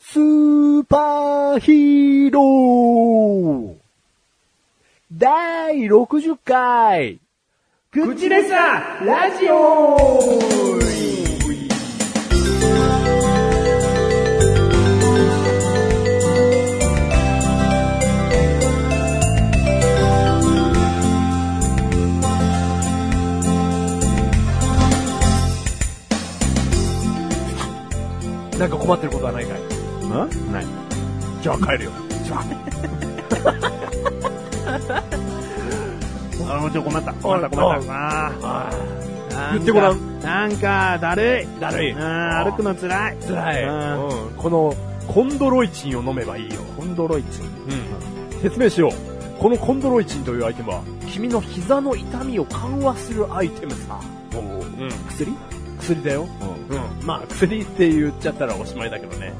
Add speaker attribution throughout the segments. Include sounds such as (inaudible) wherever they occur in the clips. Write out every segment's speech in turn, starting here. Speaker 1: スーパーヒーロー第60回
Speaker 2: 口レスラーラジオ
Speaker 1: なんか困ってることはないかい
Speaker 2: んない。
Speaker 1: じゃあ帰るよ。
Speaker 2: あの、ちょ、困った。困った、困った。あーなんか
Speaker 1: 言ってごらん。
Speaker 2: なんか、だるい。
Speaker 1: だるい
Speaker 2: うん、歩くのつらい。
Speaker 1: 辛い。
Speaker 2: うん
Speaker 1: うんこの、コンドロイチンを飲めばいいよ。
Speaker 2: コンドロイチン。
Speaker 1: 説明しよう。このコンドロイチンというアイテムは、君の膝の痛みを緩和するアイテムさ。
Speaker 2: うん。
Speaker 1: 薬薬だよ。うん。まあ、薬って言っちゃったらおしまいだけどね。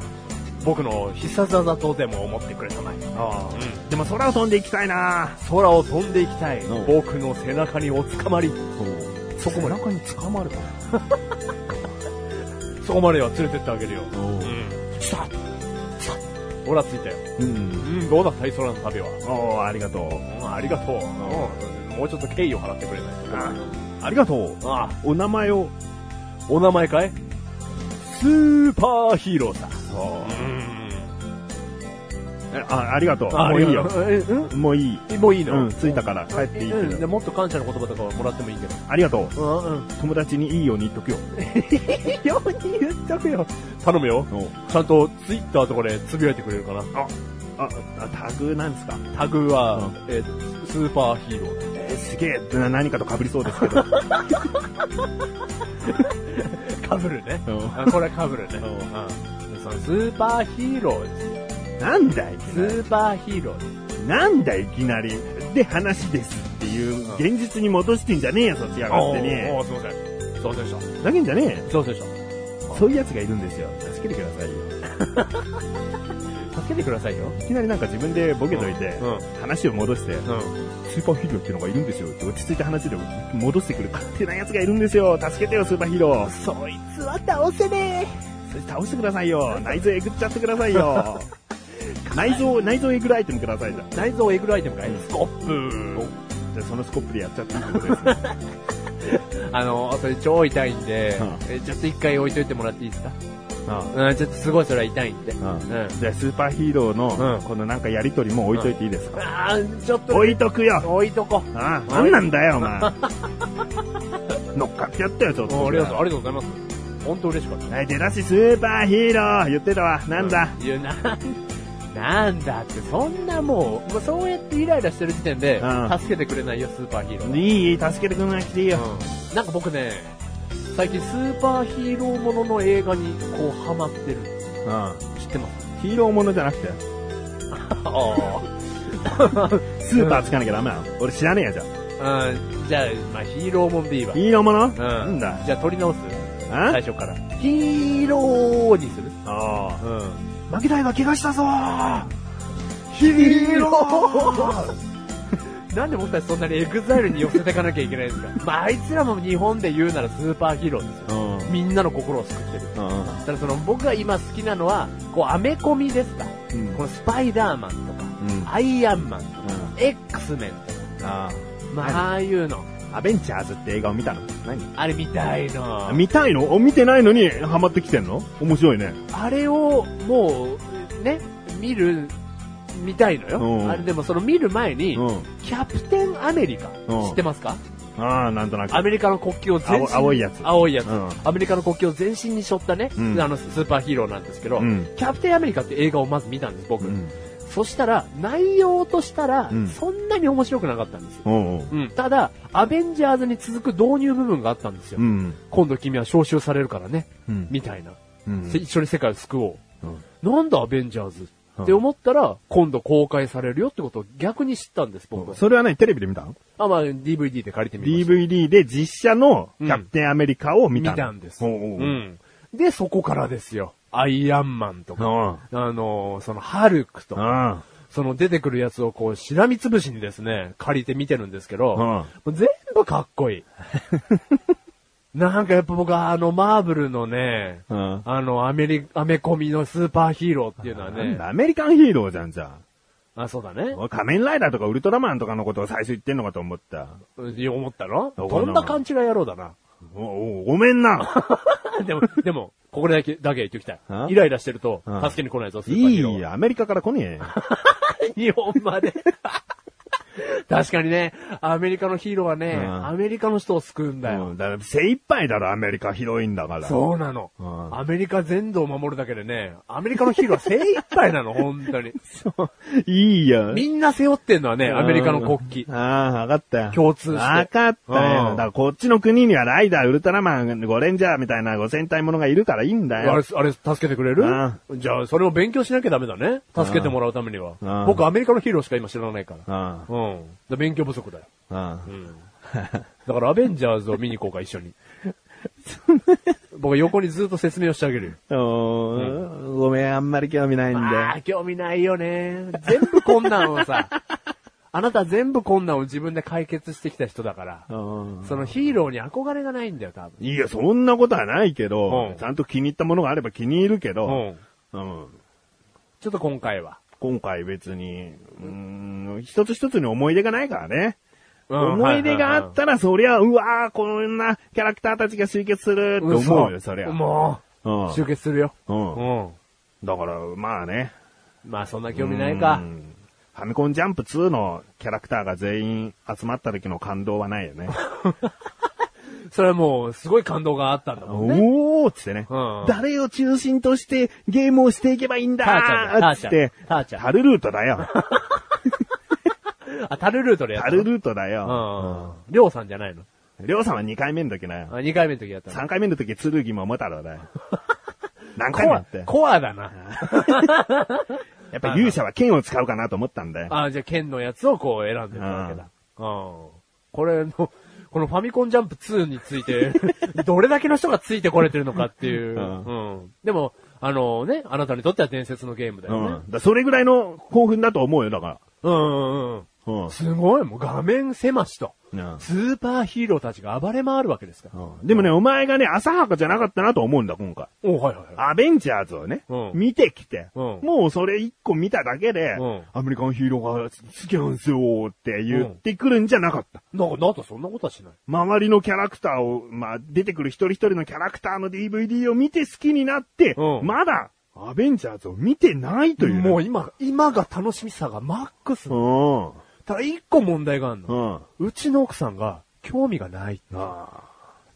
Speaker 1: 僕の必殺技とでも思ってくれたまえ。
Speaker 2: あーでも空を飛んでいきたいな
Speaker 1: 空を飛んでいきたい
Speaker 2: うん。
Speaker 1: 僕の背中におつかまり。そこまで。
Speaker 2: 中に捕まるか
Speaker 1: (laughs) そこまでは連れてってあげるよ。
Speaker 2: うん。
Speaker 1: ほら、ついたよ。
Speaker 2: うん。
Speaker 1: うん、どうだったい空の旅は。
Speaker 2: おー、ありがとう。
Speaker 1: うん、ありがとう。うんもうちょっと敬意を払ってくれないと。
Speaker 2: ありがとう。
Speaker 1: ああ、
Speaker 2: お名前を。
Speaker 1: お名前かいスーパーヒーローさ。
Speaker 2: えあ、ありがとう。
Speaker 1: あ
Speaker 2: もういいよ。
Speaker 1: え、う
Speaker 2: もういい。
Speaker 1: んもういいの
Speaker 2: うん、着いたから帰っていいけ
Speaker 1: うんで
Speaker 2: ど。
Speaker 1: もっと感謝の言葉とかもらってもいいけど。
Speaker 2: ありがとう。
Speaker 1: うんうん。
Speaker 2: 友達にいいように言っとくよ。
Speaker 1: ように言っとくよ。頼むよ。ちゃんとツイッターとかでつぶやいてくれるかな。
Speaker 2: あ、あタグなんですか
Speaker 1: タグは、
Speaker 2: うん
Speaker 1: えースーパーヒーロー。
Speaker 2: えーすげえ、な何かと被りそうですけど。
Speaker 1: (laughs) かぶるね。
Speaker 2: うん
Speaker 1: あこれかぶるね。うんそのスーパーヒーローですよ。
Speaker 2: なんだいき
Speaker 1: ス
Speaker 2: なり
Speaker 1: ーパーヒーローです。
Speaker 2: なんだいきなり。で、話ですっていう、現実に戻してんじゃねえよ、そっちやがってね。
Speaker 1: おーおーすいません。すいませんでし
Speaker 2: 投げんじゃねえよ
Speaker 1: た。すいませんでし
Speaker 2: そういうやつがいるんですよ。助けてくださいよ。
Speaker 1: た。助けてくださいよ。
Speaker 2: いきなりなんか自分でボケといて、
Speaker 1: うん。
Speaker 2: 話を戻して、スーパーヒーローっていうのがいるんですよって落ち着いた話で戻してくる勝手なやつがいるんですよ。助けてよ、スーパーヒーロー。
Speaker 1: そいつは倒せね
Speaker 2: それ倒してくださいよ。内臓えぐっちゃってくださ
Speaker 1: (laughs)
Speaker 2: いよ。内臓、内臓えぐるアイテムくださいじゃん。
Speaker 1: え。内臓をえぐるアイテムがいいです。
Speaker 2: じゃあそのスコップでやっちゃっていいってことですね。
Speaker 1: あの、それ超痛いんで、
Speaker 2: う
Speaker 1: えちょっと一回置いといてもらっていいですかうん、ちょっとすごいそれは痛いんで。
Speaker 2: うん
Speaker 1: うん。
Speaker 2: じゃあスーパーヒーロー
Speaker 1: う
Speaker 2: の
Speaker 1: ん
Speaker 2: このなんかやりとりも置いといていいですか、
Speaker 1: あー、ちょっと。
Speaker 2: 置いとくよ
Speaker 1: 置いとこ。
Speaker 2: ああ、なんなんだよお (laughs) 前乗っかってやったよちょっと
Speaker 1: ありがとう、ありがとうございます。本当嬉しかった。
Speaker 2: はい出だしスーパーヒーロー言ってたわなんだ、
Speaker 1: いや、なん、 (laughs) なんだって、そんなもう、もうそうやってイライラしてる時点で、
Speaker 2: うん
Speaker 1: 助けてくれないよ、スーパーヒーロー。
Speaker 2: いいいい助けてくれなくていいよ、
Speaker 1: うんなんか僕ね、最近スーパーヒーローものの映画に、こう、ハマってる。
Speaker 2: うん
Speaker 1: 知ってます
Speaker 2: ヒーローものじゃなくてスーパーつかなきゃダメなの、俺知らねえやじゃあ
Speaker 1: (laughs) うん、じゃあ、まあ、ヒーローもんでいいわ。
Speaker 2: ヒーローもの、うん、
Speaker 1: う
Speaker 2: なんだ
Speaker 1: じゃあ、撮り直す
Speaker 2: あ
Speaker 1: 最初から。ヒーローにする
Speaker 2: あ
Speaker 1: うん。
Speaker 2: ー負けたいが怪我したぞー
Speaker 1: ヒーロ
Speaker 2: ー
Speaker 1: なんで僕たちそんなにエグザイルに寄せていかなきゃいけないんですかまあ、あいつらも日本で言うならスーパーヒーローですよ。
Speaker 2: うん
Speaker 1: みんなの心を救ってる。
Speaker 2: う
Speaker 1: だからその僕が今好きなのは、こう、アメコミですか。
Speaker 2: ん
Speaker 1: このスパイダーマンとか、
Speaker 2: うん
Speaker 1: アイアンマンとか、
Speaker 2: うん
Speaker 1: X メンとか、
Speaker 2: あ
Speaker 1: まあ、ああいうの、
Speaker 2: あアベンジャーズって映画を見たの何
Speaker 1: あれみたいの。
Speaker 2: 見たいのお見てないのにハマってきてんの面白いね。
Speaker 1: あれを、もう、ね、見る、見たいの
Speaker 2: う
Speaker 1: よ。
Speaker 2: ん
Speaker 1: あれでもその見る前に、
Speaker 2: う
Speaker 1: キャプテンアメリカ、
Speaker 2: うん
Speaker 1: 知ってますか
Speaker 2: ん。ああ、なんとなく。
Speaker 1: アメリカの国旗を全身に
Speaker 2: 青青いやつ
Speaker 1: 青いやつ。
Speaker 2: うん
Speaker 1: アメリカの国旗を全身に背負ったね、
Speaker 2: うん
Speaker 1: あのスーパーヒーローなんですけど、
Speaker 2: うん。
Speaker 1: キャプテンアメリカって映画をまず見たんです、僕。
Speaker 2: うん。
Speaker 1: そしたら、内容としたら、
Speaker 2: うん
Speaker 1: そんなに面白くなかったんですよ。
Speaker 2: おうおう
Speaker 1: うん、ただ、アベンジャーズに続く導入部分があったんですよ。
Speaker 2: うん。
Speaker 1: 今度君は召集されるからね、
Speaker 2: うん。
Speaker 1: みたいな。
Speaker 2: うん
Speaker 1: せ一緒に世界を救おう。
Speaker 2: うん
Speaker 1: なんだアベンジャーズ
Speaker 2: うん
Speaker 1: って思ったら、今度公開されるよってことを逆に知ったんです、僕は。
Speaker 2: それはね、テレビで見たの
Speaker 1: あ、まあ、DVD で借りてみました。
Speaker 2: ?DVD で実写のキャプテンアメリカを見たの。
Speaker 1: 見たんです
Speaker 2: おうおう
Speaker 1: うん。で、そこからですよ。アイアンマンとか、
Speaker 2: おう
Speaker 1: あのーそのハルクとか、
Speaker 2: あ
Speaker 1: その出てくるやつをこう、しらみつぶしにですね、借りて見てるんですけど、
Speaker 2: うん (laughs)
Speaker 1: もう全部かっこいい。なんかやっぱ僕はあの、マーブルのね、
Speaker 2: うん。
Speaker 1: あの、アメリ、アメコミのスーパーヒーローっていうのは
Speaker 2: なん
Speaker 1: ね、
Speaker 2: だ、アメリカンヒーローじゃん、じゃ
Speaker 1: あ、そうだね
Speaker 2: あ。。おい仮面ライダーとかウルトラマンとかのことを最初言ってんのかと思った。
Speaker 1: うん思ったろ
Speaker 2: ど
Speaker 1: と
Speaker 2: この
Speaker 1: んだ勘違い野郎だな。 (laughs)
Speaker 2: お、お、ごめんな。
Speaker 1: でも、でも、ここだけ、だけ言っておきた
Speaker 2: あ
Speaker 1: い。イライラしてると、
Speaker 2: うん
Speaker 1: 助けに来ないぞ、ス
Speaker 2: い
Speaker 1: ーパーヒーローは。
Speaker 2: い、アメリカから来ね
Speaker 1: 日本まで。 (laughs) 確かにね、アメリカのヒーローはね、
Speaker 2: うん
Speaker 1: アメリカの人を救うん
Speaker 2: え。
Speaker 1: だよ。
Speaker 2: うんだから精一杯だろ、アメリカ広いんだから。
Speaker 1: そうなの、
Speaker 2: うん
Speaker 1: アメリカ全土を守るだけでね、アメリカのヒーローは精一杯 (laughs) なの、本当に。
Speaker 2: そう。いいよ。
Speaker 1: みんな背負ってんのはね、
Speaker 2: うん
Speaker 1: アメリカの国旗。
Speaker 2: ああ、わかったよ。
Speaker 1: 共通して
Speaker 2: わかったよ。
Speaker 1: うん
Speaker 2: だからこっちの国にはライダー、ウルトラマン、ゴレンジャーみたいな五千体ものがいるからいいんだ
Speaker 1: あれ
Speaker 2: よ。、
Speaker 1: あれ、助けてくれる
Speaker 2: あ
Speaker 1: じゃあ、それを勉強しなきゃダメだね。助けてもらうためには
Speaker 2: あ。
Speaker 1: 僕、アメリカのヒーローしか今知らないから。
Speaker 2: あ
Speaker 1: うん。だから勉強不足だよ。
Speaker 2: あ、あ
Speaker 1: うんだから、アベンジャーズを見に行こうか、一 (laughs) 緒に。僕、横にずっと説明をしてあげるよ。
Speaker 2: あ。おーごめん、あんまり興味ないん
Speaker 1: あ
Speaker 2: で。
Speaker 1: あ、興味ないよね。全部こんなんを
Speaker 2: (laughs)
Speaker 1: さ、あなた全部こんなんを自分で解決してきた人だから、
Speaker 2: うん
Speaker 1: そのヒーローに憧れがないんだよ、多分。
Speaker 2: いや、そんなことはないけ
Speaker 1: う
Speaker 2: ど
Speaker 1: ん、
Speaker 2: ちゃんと気に入ったものがあれば気に入るけど、
Speaker 1: ん。
Speaker 2: うん
Speaker 1: ちょっと今回は。
Speaker 2: 今回別に、うーん一つ一つに思い出がないからね。
Speaker 1: うん
Speaker 2: 思い出があったら、そりゃ、うわーこんなキャラクターたちが集結するって
Speaker 1: うん
Speaker 2: 思うよ、そりゃ。
Speaker 1: も
Speaker 2: うん
Speaker 1: う、集結するよ。
Speaker 2: うん
Speaker 1: うん。
Speaker 2: だから、まあね。
Speaker 1: まあ、そんな興味ないか
Speaker 2: う。ん。ファミコンジャンプ2のキャラクターが全員集まった時の感動はない
Speaker 1: (laughs)
Speaker 2: よね。
Speaker 1: それはもう、すごい感動があったんだもんね。
Speaker 2: おーっつってね、
Speaker 1: うん
Speaker 2: 誰を中心としてゲームをしていけばいいんだ
Speaker 1: ターちゃんだ
Speaker 2: ーっつって。
Speaker 1: ターちゃんターちゃん
Speaker 2: タルルートだよ。
Speaker 1: (laughs) あ、タルルートでやっ
Speaker 2: タ
Speaker 1: た
Speaker 2: ル
Speaker 1: の。
Speaker 2: ルートだよ。
Speaker 1: うん。りょうさんじゃないの。
Speaker 2: りょうさんは2回目の時だよ。
Speaker 1: 2回目の時やったの。
Speaker 2: 3回目の時、剣桃太郎だ
Speaker 1: (laughs)
Speaker 2: よ。何回
Speaker 1: コ
Speaker 2: もやっ
Speaker 1: ア
Speaker 2: て、。
Speaker 1: コアだな。
Speaker 2: やっぱ勇者は剣を使うかなと思ったんだよ。
Speaker 1: あじゃあ剣のやつをこう選んでたわけだ。うん。これの、このファミコンジャンプ2について、 (laughs) どれだけの人がついてこれてるのかっていう。
Speaker 2: うん
Speaker 1: うん。でも、あのね、あなたにとっては伝説のゲームだ
Speaker 2: うん。だ
Speaker 1: よ
Speaker 2: か
Speaker 1: ね。
Speaker 2: らそれぐらいの興奮だと思うよ、だか
Speaker 1: うん。うんうん
Speaker 2: ら。うん。
Speaker 1: すごい、もう画面狭しと。
Speaker 2: うん
Speaker 1: スーパーヒーローたちが暴れ回るわけですから。
Speaker 2: でもね、お前がね、浅はかじゃなかったなと思うんだ、今回。
Speaker 1: おはいはいはい。
Speaker 2: アベンジャーズをね、
Speaker 1: うん
Speaker 2: 見てきて、
Speaker 1: うん
Speaker 2: もうそれ一個見ただけで、
Speaker 1: うん
Speaker 2: アメリカンヒーローが好きなんすよって言ってくるんじゃなかった。
Speaker 1: なんか、なんかそんなことはしない。
Speaker 2: 周りのキャラクターを、まあ、出てくる一人一人のキャラクターの DVD を見て好きになって、
Speaker 1: うん
Speaker 2: まだ、アベンジャーズを見てないというね、
Speaker 1: もう今、今が楽しみさがマックス。ただ一個問題がある
Speaker 2: う
Speaker 1: の。
Speaker 2: ん。うん。
Speaker 1: うちの奥さんが興味がない。
Speaker 2: あ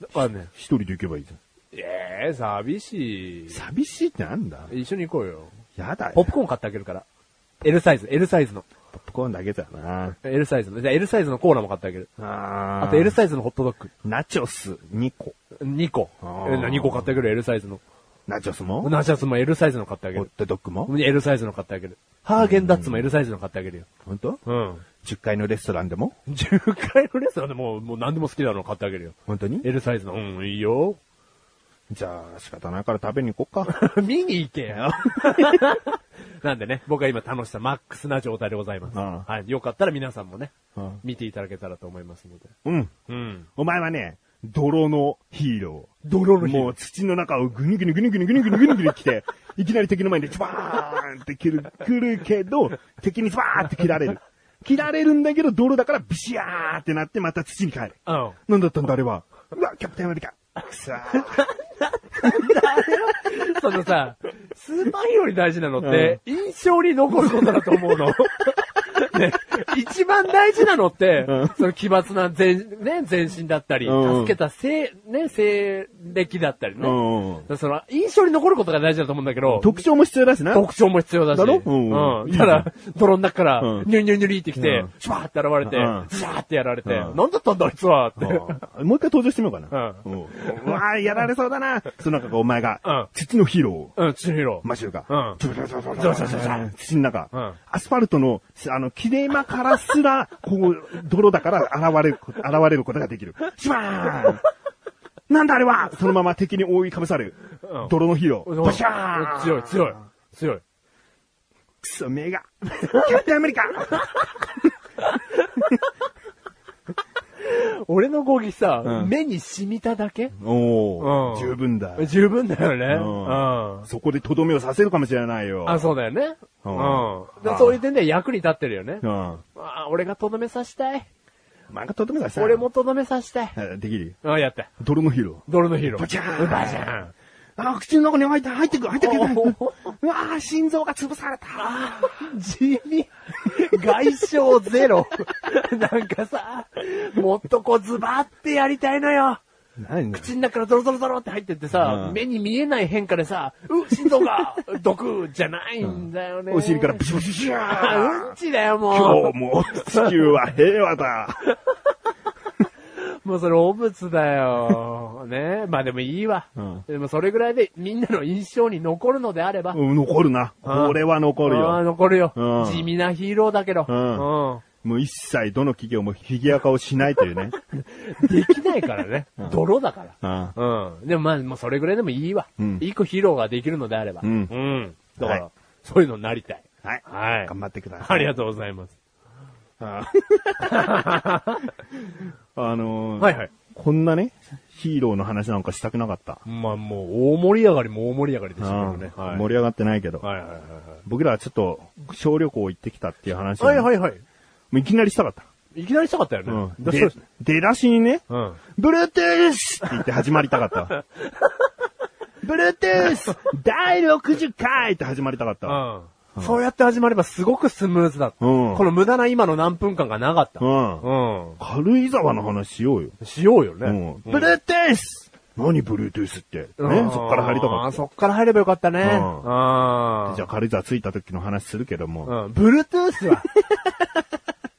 Speaker 1: だからね、
Speaker 2: 一人で行けばいいじゃん。
Speaker 1: ええ寂しい。
Speaker 2: 寂しいってなんだ
Speaker 1: 一緒に行こうよ。
Speaker 2: やだよ。
Speaker 1: ポップコーン買ってあげるから。L サイズ、L サイズの。
Speaker 2: ポップコーンだけだな。
Speaker 1: L サイズの。じゃあ L サイズのコーラも買ってあげる。
Speaker 2: あ
Speaker 1: あと L サイズのホットドッグ。
Speaker 2: ナチョス2個。
Speaker 1: 2個。え
Speaker 2: あー
Speaker 1: 2個買ってあげる、L サイズの。
Speaker 2: ナチョスも
Speaker 1: ナシャツも L サイズの買ってあげ
Speaker 2: ホッ
Speaker 1: る。
Speaker 2: トドッグも
Speaker 1: L サイズの買ってあげる。ハーゲンダッツも L サイズの買ってあげるよ。
Speaker 2: 本当
Speaker 1: うん。
Speaker 2: ?10 階のレストランでも
Speaker 1: 10回のレストランでもう、もう何でも好きなの買ってあげるよ。
Speaker 2: 本当に
Speaker 1: L サイズの。うん、いいよ。
Speaker 2: じゃあ仕方ないから食べに行こう (laughs) か。
Speaker 1: (laughs) 見に行けよ。なんでね、僕は今楽しさマックスな状態でございます。
Speaker 2: うん
Speaker 1: はい。よかったら皆さんもね、
Speaker 2: うん
Speaker 1: 見ていただけたらと思いますので。
Speaker 2: うん。
Speaker 1: うん。
Speaker 2: お前はね、泥のヒーロー。
Speaker 1: 泥のヒーロー
Speaker 2: もう土の中をぐにゅぐにゅぐにゅぐにゅぐにゅぐにゅぐにゅぐにゅ来て、 (laughs) いきなり敵の前にズバーンって来る、来るけど、敵にズバーンって切られる。切られるんだけど、泥だからビシャーってなってまた土に帰る。
Speaker 1: うん。
Speaker 2: なんだったんだあれは。うわ、キャプテンアメリカ。くそー。
Speaker 1: (laughs) そのさ、スーパーヒーローに大事なのって、印象に残ることだと思う
Speaker 2: (laughs)
Speaker 1: の。ね、一番大事なのって、その奇抜な全、ね、全身だったり、
Speaker 2: うん
Speaker 1: 助けた性、ね、性歴だったりね。
Speaker 2: うんうん
Speaker 1: その、印象に残ることが大事だと思うんだけど、
Speaker 2: 特徴も必要だしな。
Speaker 1: 特徴も必要だし。
Speaker 2: だろうんうん
Speaker 1: う
Speaker 2: い
Speaker 1: ん。
Speaker 2: いじ
Speaker 1: た
Speaker 2: ゃん
Speaker 1: だ、泥の中から
Speaker 2: う、ん
Speaker 1: ニュニュニュリってきて
Speaker 2: うん、
Speaker 1: シュワーって現れて
Speaker 2: うん、
Speaker 1: シャーってやられて、
Speaker 2: うん
Speaker 1: なんだったんだあいつはって。
Speaker 2: うんもう一回登場してみようかな。
Speaker 1: う
Speaker 2: うんうわーやられそうだな。その中がお前が、
Speaker 1: うん
Speaker 2: 土のヒーローを、
Speaker 1: うん、チヒーロー。
Speaker 2: マシュルが、
Speaker 1: うん
Speaker 2: ちょちょちょちょ
Speaker 1: ちょちょちょちょ
Speaker 2: 土の中、
Speaker 1: うん
Speaker 2: アスファルトの、あの、切れ間からすら、こう、泥だから現れる、現れることができる。シュワーンなんだあれはそのまま敵に覆いかぶされる。
Speaker 1: うん
Speaker 2: 泥のヒーロー。
Speaker 1: うん
Speaker 2: バシャーン
Speaker 1: 強い、強い。強い。
Speaker 2: くそ、目が。キャプテンアメリカ
Speaker 1: 俺の語義さ、
Speaker 2: うん
Speaker 1: 目に染みただけ
Speaker 2: お
Speaker 1: うん
Speaker 2: お、十分だ。
Speaker 1: 十分だよね。
Speaker 2: うん
Speaker 1: うん。
Speaker 2: そこでとどめをさせるかもしれないよ。
Speaker 1: あ、そうだよね。う
Speaker 2: うん
Speaker 1: ん。だから
Speaker 2: あ
Speaker 1: そういう点で役に立ってるよね
Speaker 2: う。ん。ま
Speaker 1: ああ、俺がとどめさしたい。
Speaker 2: あ、とどめがさ、
Speaker 1: 俺もとどめさしたい。
Speaker 2: え、できる
Speaker 1: あやった。
Speaker 2: 泥のヒーロ
Speaker 1: 泥のヒーロー。
Speaker 2: バチャーン
Speaker 1: バチャン。
Speaker 2: ー。あ、口の中に入って、入ってくる、入ってく
Speaker 1: お
Speaker 2: る
Speaker 1: お。
Speaker 2: うわー心臓が潰された。
Speaker 1: 地味。外傷ゼ
Speaker 2: (laughs)
Speaker 1: ロ。なんかさ、もっとこうズバってやりたいのよ。
Speaker 2: 何
Speaker 1: 口の中からドロドロドロって入ってってさ、
Speaker 2: うん
Speaker 1: 目に見えない変化でさ、う、心臓が、毒じゃないんだよね。
Speaker 2: お尻からブシュブシュブシュ
Speaker 1: あうん
Speaker 2: ー。
Speaker 1: ちだよ、も
Speaker 2: 今日も地球は平和 (laughs) だ。
Speaker 1: う。もうそれ、汚物だ
Speaker 2: (laughs)
Speaker 1: よ。ねまあでもいいわ。
Speaker 2: うん
Speaker 1: でもそれぐらいでみんなの印象に残るのであれば。
Speaker 2: うん残るな。
Speaker 1: うん
Speaker 2: これは残る
Speaker 1: あー
Speaker 2: よ。
Speaker 1: 残るよ、
Speaker 2: うん
Speaker 1: 地味なヒーローだけど。
Speaker 2: う
Speaker 1: う
Speaker 2: ん
Speaker 1: ん
Speaker 2: もう一切どの企業もフィギュア化をしないと (laughs) いうね。
Speaker 1: できないからね。 (laughs) 泥だから。
Speaker 2: あ
Speaker 1: うん。でもまあ、もうそれぐらいでもいいわ。
Speaker 2: うん
Speaker 1: 一個ヒーローができるのであれば。
Speaker 2: うん
Speaker 1: だから、
Speaker 2: はい
Speaker 1: そういうのになりたい。
Speaker 2: あはい。
Speaker 1: はい。
Speaker 2: 頑張ってくださ
Speaker 1: (laughs) あ
Speaker 2: い。
Speaker 1: りがとうございます。
Speaker 2: あ (laughs) ーあのー
Speaker 1: はいはい。
Speaker 2: こんなね、ヒーローの話なんかしたくなかった。
Speaker 1: まあもう、大盛り上がりも大盛り上がりでしたけどね。
Speaker 2: うん
Speaker 1: はい。
Speaker 2: 盛り上がってないけど、
Speaker 1: はいはいはい
Speaker 2: 僕らはちょっと小旅行行ってきたっていう話を
Speaker 1: は
Speaker 2: ね
Speaker 1: い。はいはいはい。
Speaker 2: もういきなりしたかった。
Speaker 1: いきなりしたかったよね。
Speaker 2: うん、
Speaker 1: だそう
Speaker 2: で
Speaker 1: ですね。
Speaker 2: 出だしにね、
Speaker 1: うん。
Speaker 2: ブルートゥースって言って始まりたか
Speaker 1: (laughs)
Speaker 2: った。ブルートゥース第60回って始まりたかった。
Speaker 1: うん。そうやって始まればすごくスムーズだった。
Speaker 2: うん
Speaker 1: この無駄な今の何分間がなかった。
Speaker 2: うん。
Speaker 1: うん。
Speaker 2: 軽井沢の話しようよ。
Speaker 1: しようよね。
Speaker 2: うん。
Speaker 1: うん
Speaker 2: ブルートゥース何ブルートゥースって。ね、そ
Speaker 1: うん
Speaker 2: っから入りたか
Speaker 1: あ
Speaker 2: っ
Speaker 1: ーそ
Speaker 2: た。
Speaker 1: っから入ればよかったね。
Speaker 2: ん
Speaker 1: あ
Speaker 2: じゃあ軽井沢着いた時の話するけども。
Speaker 1: あ。うん。ブルートゥース
Speaker 2: (laughs)
Speaker 1: は。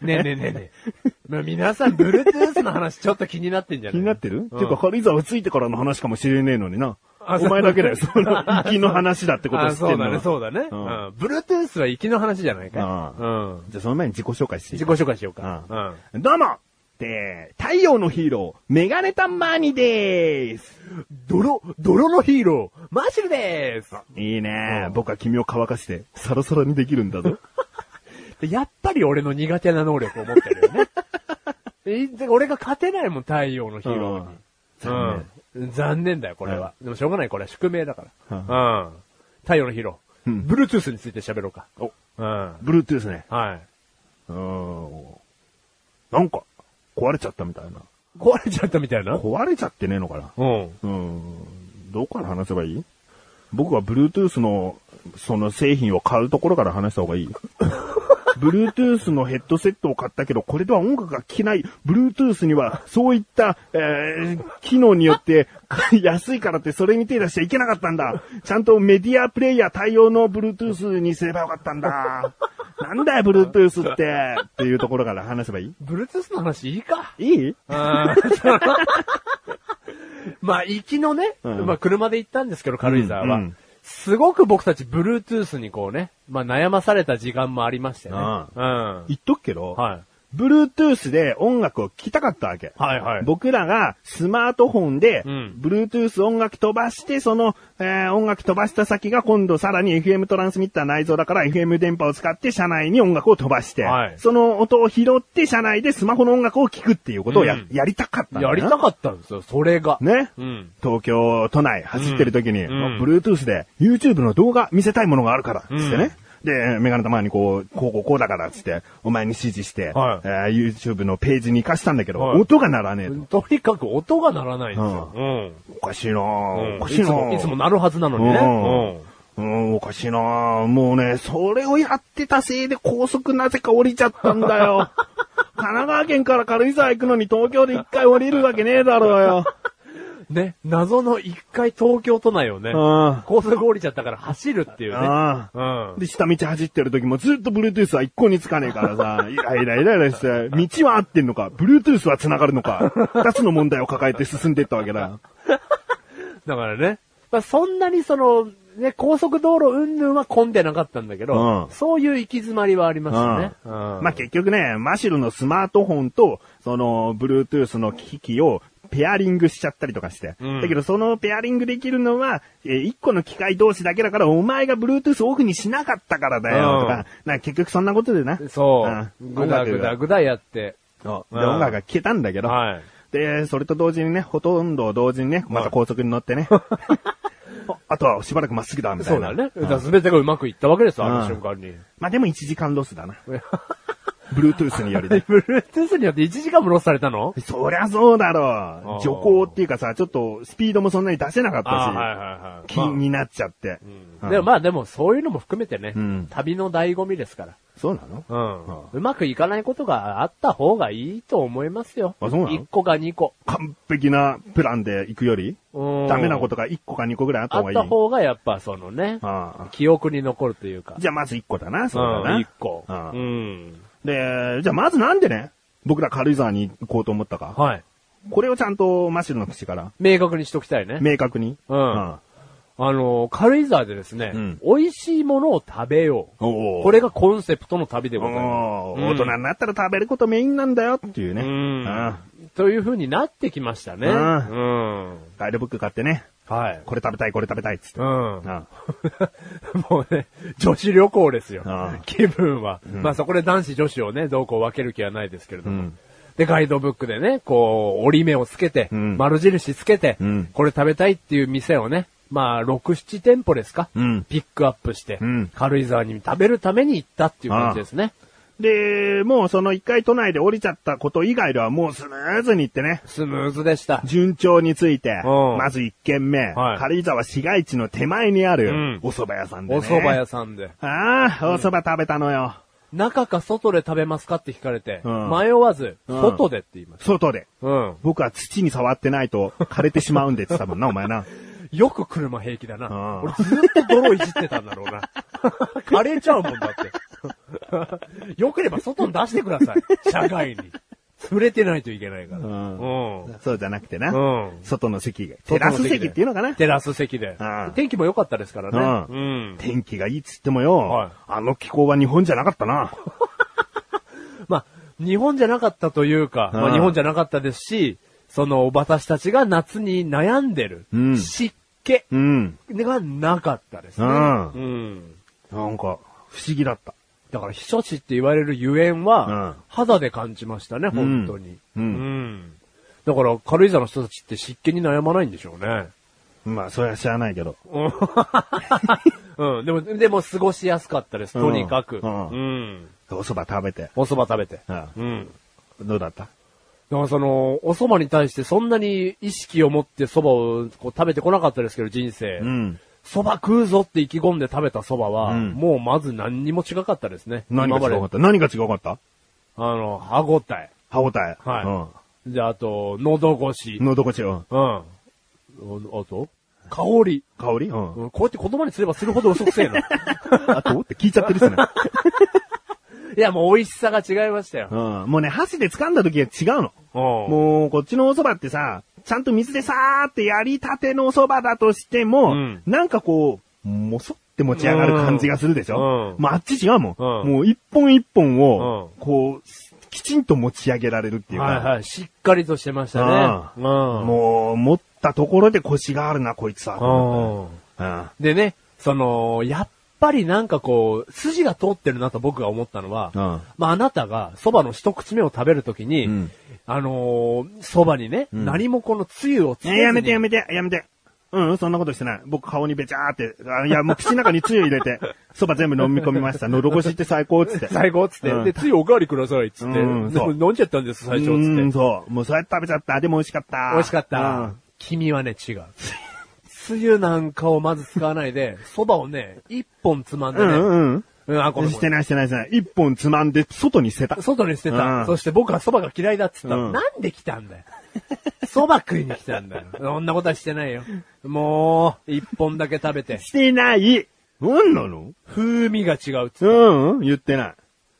Speaker 1: ねえねえねえねえ。まあ皆さん、ブルートゥースの話ちょっと気になってんじゃない
Speaker 2: 気になってる、
Speaker 1: うん
Speaker 2: ていうか、軽井沢着いてからの話かもしれねえのにな。
Speaker 1: あ
Speaker 2: お
Speaker 1: そう
Speaker 2: 前だけだよ。その、行きの話だってこと
Speaker 1: あ
Speaker 2: 知
Speaker 1: ー
Speaker 2: っ
Speaker 1: そ
Speaker 2: てん
Speaker 1: う
Speaker 2: の
Speaker 1: だ
Speaker 2: は
Speaker 1: ね、そうだね。う
Speaker 2: うん
Speaker 1: ん。ブルートゥースは粋の話じゃないか。
Speaker 2: う
Speaker 1: うん。
Speaker 2: じゃあ、その前に自己紹介していい
Speaker 1: 自己紹介しようか。う
Speaker 2: う
Speaker 1: ん。
Speaker 2: どうもで、太陽のヒーロー、メガネタマーニでーす。
Speaker 1: 泥、泥のヒーロー、マシルです
Speaker 2: いいね
Speaker 1: う
Speaker 2: ー
Speaker 1: ん
Speaker 2: 僕は君を乾かして、サラサラにできるんだぞ。
Speaker 1: でやっぱり俺の苦手な能力を持ってるよ (laughs) ね。えで俺が勝てないもん、太陽のヒーローに。
Speaker 2: 残
Speaker 1: うん。残念だよ、これは。でもしょうがない、これは宿命だから。うん。太陽のヒーロ
Speaker 2: う
Speaker 1: ー。
Speaker 2: ん
Speaker 1: ブルートゥースについて喋ろうか。
Speaker 2: お、
Speaker 1: うん。は
Speaker 2: ブルートゥースね。
Speaker 1: い。
Speaker 2: うーん。なんか、壊れちゃったみたいな。
Speaker 1: 壊れちゃったみたいな。
Speaker 2: 壊れちゃってねえのかな
Speaker 1: うん。
Speaker 2: うーん。どこから話せばいい僕は Bluetooth の、その製品を買うところから話した方がいい。Bluetooth のヘッドセットを買ったけど、これでは音楽が聴けない。Bluetooth には、そういった、えー、機能によって、 (laughs) 安いからってそれに手出しちゃいけなかったんだ。ちゃんとメディアプレイヤー対応の Bluetooth にすればよかったんだ。なんだよ、Bluetooth って。っていうところから話せばいい
Speaker 1: ブルートゥースの話いいか。
Speaker 2: いい
Speaker 1: うん (laughs) まあ、行きのね、
Speaker 2: うん
Speaker 1: まあ、車で行ったんですけど、軽井沢
Speaker 2: う
Speaker 1: は
Speaker 2: ん。
Speaker 1: すごく僕たち、ブルートゥースにこうね、まあ、悩まされた時間もありましてね。
Speaker 2: あ
Speaker 1: うん。
Speaker 2: 言っとくけど、
Speaker 1: はい。
Speaker 2: Bluetooth で音楽を聴きたかったわけ。
Speaker 1: はいはい。
Speaker 2: 僕らがスマートフォンで、
Speaker 1: うん
Speaker 2: Bluetooth 音楽飛ばして、その、えー音楽飛ばした先が今度さらに FM トランスミッター内蔵だから FM 電波を使って車内に音楽を飛ばして、
Speaker 1: はい
Speaker 2: その音を拾って車内でスマホの音楽を聴くっていうことをや,、
Speaker 1: うん
Speaker 2: やりたかったんだな
Speaker 1: やりたかったんですよ、それが。
Speaker 2: ね。
Speaker 1: うん。
Speaker 2: 東京都内走ってる時に、
Speaker 1: うんうん
Speaker 2: Bluetooth で YouTube の動画見せたいものがあるから、つ
Speaker 1: うん
Speaker 2: ってね。で、メガネたまにこう、こうこうこうだから、つって、お前に指示して、
Speaker 1: はい
Speaker 2: えー YouTube のページに活かしたんだけど、
Speaker 1: はい
Speaker 2: 音が鳴らねえと。
Speaker 1: とにかく音が鳴らないんですよ。うん。
Speaker 2: おかしいなぁ、おかしい
Speaker 1: い
Speaker 2: な
Speaker 1: つも、
Speaker 2: ぁ。
Speaker 1: いつも鳴るはずなのにね。
Speaker 2: うん。うん、おかしいなぁ。もうね、それをやってたせいで高速なぜか降りちゃったんだ
Speaker 1: (laughs)
Speaker 2: よ。神奈川県から軽井沢行くのに東京で一回降りるわけねえだろうよ。
Speaker 1: うん。ね、謎の一回東京都内をね、
Speaker 2: う
Speaker 1: 高速降りちゃったから走るってい
Speaker 2: ん。
Speaker 1: うね。
Speaker 2: ああ。
Speaker 1: うん。
Speaker 2: で、下道走ってる時もずっと Bluetooth は一向につかねえか
Speaker 1: (laughs)
Speaker 2: らさ、イライライライラして、道は合ってんのか、Bluetooth は繋がるのか、二つの問題を抱えて進んでったわけだ。
Speaker 1: だからね、まあ、そんなにその、ね、高速道路云々は混んでなかったんだけど、
Speaker 2: うん
Speaker 1: そういう行き詰まりはありましたね。
Speaker 2: う
Speaker 1: うん
Speaker 2: まあ、結局ね、マシルのスマートフォンと、その、Bluetooth の機器を、ペアリングしちゃったりとかして。
Speaker 1: うん
Speaker 2: だけど、そのペアリングできるのは、えー一個の機械同士だけだから、お前が Bluetooth オフにしなかったからだよ、
Speaker 1: うん
Speaker 2: とか。なんか結局そんなことでな。
Speaker 1: そうう。
Speaker 2: ん
Speaker 1: ぐだぐだぐだやって。
Speaker 2: の、で、
Speaker 1: うん
Speaker 2: 音楽が聴けたんだけど、
Speaker 1: はい
Speaker 2: で、それと同時にね、ほとんど同時にね、また高速に
Speaker 1: (laughs)
Speaker 2: 乗ってね、ああとはしばらくまっすぐだ、みた
Speaker 1: そ
Speaker 2: いうな。
Speaker 1: だね。だから全てがうまくいったわけですよ、あの
Speaker 2: うん
Speaker 1: 瞬間に。
Speaker 2: まあでも1時間ロス
Speaker 1: (laughs)
Speaker 2: だな。Bluetooth によりね。
Speaker 1: ブルートゥースによって1時間もロスされた
Speaker 2: (laughs)
Speaker 1: の
Speaker 2: そりゃそうだろ
Speaker 1: あー
Speaker 2: う。徐行っていうかさ、ちょっとスピードもそんなに出せなか
Speaker 1: ああ、
Speaker 2: っ
Speaker 1: は
Speaker 2: たし、
Speaker 1: い
Speaker 2: 気
Speaker 1: はいはい。
Speaker 2: になっちゃって。
Speaker 1: まあ
Speaker 2: うん
Speaker 1: でもまあでもそういうのも含めてね
Speaker 2: うん、
Speaker 1: 旅の醍醐味ですから。
Speaker 2: そうなの
Speaker 1: うん
Speaker 2: ん。
Speaker 1: うまくいかないことがあった方がいいと思いますよ。
Speaker 2: あそうなの
Speaker 1: 1個か2個。
Speaker 2: 完璧なプランで行くより、
Speaker 1: うん
Speaker 2: ダメなことが1個か2個ぐらいあった
Speaker 1: あ
Speaker 2: 方
Speaker 1: っ
Speaker 2: がい
Speaker 1: た
Speaker 2: い。
Speaker 1: 方がやっぱそのね、
Speaker 2: あ
Speaker 1: 記憶に残るというか
Speaker 2: あ。じゃあまず1個だな、そうだ
Speaker 1: ん、
Speaker 2: な
Speaker 1: 1。個。
Speaker 2: う
Speaker 1: うんん。
Speaker 2: で、じゃあまずなんでね、僕ら軽井沢に行こうと思ったか。
Speaker 1: はい。
Speaker 2: これをちゃんとマシュルの口から、
Speaker 1: 明確にしときたいね。
Speaker 2: 明確に。
Speaker 1: うんあの、軽井沢でですね、
Speaker 2: うん
Speaker 1: 美味しいものを食べよう。
Speaker 2: おー
Speaker 1: これがコンセプトの旅でございます
Speaker 2: お。ー大人
Speaker 1: うん
Speaker 2: になったら食べることメインなんだよっていうね。
Speaker 1: うん
Speaker 2: うん
Speaker 1: という風になってきましたね。
Speaker 2: う
Speaker 1: うんん。
Speaker 2: ガイドブック買ってね、
Speaker 1: はい。
Speaker 2: これ食べたい、これ食べたいっつって
Speaker 1: う。ん。 (laughs)
Speaker 2: あ
Speaker 1: もうね、女子旅行ですよ
Speaker 2: ああ。
Speaker 1: 気分は。まあそこで男子女子をね、どうこう分ける気はないですけれども。
Speaker 2: うん
Speaker 1: で、ガイドブックでね、こう、折り目をつけて、
Speaker 2: うん
Speaker 1: 丸印つけて、
Speaker 2: うん
Speaker 1: これ食べたいっていう店をね、まあ、6、7店舗ですか、
Speaker 2: うん
Speaker 1: ピックアップして、
Speaker 2: うん
Speaker 1: 軽井沢に食べるために行ったっていう感じですね。
Speaker 2: で、もうその一回都内で降りちゃったこと以外ではもうスムーズに行ってね、
Speaker 1: スムーズでした。
Speaker 2: 順調について、
Speaker 1: うん
Speaker 2: まず一軒目、
Speaker 1: はい
Speaker 2: 軽井沢市街地の手前にある
Speaker 1: うん
Speaker 2: お蕎麦屋さんで、ね。
Speaker 1: お蕎麦屋さんで。
Speaker 2: ああ、お蕎麦食べたのよ。
Speaker 1: 中か外で食べますかって聞かれて、
Speaker 2: うん
Speaker 1: 迷わず、
Speaker 2: うん
Speaker 1: 外でって言いまし
Speaker 2: 外で。
Speaker 1: た。うん。
Speaker 2: 僕は土に触ってないと枯れてしまうんでって言ってたも
Speaker 1: (laughs)
Speaker 2: んな、お前な。
Speaker 1: よく車平気だな。
Speaker 2: うん
Speaker 1: 俺ずっと泥いじってたんだろうな。 (laughs) 枯れちゃうもんだって。 (laughs) よければ外に出してください。社外に。触れてないといけないから。
Speaker 2: う
Speaker 1: うんん。
Speaker 2: そうじゃなくてな。
Speaker 1: うん
Speaker 2: 外の席が。テラス席っていうのかな
Speaker 1: テラス席で
Speaker 2: うん。
Speaker 1: 天気も良かったですからね。
Speaker 2: う
Speaker 1: うん。
Speaker 2: 天気がいいっつってもよ、
Speaker 1: はい
Speaker 2: あの気候は日本じゃなかったな。
Speaker 1: まあ、日本じゃなかったというか、ま
Speaker 2: う
Speaker 1: あ
Speaker 2: ん
Speaker 1: 日本じゃなかったですし、その私たちが夏に悩んでる
Speaker 2: うん
Speaker 1: 湿気
Speaker 2: うん。
Speaker 1: がなかったですね。
Speaker 2: うん
Speaker 1: うん。
Speaker 2: なんか、不思議だった。
Speaker 1: だから、避暑地って言われるゆえん
Speaker 2: う
Speaker 1: は
Speaker 2: ん、
Speaker 1: 肌で感じましたね、本当に。
Speaker 2: うん
Speaker 1: んだから、軽井沢の人たちって湿気に悩まないんでしょう
Speaker 2: (laughs)
Speaker 1: ね。
Speaker 2: まあ、それは知らないけど。
Speaker 1: うん。でも、でも過ごしやすかったです、とにかく。
Speaker 2: うん
Speaker 1: うん。
Speaker 2: お蕎麦食べて。
Speaker 1: お蕎麦食べて。
Speaker 2: う
Speaker 1: うん。
Speaker 2: どうだった
Speaker 1: だからその、お蕎麦に対してそんなに意識を持って蕎麦をこう食べてこなかったですけど、人生。
Speaker 2: ん。
Speaker 1: 蕎麦食うぞって意気込んで食べた蕎麦は、
Speaker 2: うん
Speaker 1: もうまず何にも違かったですね。
Speaker 2: 何が違
Speaker 1: 今
Speaker 2: か
Speaker 1: まで
Speaker 2: った何が違かった
Speaker 1: あの、歯応え。
Speaker 2: 歯応え。
Speaker 1: はじゃあ、あと、喉越し
Speaker 2: うん。。喉越しを。
Speaker 1: うん。ああと香り。
Speaker 2: 香りうん。
Speaker 1: うんこうやって言葉にすればするほど嘘く (laughs) せえな。
Speaker 2: あとって聞いちゃって
Speaker 1: (laughs)
Speaker 2: るしね。
Speaker 1: いや、もう美味しさが違いましたよ。
Speaker 2: うん。もうね、箸で掴んだ時は違うの。
Speaker 1: も
Speaker 2: もう、こっちのお蕎麦ってさ、ちゃんと水でさーってやりたてのお蕎麦だとしても、
Speaker 1: うん
Speaker 2: なんかこう、もそって持ち上がる感じがするでし
Speaker 1: う
Speaker 2: ょ、
Speaker 1: ん
Speaker 2: もうあっち違うもん。
Speaker 1: うん
Speaker 2: もう一本一本を、
Speaker 1: う
Speaker 2: こう、きちんと持ち上げられるっていうか、
Speaker 1: はいはい、しっかりとしてましたね。うん。
Speaker 2: もう持ったところで腰があるな、こいつはと思
Speaker 1: うん
Speaker 2: った。うん
Speaker 1: でね、その、やっぱりなんかこう、筋が通ってるなと僕が思ったのは、
Speaker 2: うん
Speaker 1: まああなたが蕎麦の一口目を食べるときに、
Speaker 2: うん
Speaker 1: あのー蕎麦にね、
Speaker 2: ん
Speaker 1: 何もこのつゆをつけず
Speaker 2: ね
Speaker 1: に、
Speaker 2: やめてやめて、やめて。うん、そんなことしてない。僕顔にべちゃーって、あいや、もう口の中につゆ入れて、 (laughs) 蕎麦全部飲み込みました。喉越しって最高っつって。
Speaker 1: 最高っつって、
Speaker 2: うん
Speaker 1: で、ついおかわりくださいっつって、
Speaker 2: うん
Speaker 1: で
Speaker 2: そ
Speaker 1: も
Speaker 2: う
Speaker 1: 飲んじゃったんです、最初っ
Speaker 2: う
Speaker 1: つ
Speaker 2: ん、
Speaker 1: って。
Speaker 2: そう。もうそうやって食べちゃった。でも美味しかった。
Speaker 1: 美味しかっ
Speaker 2: う
Speaker 1: た
Speaker 2: ん。
Speaker 1: 君はね、違う。つゆなんかをまず使わないで、蕎麦をね、一本つまんで
Speaker 2: う
Speaker 1: ね、
Speaker 2: ん
Speaker 1: ん、
Speaker 2: うん
Speaker 1: あ、ご
Speaker 2: う
Speaker 1: め
Speaker 2: ん。
Speaker 1: ん
Speaker 2: し
Speaker 1: ごめ
Speaker 2: て
Speaker 1: ん。
Speaker 2: ないしてないしてない。一本つまんで、外に捨てた。
Speaker 1: 外に捨てた。
Speaker 2: うん
Speaker 1: そして僕は蕎麦が嫌いだっつったの、
Speaker 2: うん
Speaker 1: なんで来たんだよ。蕎麦食いに来たんだよ。そんなことはしてないよ。もう、一本だけ食べて、
Speaker 2: してないなんなの
Speaker 1: 風味が違うっつっ
Speaker 2: うん、言ってない。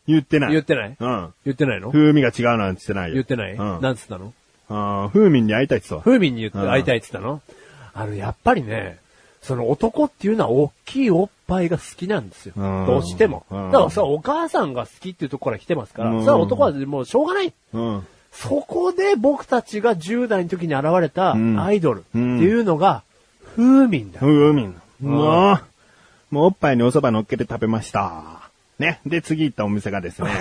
Speaker 2: 言ってな
Speaker 1: た。
Speaker 2: い。
Speaker 1: 言ってない
Speaker 2: うん。
Speaker 1: 言ってないの
Speaker 2: 風味が違うなんて言ってないよ。
Speaker 1: 言ってない、
Speaker 2: うん。
Speaker 1: なんつったの
Speaker 2: あー風味に会いたいって言って
Speaker 1: 風味に言って
Speaker 2: うん
Speaker 1: 会いたいっつったの、あの、やっぱりね、その男っていうのは大きいおっぱいが好きなんですよ。
Speaker 2: うん
Speaker 1: どうしても。
Speaker 2: うん
Speaker 1: だからさ、お母さんが好きっていうところから来てますから、
Speaker 2: うん
Speaker 1: さ、男はもうしょうがない。
Speaker 2: たわ。
Speaker 1: そこで僕たちが10代の時に現れた
Speaker 2: ん
Speaker 1: アイドルっていうのが、風民だ。
Speaker 2: うん。風味。もう、もうおっ
Speaker 1: (laughs)
Speaker 2: ぱいにお蕎麦乗っけて食べました。ね。で、次行ったお店がですね。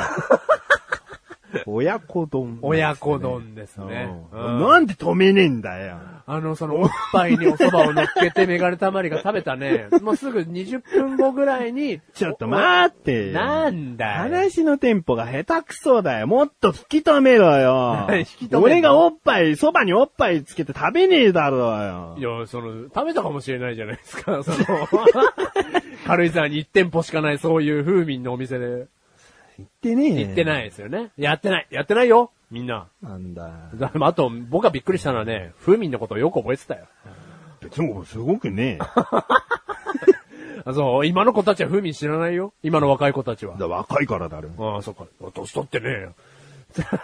Speaker 2: 親子丼、
Speaker 1: 親子丼ですね。
Speaker 2: うん
Speaker 1: うん
Speaker 2: なんで止めねえんだよ。
Speaker 1: あの、その、おっぱいにお蕎麦を乗っけてメガネたまりが食べたね。もうすぐ20分後ぐらいに。
Speaker 2: ちょっと待ってよ。
Speaker 1: なんだよ。
Speaker 2: 話のテンポが下手くそだよ。もっと引き止めろ
Speaker 1: (laughs)
Speaker 2: よ
Speaker 1: 引き止めん。の
Speaker 2: 俺がおっぱい、そばにおっぱいつけて食べねえだろう
Speaker 1: い
Speaker 2: よ。
Speaker 1: や、その、食べたかもしれないじゃないですか、その、 (laughs) 軽井沢に1店舗しかないそういう風味のお店で。
Speaker 2: 言ってねえ
Speaker 1: 行って
Speaker 2: い。
Speaker 1: ないですよね。やってない。やってないよ。みんな。
Speaker 2: なんだ。
Speaker 1: だあと、僕がびっくりしたのはね、風味のことをよく覚えてたよ。
Speaker 2: 別にすご
Speaker 1: (laughs)
Speaker 2: くねえ。だか
Speaker 1: あそう、今の子たちは風味知らないよ。今の若い子たちは。
Speaker 2: ら若いから
Speaker 1: (laughs)
Speaker 2: だろ。
Speaker 1: ああ、そっか。年取ってねえよ。 (laughs)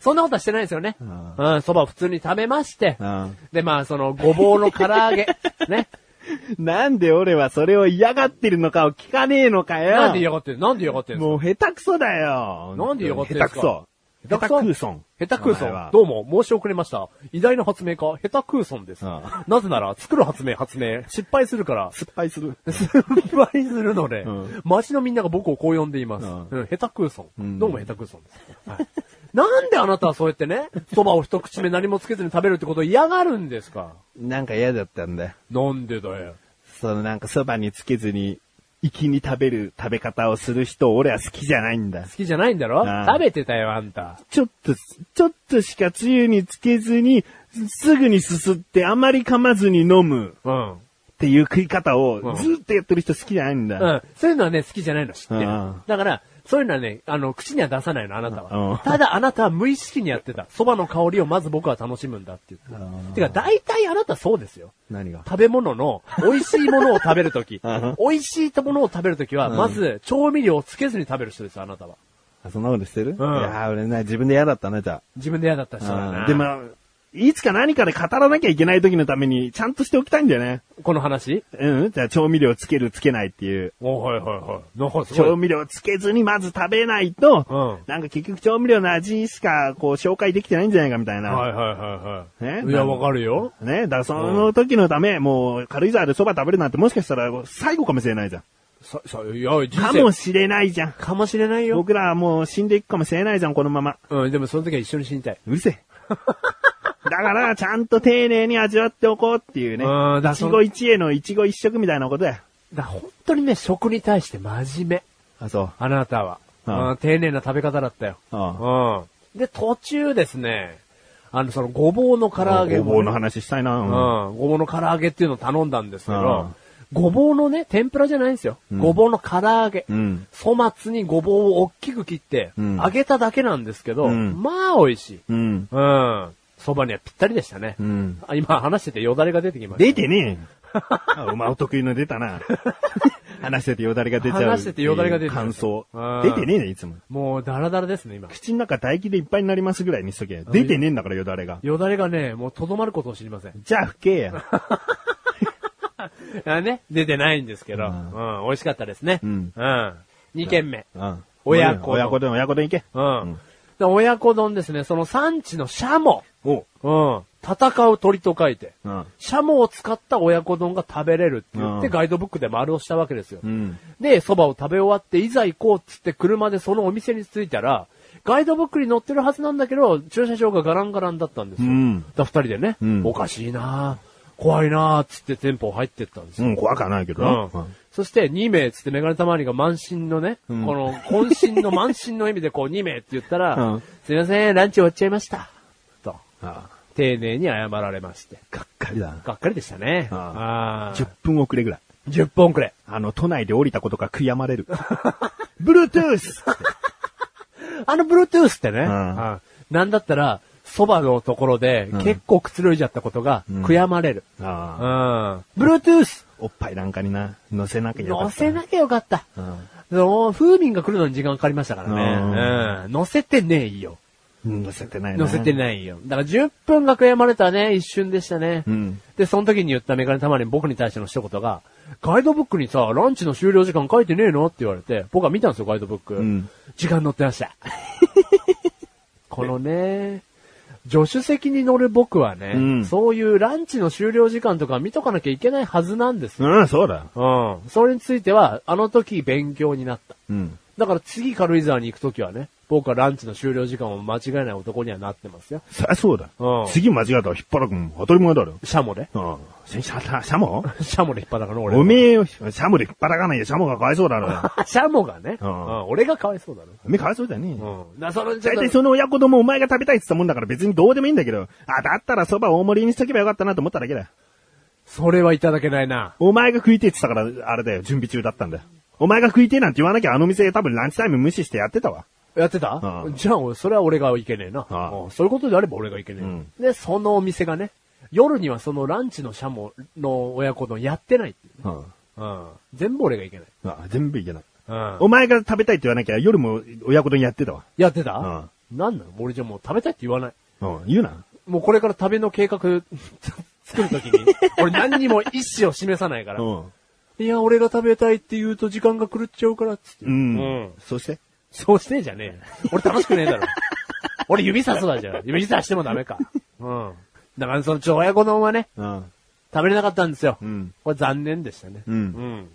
Speaker 1: そんなことはしてないですよね。う
Speaker 2: あ
Speaker 1: ん、そばを普通に食べまして。
Speaker 2: ああ
Speaker 1: で、まあ、その、ごぼうの唐揚げ。ね。
Speaker 2: (laughs) なんで俺はそれを嫌がってるのかを聞かねえのかよ。
Speaker 1: なんで嫌がってるなんで嫌がってるんですか
Speaker 2: もう下手くそだよ。
Speaker 1: なんで嫌がってんす
Speaker 2: 下
Speaker 1: か
Speaker 2: 手くそ。
Speaker 1: 下
Speaker 2: 下
Speaker 1: 手く
Speaker 2: 手
Speaker 1: そ
Speaker 2: くそん。
Speaker 1: 下手くそ
Speaker 2: お前は。
Speaker 1: どうも、申し遅れました。偉大な発明家、下手空孫です。
Speaker 2: あ
Speaker 1: なぜなら、作る発明、発明。失敗するから、
Speaker 2: 失敗する。
Speaker 1: 失敗するので、
Speaker 2: うん
Speaker 1: 街のみんなが僕をこう呼んでいます。
Speaker 2: うん
Speaker 1: うん、下手空孫、
Speaker 2: うん
Speaker 1: どうも下手空孫です。はいなんであなたはそうやってね、蕎麦を一口目何もつけずに食べるってことを嫌がるんですか
Speaker 2: なんか嫌だったんだよ。
Speaker 1: なんでだよ。
Speaker 2: そのなんかそばにつけずに、粋に食べる食べ方をする人、俺は好きじゃないんだ
Speaker 1: 好。きじゃないんだろ
Speaker 2: ああ
Speaker 1: 食べてたよ、あんた。
Speaker 2: ちょっと、ちょっとしかつゆにつけずに、すぐにすすってあまり噛まずに飲む
Speaker 1: うん。
Speaker 2: っていう食い方を
Speaker 1: ん
Speaker 2: ずっとやってる人好きじゃないんだ。
Speaker 1: うん。そういうのはね、好きじゃないの知ってる
Speaker 2: うん。
Speaker 1: だから、そういうのはね、あの、口には出さないの、あなた
Speaker 2: うん
Speaker 1: は。ただ、あなたは無意識にやってた。蕎麦の香りをまず僕は楽しむんだって言って。
Speaker 2: う
Speaker 1: てか、大体あなたそうですよ。
Speaker 2: 何が
Speaker 1: 食べ物の、美味しいものを食べるとき
Speaker 2: うん、
Speaker 1: 美味しいものを食べるときは、
Speaker 2: ん
Speaker 1: まず、調味料をつけずに食べる人です、あなたは。
Speaker 2: あそんなことしてる、い
Speaker 1: ん
Speaker 2: やー俺ね、自分で嫌だったな、じゃ
Speaker 1: 自分で嫌だった人だ
Speaker 2: あ。う。
Speaker 1: なん
Speaker 2: でも、、いつか何かで語らなきゃいけない時のために、ちゃんとしておきたいんだよね。
Speaker 1: この話
Speaker 2: うんじゃあ調味料つける、つけないっていう。
Speaker 1: おはいはいはい。なんかすご
Speaker 2: 調
Speaker 1: い。
Speaker 2: 味料つけずにまず食べないと、
Speaker 1: うん
Speaker 2: なんか結局調味料の味しかこう紹介できてないんじゃないかみたいな。
Speaker 1: はいはいはいはい。い
Speaker 2: ね
Speaker 1: や、わかるよ。
Speaker 2: ね、だからその時のため、もう軽井沢で蕎麦食べるなんてもしかしたら最後かもしれないじゃん。
Speaker 1: さ、さ、いや、人
Speaker 2: か
Speaker 1: 生。
Speaker 2: もしれないじゃん。
Speaker 1: かもしれないよ。
Speaker 2: 僕らはもう死んでいくかもしれないじゃん、このまま。
Speaker 1: うん、でもその時は一緒に死にたい。
Speaker 2: うるせ
Speaker 1: (laughs)
Speaker 2: え。だから、ちゃんと丁寧に味わっておこうっていうね。
Speaker 1: うんだ
Speaker 2: 一期一会の一期一食みたいなことだよ。
Speaker 1: だから本当にね、食に対して真面目。
Speaker 2: あ、そう。
Speaker 1: あなたは。
Speaker 2: うん
Speaker 1: うん丁寧な食べ方だったよ。うん。で、途中ですね、あの、その、ごぼうの唐揚げ
Speaker 2: ごぼ
Speaker 1: も
Speaker 2: う
Speaker 1: ね、
Speaker 2: の話したいな。
Speaker 1: うん。ごぼうの唐揚げっていうのを頼んだんですけ
Speaker 2: う
Speaker 1: ど
Speaker 2: ん、
Speaker 1: ごぼうのね、天ぷらじゃないんですよ。ごぼうの唐揚げ。
Speaker 2: うん
Speaker 1: 粗末にごぼうを大きく切って、
Speaker 2: うん
Speaker 1: 揚げただけなんですけど、
Speaker 2: うん
Speaker 1: まあ美味しい。
Speaker 2: うん。うん。
Speaker 1: うん。そばにはぴったりでしたね。
Speaker 2: うん
Speaker 1: あ今話しててよだれが出てきました。
Speaker 2: 出て
Speaker 1: (laughs)
Speaker 2: ねえ。あお前お得意の出たな。話しててよだれが出ちゃう。
Speaker 1: 話しててよだれが出てる
Speaker 2: 感想
Speaker 1: うん。
Speaker 2: 出てねえね、いつも。
Speaker 1: もうダラダラですね、今。
Speaker 2: 口の中唾液でいっぱいになりますぐらいにしとけ。出てねえんだからよだれが。
Speaker 1: よだれがね、もうとどまることを知りません。
Speaker 2: じゃあ、不
Speaker 1: (laughs)
Speaker 2: けや。
Speaker 1: あね、出てないんですけど、う
Speaker 2: うん
Speaker 1: ん、美味しかったですね。
Speaker 2: うん
Speaker 1: うん。二軒目。
Speaker 2: うん
Speaker 1: 親子丼
Speaker 2: 親子丼、親子丼行け。
Speaker 1: うん。で親子丼ですね、その産地のシャモ。
Speaker 2: お
Speaker 1: うん。戦う鳥と書いて。
Speaker 2: うん。
Speaker 1: シャモを使った親子丼が食べれるって言って、
Speaker 2: うん
Speaker 1: ガイドブックで丸をしたわけですよ。
Speaker 2: うん。
Speaker 1: で、蕎麦を食べ終わって、いざ行こうっつって車でそのお店に着いたら、ガイドブックに載ってるはずなんだけど、駐車場がガランガランだったんですよ。
Speaker 2: うん
Speaker 1: だから二人でね、
Speaker 2: うん
Speaker 1: おかしいなぁ怖いなぁっつって店舗入ってったんですよ
Speaker 2: うん、怖くはないけどな。うん
Speaker 1: そして2名っつってメガネたまりが満身のね、
Speaker 2: うん
Speaker 1: この渾身の満身の意味でこう2名って言ったら、
Speaker 2: うん
Speaker 1: すいません、ランチ終わっちゃいました。と、
Speaker 2: あ
Speaker 1: 丁寧に謝られまして。
Speaker 2: あがっかりだな。
Speaker 1: がっかりでしたね。
Speaker 2: うん
Speaker 1: あ
Speaker 2: 10分遅れぐらい。
Speaker 1: あ10本くれ。
Speaker 2: あの、都内で降りたことが悔やまれ
Speaker 1: (laughs)
Speaker 2: る。ブルートゥース
Speaker 1: あの、Bluetooth ってね、
Speaker 2: ん
Speaker 1: うんなんだったら、そばのところで
Speaker 2: ん
Speaker 1: 結構くつろいじゃったことが
Speaker 2: ん
Speaker 1: 悔やまれる。う
Speaker 2: ああ
Speaker 1: ん。Bluetooth!
Speaker 2: おっぱいなんかにな、乗せなきゃよか
Speaker 1: 乗
Speaker 2: った
Speaker 1: せなきゃよかった。
Speaker 2: うん
Speaker 1: その、風味が来るのに時間かかりましたからね。うん。乗せてねえよ。
Speaker 2: うん乗せてないな
Speaker 1: 載せてないよ。だから10分が悔やまれたね、一瞬でしたね。
Speaker 2: うん
Speaker 1: で、その時に言ったメガネたまに僕に対しての一言が、ガイドブックにさ、ランチの終了時間書いてねえのって言われて、僕は見たんですよ、ガイドブック。
Speaker 2: うん
Speaker 1: 時間載ってま
Speaker 2: (laughs)
Speaker 1: した。このね、助手席に乗る僕はね、
Speaker 2: うん
Speaker 1: そういうランチの終了時間とか見とかなきゃいけないはずなんですよ。
Speaker 2: うん、そうだ。
Speaker 1: うん。それについては、あの時勉強になった。
Speaker 2: うん。
Speaker 1: だから次軽井沢に行く時はね、僕はランチの終了時間を間違えない男にはなってますよ。
Speaker 2: そりゃそうだ。
Speaker 1: うん
Speaker 2: 次間違えたら引っ張らくもん当たり前だろ。
Speaker 1: シャ
Speaker 2: (laughs)
Speaker 1: モで
Speaker 2: うん。シャ、シャモ
Speaker 1: シャモで引っ張ったかな、俺。
Speaker 2: おめえを、シャモで引っ張らかないでシャモがかわいそうだろ。
Speaker 1: シャモがね。
Speaker 2: う
Speaker 1: うんん。俺がかわいそうだね。
Speaker 2: おめえかわいそうだね。
Speaker 1: うん。だからその、ちょっ
Speaker 2: 大
Speaker 1: と
Speaker 2: 体その親子供お前が食べたいって言ったもんだから別にどうでもいいんだけど、あ、だったら蕎麦大盛りにしとけばよかったなと思っただけだ。
Speaker 1: それはいただけないな。
Speaker 2: お前が食いてえって言ったから、あれだよ、準備中だったんだよ。お前が食いてえなんて言わなきゃあの店多分ランチタイム無視してやってたわ。
Speaker 1: やってた
Speaker 2: うん
Speaker 1: じゃあ俺、それは俺がいけねえな。
Speaker 2: うん
Speaker 1: うんそういうことであれば俺がいけねえ。
Speaker 2: うん
Speaker 1: で、そのお店がね、夜にはそのランチのシャモの親子丼やってないっていうね。
Speaker 2: うん。
Speaker 1: うん。全部俺がいけない。
Speaker 2: あ、全部いけない。
Speaker 1: うん。
Speaker 2: お前が食べたいって言わなきゃ夜も親子丼やってたわ。
Speaker 1: やってたなんなの俺じゃもう食べたいって言わない。
Speaker 2: うん、言うな。
Speaker 1: もうこれから旅の計画 (laughs) 作るときに、俺何にも意思を示さないから。
Speaker 2: ん。
Speaker 1: いや、俺が食べたいって言うと時間が狂っちゃうから、つって。
Speaker 2: うん。
Speaker 1: うん
Speaker 2: そして
Speaker 1: そうしてんじゃねえよ俺楽しくねえだろ。俺指さすわじゃん。指さしてもダメか。うん。だからそのちょ親子丼はね、
Speaker 2: うん。
Speaker 1: 食べれなかったんですよ。
Speaker 2: うん
Speaker 1: これ残念でしたね。
Speaker 2: うん
Speaker 1: うん。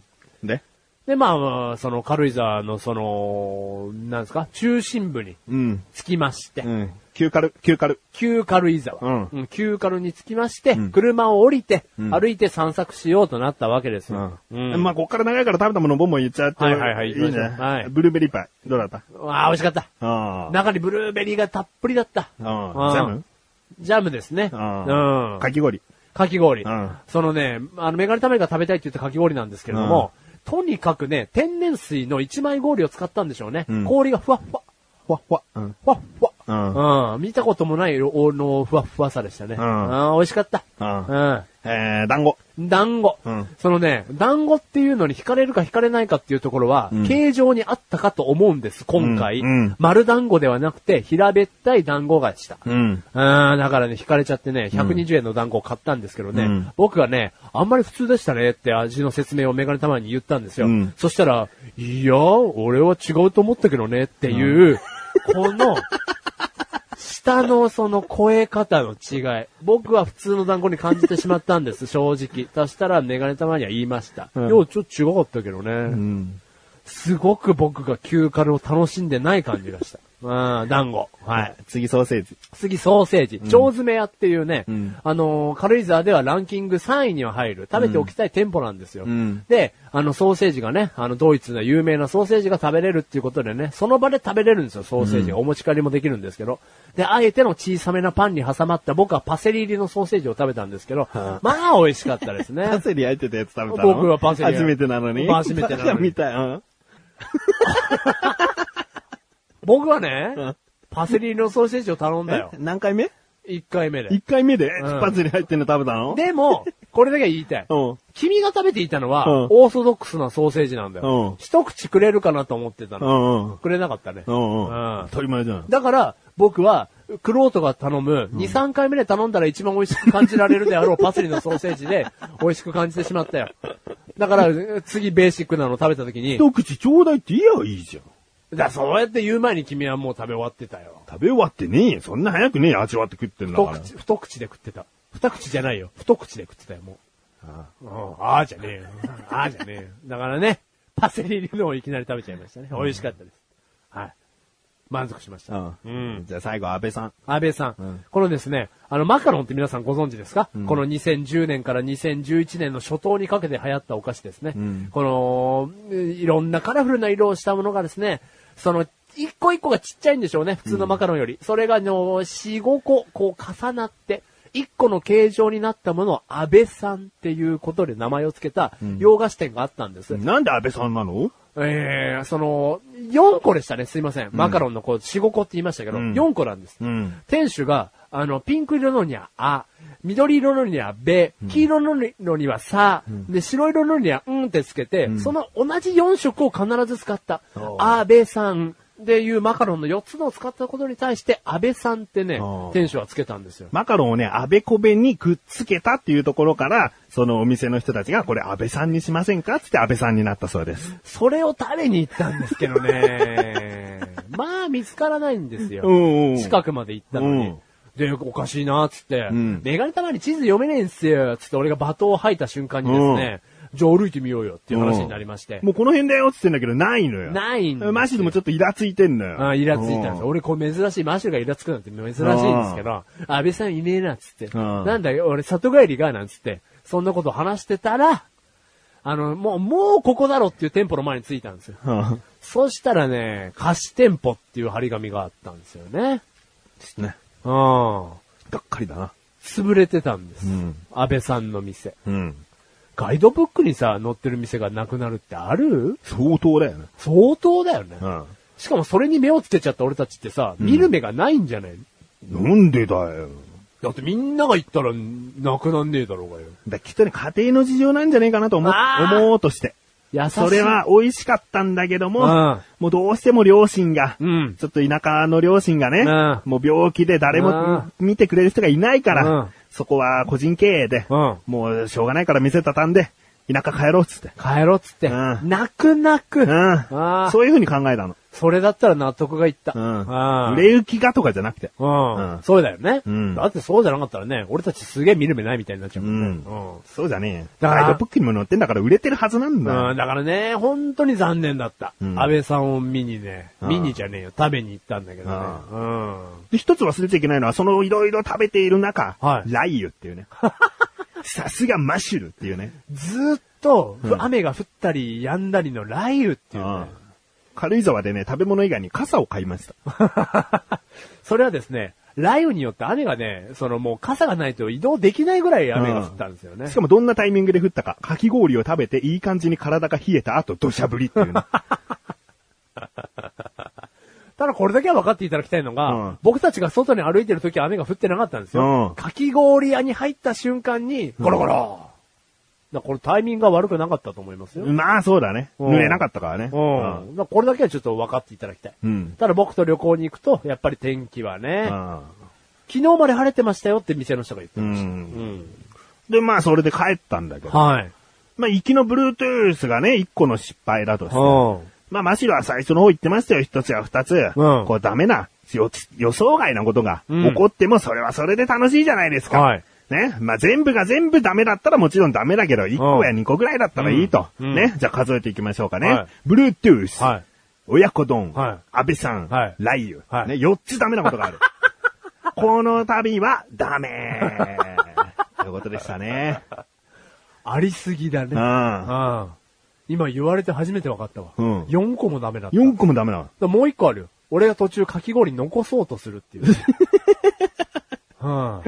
Speaker 2: で
Speaker 1: で、まあまあ、その軽井沢のその、なんですか、中心部に
Speaker 2: うん。
Speaker 1: 着きまして、
Speaker 2: うん。急カル、急カル。
Speaker 1: 旧軽井沢、
Speaker 2: うん
Speaker 1: うん旧軽に着きまして、
Speaker 2: ん
Speaker 1: 車を降りて、
Speaker 2: うん
Speaker 1: 歩いて散策しようとなったわけですよ。うん
Speaker 2: まあ、こっから長いから食べたものボンボン言っちゃって。
Speaker 1: はいはいはい
Speaker 2: いいね。
Speaker 1: はい
Speaker 2: ブルーベリーパイ。どうだった
Speaker 1: ああ、美味しかった。
Speaker 2: あ
Speaker 1: 中にブルーベリーがたっぷりだった。
Speaker 2: あ
Speaker 1: う
Speaker 2: あ
Speaker 1: ん
Speaker 2: ジャム
Speaker 1: ジャムですね。
Speaker 2: あ
Speaker 1: うん
Speaker 2: かき氷。
Speaker 1: かき氷、
Speaker 2: うん
Speaker 1: そのね、あの、メガネためが食べたいって言ったかき氷なんですけれども、とにかくね、天然水の一枚氷を使ったんでしょうね。
Speaker 2: うん
Speaker 1: 氷がふわっふわ、
Speaker 2: ふわふわ。うん。
Speaker 1: ふわっふわ。
Speaker 2: うん。
Speaker 1: うん、見たこともないおのふわっふわさでしたね。
Speaker 2: うん
Speaker 1: あー美味しかった。
Speaker 2: うん。
Speaker 1: うん。
Speaker 2: えー、団子。
Speaker 1: 団子、
Speaker 2: うん
Speaker 1: そのね、団子っていうのに惹かれるか惹かれないかっていうところは、
Speaker 2: うん
Speaker 1: 形状にあったかと思うんです、今回。
Speaker 2: うんうん
Speaker 1: 丸団子ではなくて、平べったい団子がした。
Speaker 2: うん。
Speaker 1: あーだからね、惹かれちゃってね、120円の団子を買ったんですけどね、
Speaker 2: うん
Speaker 1: 僕はね、あんまり普通でしたねって味の説明をメガネたまに言ったんですよ。
Speaker 2: うん
Speaker 1: そしたら、いや、俺は違うと思ったけどねっていう、この、下のその声方の違い。僕は普通の団子に感じてしまったん
Speaker 2: (laughs)
Speaker 1: です、正直。そしたらメガネたまには言いました。
Speaker 2: う
Speaker 1: い
Speaker 2: ん
Speaker 1: や、ちょっと違かったけどね。
Speaker 2: うん。
Speaker 1: すごく僕が休暇を楽しんでない感じがした。うん、団子。はい。
Speaker 2: 次ソーセージ。
Speaker 1: 次、ソーセージ。腸詰め屋っていうね、
Speaker 2: うん
Speaker 1: あのー軽井沢ではランキング3位には入る、食べておきたい店舗なんですよ。
Speaker 2: うん
Speaker 1: で、あの、ソーセージがね、あの、ドイツの有名なソーセージが食べれるっていうことでね、その場で食べれるんですよ、ソーセージが。お持ち帰りもできるんですけど。で、あえての小さめなパンに挟まった、僕はパセリ入りのソーセージを食べたんですけど、
Speaker 2: は
Speaker 1: まあ、美味しかったですね。
Speaker 2: (laughs) パセリ焼いてたやつ食べたの
Speaker 1: 僕はパセリ
Speaker 2: 初めてなのに。
Speaker 1: 初めてなのに
Speaker 2: バ (laughs) カみたい。うん。
Speaker 1: 僕はね
Speaker 2: うん、
Speaker 1: パセリ入りのソーセージを頼んだよ
Speaker 2: え。何回目
Speaker 1: 1回目で。
Speaker 2: 一回目で
Speaker 1: うん
Speaker 2: パセリ入ってんの食べたの、
Speaker 1: でも、これだけは言いたい。
Speaker 2: うん。
Speaker 1: 君が食べていたのは、
Speaker 2: うん
Speaker 1: オーソドックスなソーセージなんだよ。
Speaker 2: うん
Speaker 1: 一口くれるかなと思ってた
Speaker 2: う
Speaker 1: の。
Speaker 2: んうん。
Speaker 1: くれなかったね。
Speaker 2: うん
Speaker 1: う
Speaker 2: うんん。当たり前じゃん。
Speaker 1: だから、僕は、クロートが頼む、2、3回目で頼んだら一番美味しく感じられるであろうパセリのソーセージ
Speaker 2: (laughs)
Speaker 1: で、美味しく感じてしまったよ。だから、次ベーシックなの食べた時に、だか
Speaker 2: 一口ちょうだいって言えばいいじゃん。
Speaker 1: らそうやって言う前に君はもう食べ終わってたよ。
Speaker 2: 食べ終わってねえよ。そんな早くねえよ味わって食ってんだ
Speaker 1: 太
Speaker 2: から。
Speaker 1: 口、太口で食ってた。二口じゃないよ。太口で食ってたよ、もう。
Speaker 2: あ
Speaker 1: うんあーじゃねえよ。あーじゃねえよ。だからね、パセリ入りのをいきなり食べちゃいましたね。美味しかったです。はい。満足しました。
Speaker 2: あ
Speaker 1: う
Speaker 2: うん
Speaker 1: ん。
Speaker 2: じゃあ最後、安倍さん。
Speaker 1: 安倍さん,、
Speaker 2: ん
Speaker 1: このですね、あの、マカロンって皆さんご存知ですか、この2010年から2011年の初頭にかけて流行ったお菓子ですね。
Speaker 2: ん
Speaker 1: この、いろんなカラフルな色をしたものがですね、その、一個一個がちっちゃいんでしょうね、普通のマカロンより。それが、あの、4、5個、こう重なって、一個の形状になったものを安倍さんっていうことで名前を付けた洋菓子店があったんです。
Speaker 2: なんで安倍さんなの
Speaker 1: ええその、4個でしたね、すいません。マカロンのこう、4、5個って言いましたけど、
Speaker 2: うん
Speaker 1: 4個なんです。
Speaker 2: うん。
Speaker 1: 店主が、あの、ピンク色のには、あ、緑色のには、べ、黄色ののには、さ、で、白色のには、うんってつけて、その同じ4色を必ず使った、
Speaker 2: おう
Speaker 1: 安倍さんっていうマカロンの4つのを使ったことに対して、安倍さんってね
Speaker 2: おう、
Speaker 1: 店主はつけたんですよ。
Speaker 2: マカロンをね、安倍小弁にくっつけたっていうところから、そのお店の人たちが、これ安倍さんにしませんかつって安倍さんになったそうです。
Speaker 1: それを食べに行ったんですけどね、 (laughs) まあ見つからないんですよ。
Speaker 2: ん
Speaker 1: 近くまで行ったの
Speaker 2: う
Speaker 1: に
Speaker 2: ん。
Speaker 1: で、おかしいな、つって、
Speaker 2: ん
Speaker 1: メガネたまに地図読めねえんすよ、つって俺が罵倒を吐いた瞬間にですね、じゃあ歩いてみようよっていう話になりまして。
Speaker 2: もうこの辺だよって言ってんだけど、ないのよ。
Speaker 1: ないんですよ
Speaker 2: マシでもちょっとイラついてんのよ。
Speaker 1: あイラついたんですよ。
Speaker 2: うん
Speaker 1: 俺、こう珍しい、マッシュがイラつくなんて珍しいんですけど、安倍さんいねえな、つって。
Speaker 2: うん
Speaker 1: なんだよ、俺、里帰りが、なんつって。そんなこと話してたら、あの、もう、もうここだろっていう店舗の前に着いたんですよ。
Speaker 2: うん
Speaker 1: そしたらね、貸し店舗っていう張り紙があったんですよね。
Speaker 2: ですね。
Speaker 1: うん。
Speaker 2: がっかりだな。
Speaker 1: 潰れてたんです。
Speaker 2: ん
Speaker 1: 安倍さんの店。
Speaker 2: うん。
Speaker 1: ガイドブックにさ、載ってる店がなくなるってある
Speaker 2: 相当だよね。
Speaker 1: 相当だよね。
Speaker 2: ん。
Speaker 1: しかもそれに目をつけちゃった俺たちってさ、見る目がないんじゃない、
Speaker 2: なんでだよ。
Speaker 1: だってみんなが言ったら、なくなんねえだろうがよ。
Speaker 2: だきっとね、家庭の事情なんじゃねえかなと思う、
Speaker 1: あー
Speaker 2: 思おうとして。
Speaker 1: 優しい。
Speaker 2: それ、は美味しかったんだけども、
Speaker 1: うん
Speaker 2: もうどうしても両親が、
Speaker 1: うん
Speaker 2: ちょっと田舎の両親がね、
Speaker 1: うん
Speaker 2: もう病気で誰も見てくれる人がいないから、
Speaker 1: うん
Speaker 2: そこは個人経営で、
Speaker 1: うん
Speaker 2: もうしょうがないから店畳んで、田舎帰ろうっつって。
Speaker 1: 帰ろうっつって、
Speaker 2: うん
Speaker 1: 泣く泣く、
Speaker 2: う
Speaker 1: あー
Speaker 2: ん。そういうふうに考えたの。
Speaker 1: それだったら納得がいった。
Speaker 2: うん。
Speaker 1: う
Speaker 2: 売
Speaker 1: ん
Speaker 2: れ行きがとかじゃなくて。
Speaker 1: うん
Speaker 2: うん
Speaker 1: そうだよね、
Speaker 2: うん
Speaker 1: だってそうじゃなかったらね、俺たちすげえ見る目ないみたいになっちゃう
Speaker 2: う
Speaker 1: もんね。
Speaker 2: ん。
Speaker 1: うん
Speaker 2: そうじゃねえよ。
Speaker 1: だか
Speaker 2: だからら、ガイドブックにも載ってんだから売れてるはずなんだよ。
Speaker 1: うん、だからね、本当に残念だった。
Speaker 2: うん
Speaker 1: 安倍さんを見にね、
Speaker 2: うん
Speaker 1: 見にじゃねえよ、食べに行ったんだけどね。
Speaker 2: う
Speaker 1: うん。
Speaker 2: で、一つ忘れちゃいけないのは、そのいろいろ食べている中、
Speaker 1: はい
Speaker 2: ライユってい
Speaker 1: (laughs)
Speaker 2: うね。さすがマッシュルっていうね。
Speaker 1: ずーっと、
Speaker 2: うん
Speaker 1: 雨が降ったり、止んだりの雷雨っていうね。
Speaker 2: 軽井沢でね、食べ物以外に傘を買いました。
Speaker 1: それはですね、雷雨によって雨がね、そのもう傘がないと移動できないぐらい雨が降ったんですよね。
Speaker 2: しかもどんなタイミングで降ったか、かき氷を食べていい感じに体が冷えた後、土砂降りっ
Speaker 1: (laughs)
Speaker 2: ていうね。
Speaker 1: ただこれだけは分かっていただきたいのが、
Speaker 2: うん
Speaker 1: 僕たちが外に歩いてる時は雨が降ってなかったんですよ。
Speaker 2: うん
Speaker 1: かき氷屋に入った瞬間に、ゴロゴロ、だからこれタイミングが悪くなかったと思いますよ。
Speaker 2: まあそうだね。
Speaker 1: うん
Speaker 2: 濡れなかったからね。
Speaker 1: うん。まあこれだけはちょっと分かっていただきたい。
Speaker 2: うん
Speaker 1: ただ僕と旅行に行くと、やっぱり天気は
Speaker 2: う
Speaker 1: ね、
Speaker 2: ん
Speaker 1: 昨日まで晴れてましたよって店の人が言って
Speaker 2: う。
Speaker 1: ました。うんん。
Speaker 2: で、まあそれで帰ったんだけど。
Speaker 1: はい。
Speaker 2: まあ行きの Bluetooth がね、一個の失敗だとして。
Speaker 1: うん。
Speaker 2: まあ、マシロは最初の方言ってましたよ、一つや二つ。
Speaker 1: うん
Speaker 2: こう、ダメな、よ予想外なことが
Speaker 1: うん
Speaker 2: 起こっても、それはそれで楽しいじゃないですか。
Speaker 1: はい
Speaker 2: ね。まあ、全部が全部ダメだったらもちろんダメだけど、1個や2個ぐらいだったらいいと。
Speaker 1: うんうん
Speaker 2: ね。じゃあ数えていきましょうかね。
Speaker 1: はい
Speaker 2: Bluetooth、
Speaker 1: はい。
Speaker 2: 親子丼、
Speaker 1: はい
Speaker 2: 安倍さん、
Speaker 1: はい
Speaker 2: 雷雨、
Speaker 1: はい
Speaker 2: ね。4つダメなことがある。
Speaker 1: (laughs)
Speaker 2: この旅はダメ。
Speaker 1: (laughs)
Speaker 2: ということでしたね。
Speaker 1: ありすぎだね。
Speaker 2: うん。
Speaker 1: うん今言われて初めて分かったわ。
Speaker 2: うん
Speaker 1: 4個もダメだった。
Speaker 2: 4個もダメなの。
Speaker 1: だもう1個あるよ。俺が途中かき氷残そうとするっていう。
Speaker 2: (laughs)
Speaker 1: うん。
Speaker 2: ま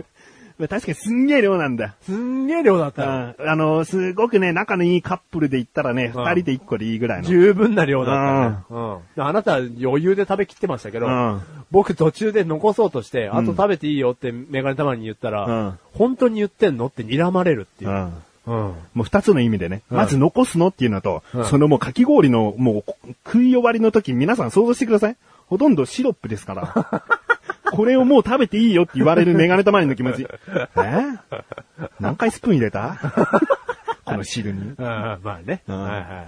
Speaker 2: あ確かにすんげえ量なんだよ。
Speaker 1: すんげえ量だったよ。
Speaker 2: うんあの、すごくね、仲のいいカップルで行ったらね、
Speaker 1: うん
Speaker 2: 二人で一個でいいぐらいの。
Speaker 1: 十分な量だったね。うん。あなたは余裕で食べきってましたけど
Speaker 2: うん、
Speaker 1: 僕途中で残そうとして、あと食べていいよってメガネたまに言った
Speaker 2: う
Speaker 1: ら
Speaker 2: ん、
Speaker 1: 本当に言ってんのって睨まれるっていうう。
Speaker 2: ん
Speaker 1: うん。
Speaker 2: もう二つの意味でね、
Speaker 1: うん
Speaker 2: まず残すのっていうのと、
Speaker 1: うん
Speaker 2: そのもうかき氷のもうこ食い終わりの時皆さん想像してください。ほとんどシロップですから。 (laughs) これをもう食べていいよって言われるメガネたまりの
Speaker 1: (laughs)
Speaker 2: 気持ち。え何回スプーン入れた (laughs) この汁に。
Speaker 1: うんまあね。
Speaker 2: うん
Speaker 1: はいはいは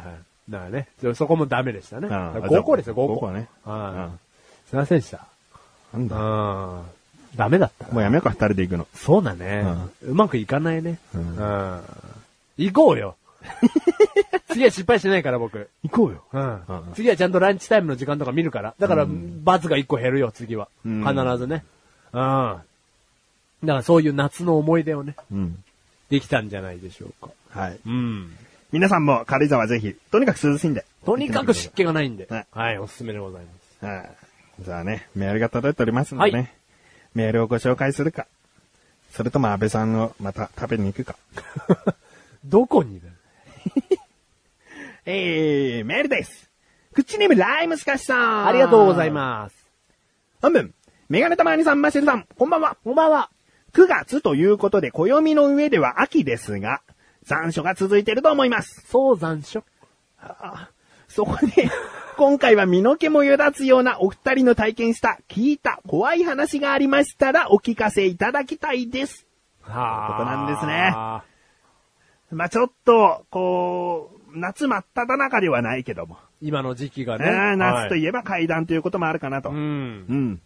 Speaker 1: い。だからね、そそこもダメでしたね。
Speaker 2: ん
Speaker 1: 5個ですよ、5個。
Speaker 2: 5個はね
Speaker 1: はい。
Speaker 2: うん
Speaker 1: すいませんでした。
Speaker 2: なんだ。
Speaker 1: うん。ダメだった
Speaker 2: もう
Speaker 1: な。
Speaker 2: やめようか、二人で行くの。
Speaker 1: そうだね。うまくいかないね。う
Speaker 2: うん
Speaker 1: ん。行こう
Speaker 2: (laughs)
Speaker 1: よ。次は失敗しないから、僕。
Speaker 2: 行こうよ。
Speaker 1: うん
Speaker 2: うん
Speaker 1: 次はちゃんとランチタイムの時間とか見るから。だから、罰が1個減るよ、次は。
Speaker 2: うん
Speaker 1: 必ずね。うん。だからそういう夏の思い出をね、
Speaker 2: うん。
Speaker 1: できたんじゃないでしょうか。
Speaker 2: はい。
Speaker 1: うん。
Speaker 2: 皆さんも軽井沢ぜひ、とにかく涼しいんで。
Speaker 1: とにかく湿気がないんで。
Speaker 2: はい
Speaker 1: はい、おすすめでございます。
Speaker 2: はい。じゃあね、メールが届いておりますのでね、
Speaker 1: はい
Speaker 2: メールをご紹介するか、それとも安倍さんをまた食べに行くか。
Speaker 1: どこにだよ
Speaker 2: えー、メールです口ネームライムスカシさん
Speaker 1: ありがとうございます。
Speaker 2: す。本文、メガネたまわりさん、マシェルさん、こんばんは。
Speaker 1: こんばんは。
Speaker 2: 9月ということで、暦の上では秋ですが、残暑が続いてると思います。
Speaker 1: そう残暑。
Speaker 2: そこで、今回は身の毛もよだつようなお二人の体験した、聞いた、怖い話がありましたら、お聞かせいただきたいです。
Speaker 1: は
Speaker 2: ここなんですねまあ、ちょっと、こう、夏真っ只中ではないけども。
Speaker 1: 今の時期が
Speaker 2: え
Speaker 1: ね。
Speaker 2: ー夏と
Speaker 1: はい
Speaker 2: いえば階段ということもあるかなと。
Speaker 1: う
Speaker 2: うん。
Speaker 1: ん。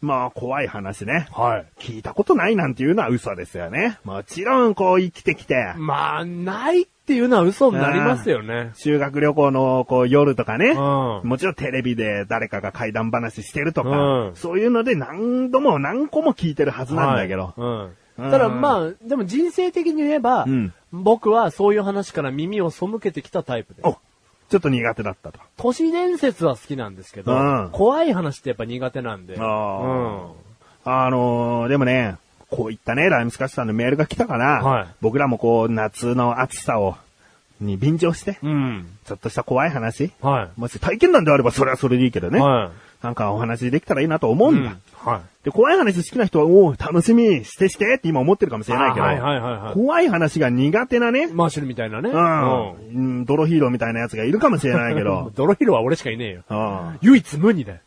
Speaker 2: まあ、怖い話ね。
Speaker 1: はい。
Speaker 2: 聞いたことないなんていうのは嘘ですよね。もちろん、こう生きてきて、
Speaker 1: まあ、ないっていうのは嘘になりますよね。
Speaker 2: 修学旅行のこう夜とかね、
Speaker 1: うん
Speaker 2: もちろんテレビで誰かが怪談話してるとか、
Speaker 1: うん
Speaker 2: そういうので何度も何個も聞いてるはずなんだけど、
Speaker 1: はいうん。
Speaker 2: うん
Speaker 1: ただまあ、でも人生的に言えば、
Speaker 2: うん
Speaker 1: 僕はそういう話から耳を背けてきたタイプです。
Speaker 2: おちょっと苦手だったと。
Speaker 1: 都市伝説は好きなんですけど、
Speaker 2: うん
Speaker 1: 怖い話ってやっぱ苦手なんで。う
Speaker 2: あ
Speaker 1: ん
Speaker 2: あのーでもね、こういったね、ライムスカッシュさんのメールが来たから、
Speaker 1: はい
Speaker 2: 僕らもこう、夏の暑さを、に便乗して、
Speaker 1: うん。
Speaker 2: ちょっとした怖い話、
Speaker 1: はい。
Speaker 2: もし体験談であればそれはそれでいいけどね、
Speaker 1: は
Speaker 2: なんかお話できたらいいなと思
Speaker 1: い。
Speaker 2: うんだ。
Speaker 1: は
Speaker 2: で、怖い話好きな人は、おお、楽しみ、してしてって今思ってるかもしれないけど、
Speaker 1: あはいはいはいはい
Speaker 2: 怖い話が苦手なね、
Speaker 1: い。マーシュルみたいなね。
Speaker 2: うん、うん、泥ヒーローみたいなやつがいるかもしれないけ
Speaker 1: (laughs) う
Speaker 2: ど
Speaker 1: ん、泥広は俺しかいねえよ。
Speaker 2: う
Speaker 1: 唯一無二だよ。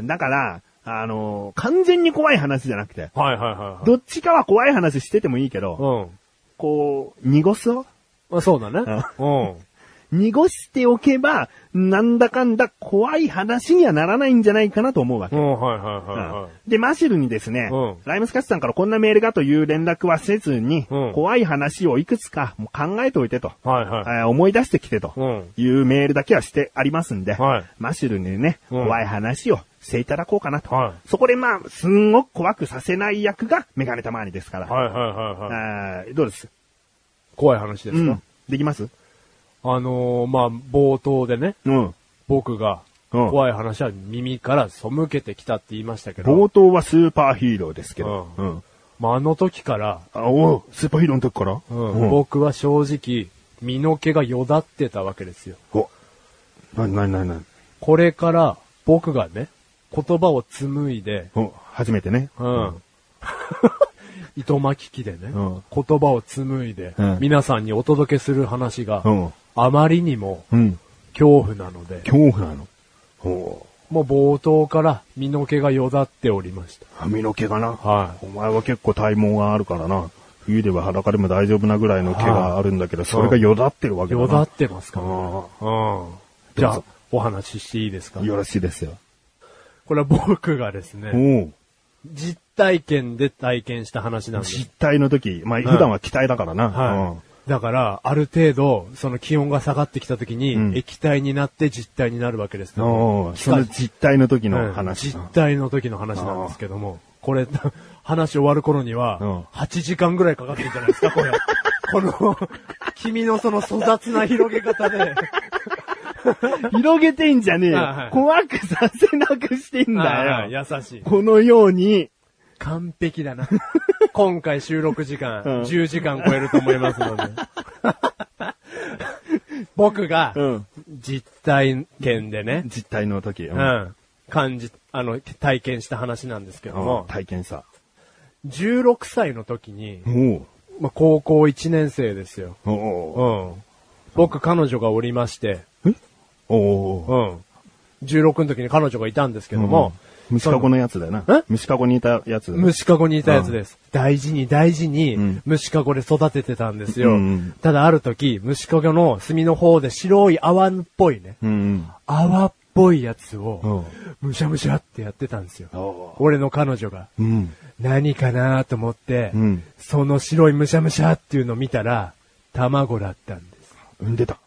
Speaker 2: ん。だから、あのー完全に怖い話じゃなくて、
Speaker 1: はいはいは
Speaker 2: どっちかは怖い話しててもいいけ
Speaker 1: う
Speaker 2: ど、
Speaker 1: ん。
Speaker 2: こう、濁すを
Speaker 1: まあそうだね。うん。
Speaker 2: 濁しておけば、なんだかんだ怖い話にはならないんじゃないかなと思うわけ。
Speaker 1: うん、はいはいはいはい。
Speaker 2: で、マシルにですね、
Speaker 1: うん
Speaker 2: ライムスカッシュさんからこんなメールがという連絡はせずに、
Speaker 1: うん
Speaker 2: 怖い話をいくつかもう考えておいてと、
Speaker 1: はいはい。
Speaker 2: えー思い出してきてと、
Speaker 1: うん
Speaker 2: いうメールだけはしてありますんで、
Speaker 1: はい
Speaker 2: マシルにね、
Speaker 1: うん
Speaker 2: 怖い話をしていただこうかなと。
Speaker 1: は
Speaker 2: そこでまあ、すんごく怖くさせない役がメガネたまわりですから、
Speaker 1: はいはいはいはい。
Speaker 2: あーどうです
Speaker 1: 怖い話です
Speaker 2: う
Speaker 1: か
Speaker 2: ん、できます
Speaker 1: あのー、まあ、冒頭でね、
Speaker 2: うん。
Speaker 1: 僕が、
Speaker 2: うん
Speaker 1: 怖い話は耳から背けてきたって言いましたけど、
Speaker 2: 冒頭はスーパーヒーローですけど。
Speaker 1: う
Speaker 2: うん。
Speaker 1: まあ、あの時から、
Speaker 2: あ、おうスーパーヒーローの時から
Speaker 1: うん
Speaker 2: うん。
Speaker 1: 僕は正直、身の毛がよだってたわけですよ。
Speaker 2: お。なになになになに
Speaker 1: これから、僕がね、言葉を紡いで、
Speaker 2: お、初めてね。
Speaker 1: うん。 (laughs) 糸巻き機でね、
Speaker 2: うん
Speaker 1: 言葉を紡いで、
Speaker 2: うん
Speaker 1: 皆さんにお届けする話が、
Speaker 2: うん
Speaker 1: あまりにも
Speaker 2: うん。
Speaker 1: 恐怖なので、
Speaker 2: 恐怖なの。お
Speaker 1: もう冒頭から身の毛がよだっておりました。
Speaker 2: 髪の毛がな。
Speaker 1: は
Speaker 2: お前は結構体毛があるからな。冬では裸でも大丈夫なぐらいの毛があるんだけど、それがよだってるわけだな。
Speaker 1: よだってますから、
Speaker 2: あ
Speaker 1: うん。じゃ
Speaker 2: どう
Speaker 1: あ
Speaker 2: ぞ、
Speaker 1: お話ししていいですか
Speaker 2: よろしいですよ。
Speaker 1: これは僕がです
Speaker 2: お
Speaker 1: ね、
Speaker 2: う
Speaker 1: 実体験で体験した話なんです
Speaker 2: 実。体の時、まあ、普段は気体だからな。
Speaker 1: はい。だから、ある程度、その気温が下がってきた時に、
Speaker 2: うん
Speaker 1: 液体になって実体になるわけです
Speaker 2: う
Speaker 1: ね。
Speaker 2: ん。おう
Speaker 1: 機
Speaker 2: その
Speaker 1: 械
Speaker 2: 実体の時の
Speaker 1: うん
Speaker 2: 話。
Speaker 1: 実体の時の話なんですけども、これ、 (laughs) 話終わる頃に
Speaker 2: う
Speaker 1: は
Speaker 2: ん、
Speaker 1: 8時間ぐらいかかってるんじゃないですか、こ
Speaker 2: (laughs)
Speaker 1: れ。この、君のその粗雑な広げ方で。
Speaker 2: 広げてんじゃねえよ
Speaker 1: はいはい
Speaker 2: 怖くさせなくしてん
Speaker 1: ああ
Speaker 2: だよ。
Speaker 1: 優しい。
Speaker 2: このように、
Speaker 1: 完璧だな。 (laughs) 今回収録時間、
Speaker 2: うん
Speaker 1: 10時間超えると思います
Speaker 2: (laughs)
Speaker 1: ので。僕が、
Speaker 2: うん
Speaker 1: 実体験でね、
Speaker 2: 実体の時、う
Speaker 1: うんん、感じ、あの、体験した話なんですけども、
Speaker 2: 体験さ。
Speaker 1: 16歳の時に、
Speaker 2: お
Speaker 1: まあ、高校1年生ですよ。
Speaker 2: おお
Speaker 1: うん。僕、彼女がおりまして、
Speaker 2: おお
Speaker 1: うん。16の時に彼女がいたんですけども
Speaker 2: も、う、虫かごのやつだよな
Speaker 1: え。
Speaker 2: 虫かごにいたやつ。
Speaker 1: 虫かごにいたやつです。大事に大事に
Speaker 2: ん
Speaker 1: 虫かごで育ててたんですよ。
Speaker 2: うんうん
Speaker 1: ただある時、虫かごの隅の方で白い泡っぽいね、
Speaker 2: うん。
Speaker 1: 泡っぽいやつを、むしゃむしゃってやってたんですよ
Speaker 2: お。
Speaker 1: 俺の彼女が。
Speaker 2: うん。
Speaker 1: 何かなと思って、
Speaker 2: うん
Speaker 1: その白いむしゃむしゃっていうのを見たら、卵だったんです。
Speaker 2: 産んでた。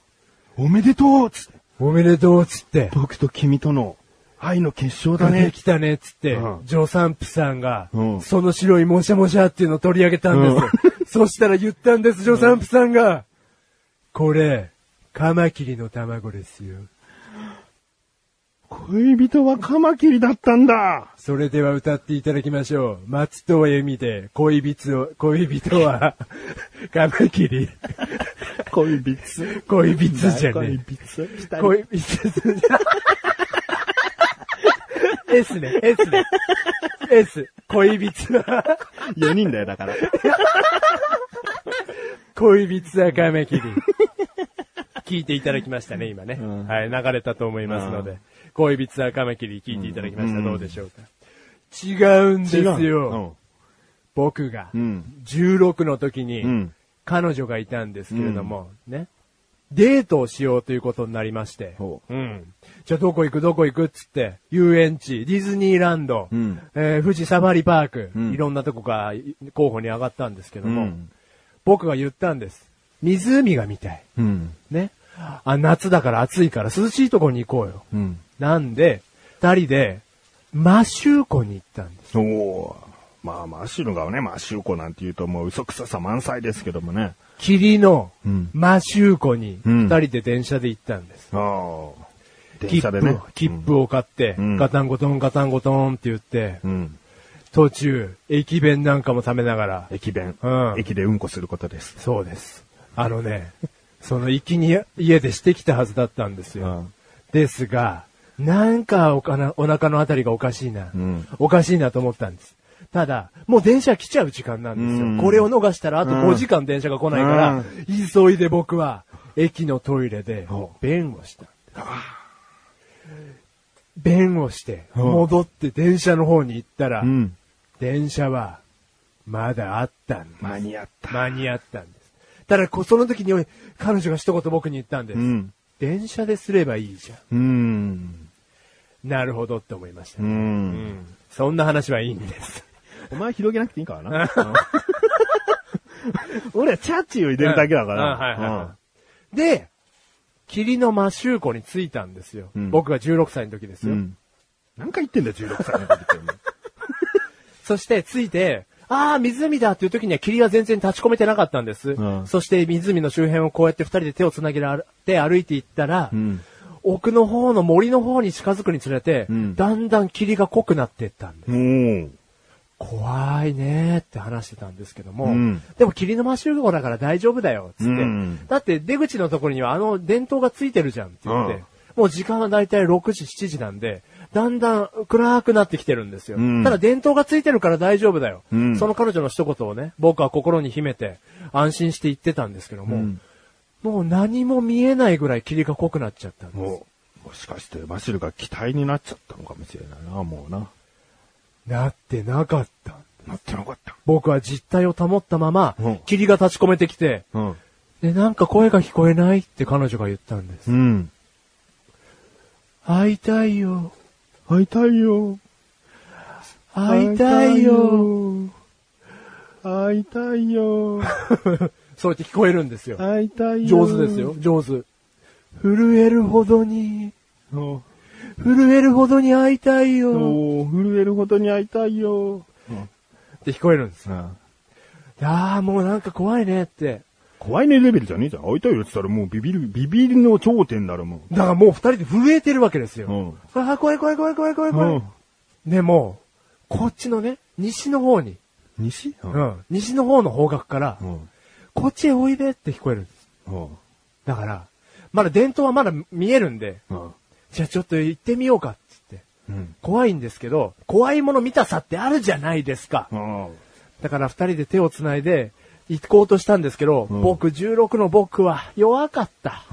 Speaker 2: おめでとうつって。
Speaker 1: おめでとうっつって、
Speaker 2: 僕と君との愛の結晶だ
Speaker 1: で
Speaker 2: ね。
Speaker 1: きたねっつって、
Speaker 2: うん
Speaker 1: ジョサンプさんが、
Speaker 2: うん
Speaker 1: その白いもしゃもしゃっていうのを取り上げたんです。 (laughs) そしたら言ったんです、ジョサンプさんが、これ、カマキリの卵ですよ。
Speaker 2: (laughs) 恋人はカマキリだったんだ。
Speaker 1: それでは歌っていただきましょう。松戸由美で、恋人を、恋人は、 (laughs) カマキリ、
Speaker 2: 恋人。
Speaker 1: 恋人じゃねえ。
Speaker 2: 人。
Speaker 1: 恋人じゃねえ。S ね、S ね。S、恋人は、
Speaker 2: 4人だよ、だ (laughs) から。
Speaker 1: 恋人はカマキリ。聞いていただきましたね、今ね。
Speaker 2: ん
Speaker 1: はい、流れたと思いますので。恋人はカマキリ聞いていただきました。
Speaker 2: うん
Speaker 1: どうでしょうか。違うんですよ。僕が
Speaker 2: う、ん。
Speaker 1: 16の時に
Speaker 2: うん、
Speaker 1: 彼女がいたんですけれども、ね。デートをしようということになりまして。
Speaker 2: ほ
Speaker 1: うん。じゃあどこ行くどこ行くっつって、遊園地、ディズニーランド、
Speaker 2: うん
Speaker 1: えー富士サファリパーク、
Speaker 2: うん
Speaker 1: いろんなとこが候補に上がったんですけども、
Speaker 2: うん
Speaker 1: 僕が言ったんです。湖が見たい。
Speaker 2: うん。
Speaker 1: ね。あ、夏だから暑いから涼しいとこに行こうよ。
Speaker 2: うん。
Speaker 1: なんで、二人で、マシュー湖に行ったんです。
Speaker 2: おおーまあ、マッシュルがね、マッシュル子なんて言うともう嘘くささ満載ですけどもね。
Speaker 1: 霧の
Speaker 2: うん
Speaker 1: マシュー湖に
Speaker 2: うん
Speaker 1: 二人で電車で行ったんです。
Speaker 2: ああ。電
Speaker 1: 切
Speaker 2: 車
Speaker 1: 符
Speaker 2: でね。
Speaker 1: を切符を買って、
Speaker 2: うん
Speaker 1: ガタンゴトンガタンゴトンって言って、
Speaker 2: うん。
Speaker 1: 途中、駅弁なんかも食べながら、
Speaker 2: 駅弁。
Speaker 1: うん
Speaker 2: 駅でうんこすることです。
Speaker 1: そうです。あのね、その行きに家でしてきたはずだったんですよ。
Speaker 2: うん
Speaker 1: ですが、なんかおかなお腹のあたりがおかしいな、
Speaker 2: うん
Speaker 1: おかしいなと思ったんです。ただ、もう電車来ちゃう時間なんですよ。
Speaker 2: うん
Speaker 1: これを逃したらあと
Speaker 2: うん
Speaker 1: 5時間電車が来ないから、
Speaker 2: うん
Speaker 1: 急いで僕は駅のトイレで
Speaker 2: ほ
Speaker 1: 便をしたんです。便をして、
Speaker 2: うん
Speaker 1: 戻って電車の方に行ったら、
Speaker 2: うん。
Speaker 1: 電車はまだあったんです。
Speaker 2: 間に合った。
Speaker 1: 間に合ったんです。ただ、こその時に彼女が一言僕に言ったんです。
Speaker 2: うん。
Speaker 1: 電車ですればいいじゃ
Speaker 2: うん。
Speaker 1: ん。なるほどって思いました。
Speaker 2: う。
Speaker 1: うんそんな話はいいんです。
Speaker 2: お前広げなくていいからな。うん俺はチャッチーを入れるだけだか
Speaker 1: うんはいはいは
Speaker 2: ら。
Speaker 1: いで、霧の摩周湖に着いたんですよ。
Speaker 2: うん
Speaker 1: 僕が16歳の時です
Speaker 2: う
Speaker 1: よ。
Speaker 2: ん。なんか言ってんだよ、16歳の時ってお前。
Speaker 1: そして着いて、ああ、湖だっていう時には霧は全然立ち込めてなかったんです。
Speaker 2: うん
Speaker 1: そして湖の周辺をこうやって二人で手をつなげられて歩いていったら、
Speaker 2: うん
Speaker 1: 奥の方の森の方に近づくにつれて、
Speaker 2: うん
Speaker 1: だんだん霧が濃くなっていったんです。
Speaker 2: もう。
Speaker 1: 怖いねーって話してたんですけども、
Speaker 2: うん
Speaker 1: でも霧の真集合だから大丈夫だよ、つって、
Speaker 2: うん
Speaker 1: だって出口のところにはあの電灯がついてるじゃんって言って、
Speaker 2: うん
Speaker 1: もう時間はだいたい6時、7時なんで、だんだん暗くなってきてるんですよ。
Speaker 2: うん
Speaker 1: ただ電灯がついてるから大丈夫だよ、
Speaker 2: うん
Speaker 1: その彼女の一言をね、僕は心に秘めて安心して言ってたんですけども、
Speaker 2: うん
Speaker 1: もう何も見えないぐらい霧が濃くなっちゃったんです。
Speaker 2: もう、もしかして、マシルが期待になっちゃったのかもしれないな、もうな。
Speaker 1: なってなかった。
Speaker 2: なってなかった。
Speaker 1: 僕は実態を保ったまま
Speaker 2: うん、
Speaker 1: 霧が立ち込めてきて、
Speaker 2: うん。
Speaker 1: で、なんか声が聞こえないって彼女が言ったんです。
Speaker 2: うん。
Speaker 1: 会いたいよ。
Speaker 2: 会いたいよ。
Speaker 1: 会いたいよ。。
Speaker 2: 会いたいよ。
Speaker 1: そうやって聞こえるんですよ。
Speaker 2: 会いたい (laughs)
Speaker 1: 上手ですよ。。上手。震えるほどに、
Speaker 2: お
Speaker 1: 震えるほどに会いたいよ。っ
Speaker 2: お震えるほどに会いたいよ。
Speaker 1: て聞こえるんです。い
Speaker 2: うん
Speaker 1: やーもうなんか怖いねって。
Speaker 2: 怖いねレベルじゃねえじゃん。会いたいよって言ったらもうビビる、ビビりの頂点だろ、も
Speaker 1: だからもう二人で震えてるわけです
Speaker 2: う。
Speaker 1: よ。ああ、怖い怖い怖い怖い怖い怖い。
Speaker 2: うん
Speaker 1: でも、こっちのね、西の方に、
Speaker 2: 西う
Speaker 1: う。ん、西の方の方角から
Speaker 2: う、ん。
Speaker 1: こっちへおいでって聞こえるんです。
Speaker 2: うん。
Speaker 1: だから、まだ伝統はまだ見えるんで、
Speaker 2: うん。
Speaker 1: じゃあちょっと行ってみようかっつって。
Speaker 2: うん。
Speaker 1: 怖いんですけど、怖いもの見たさってあるじゃないですか。
Speaker 2: うん。
Speaker 1: だから二人で手を繋いで行こうとしたんですけど、
Speaker 2: うん
Speaker 1: 僕16の僕は弱かった。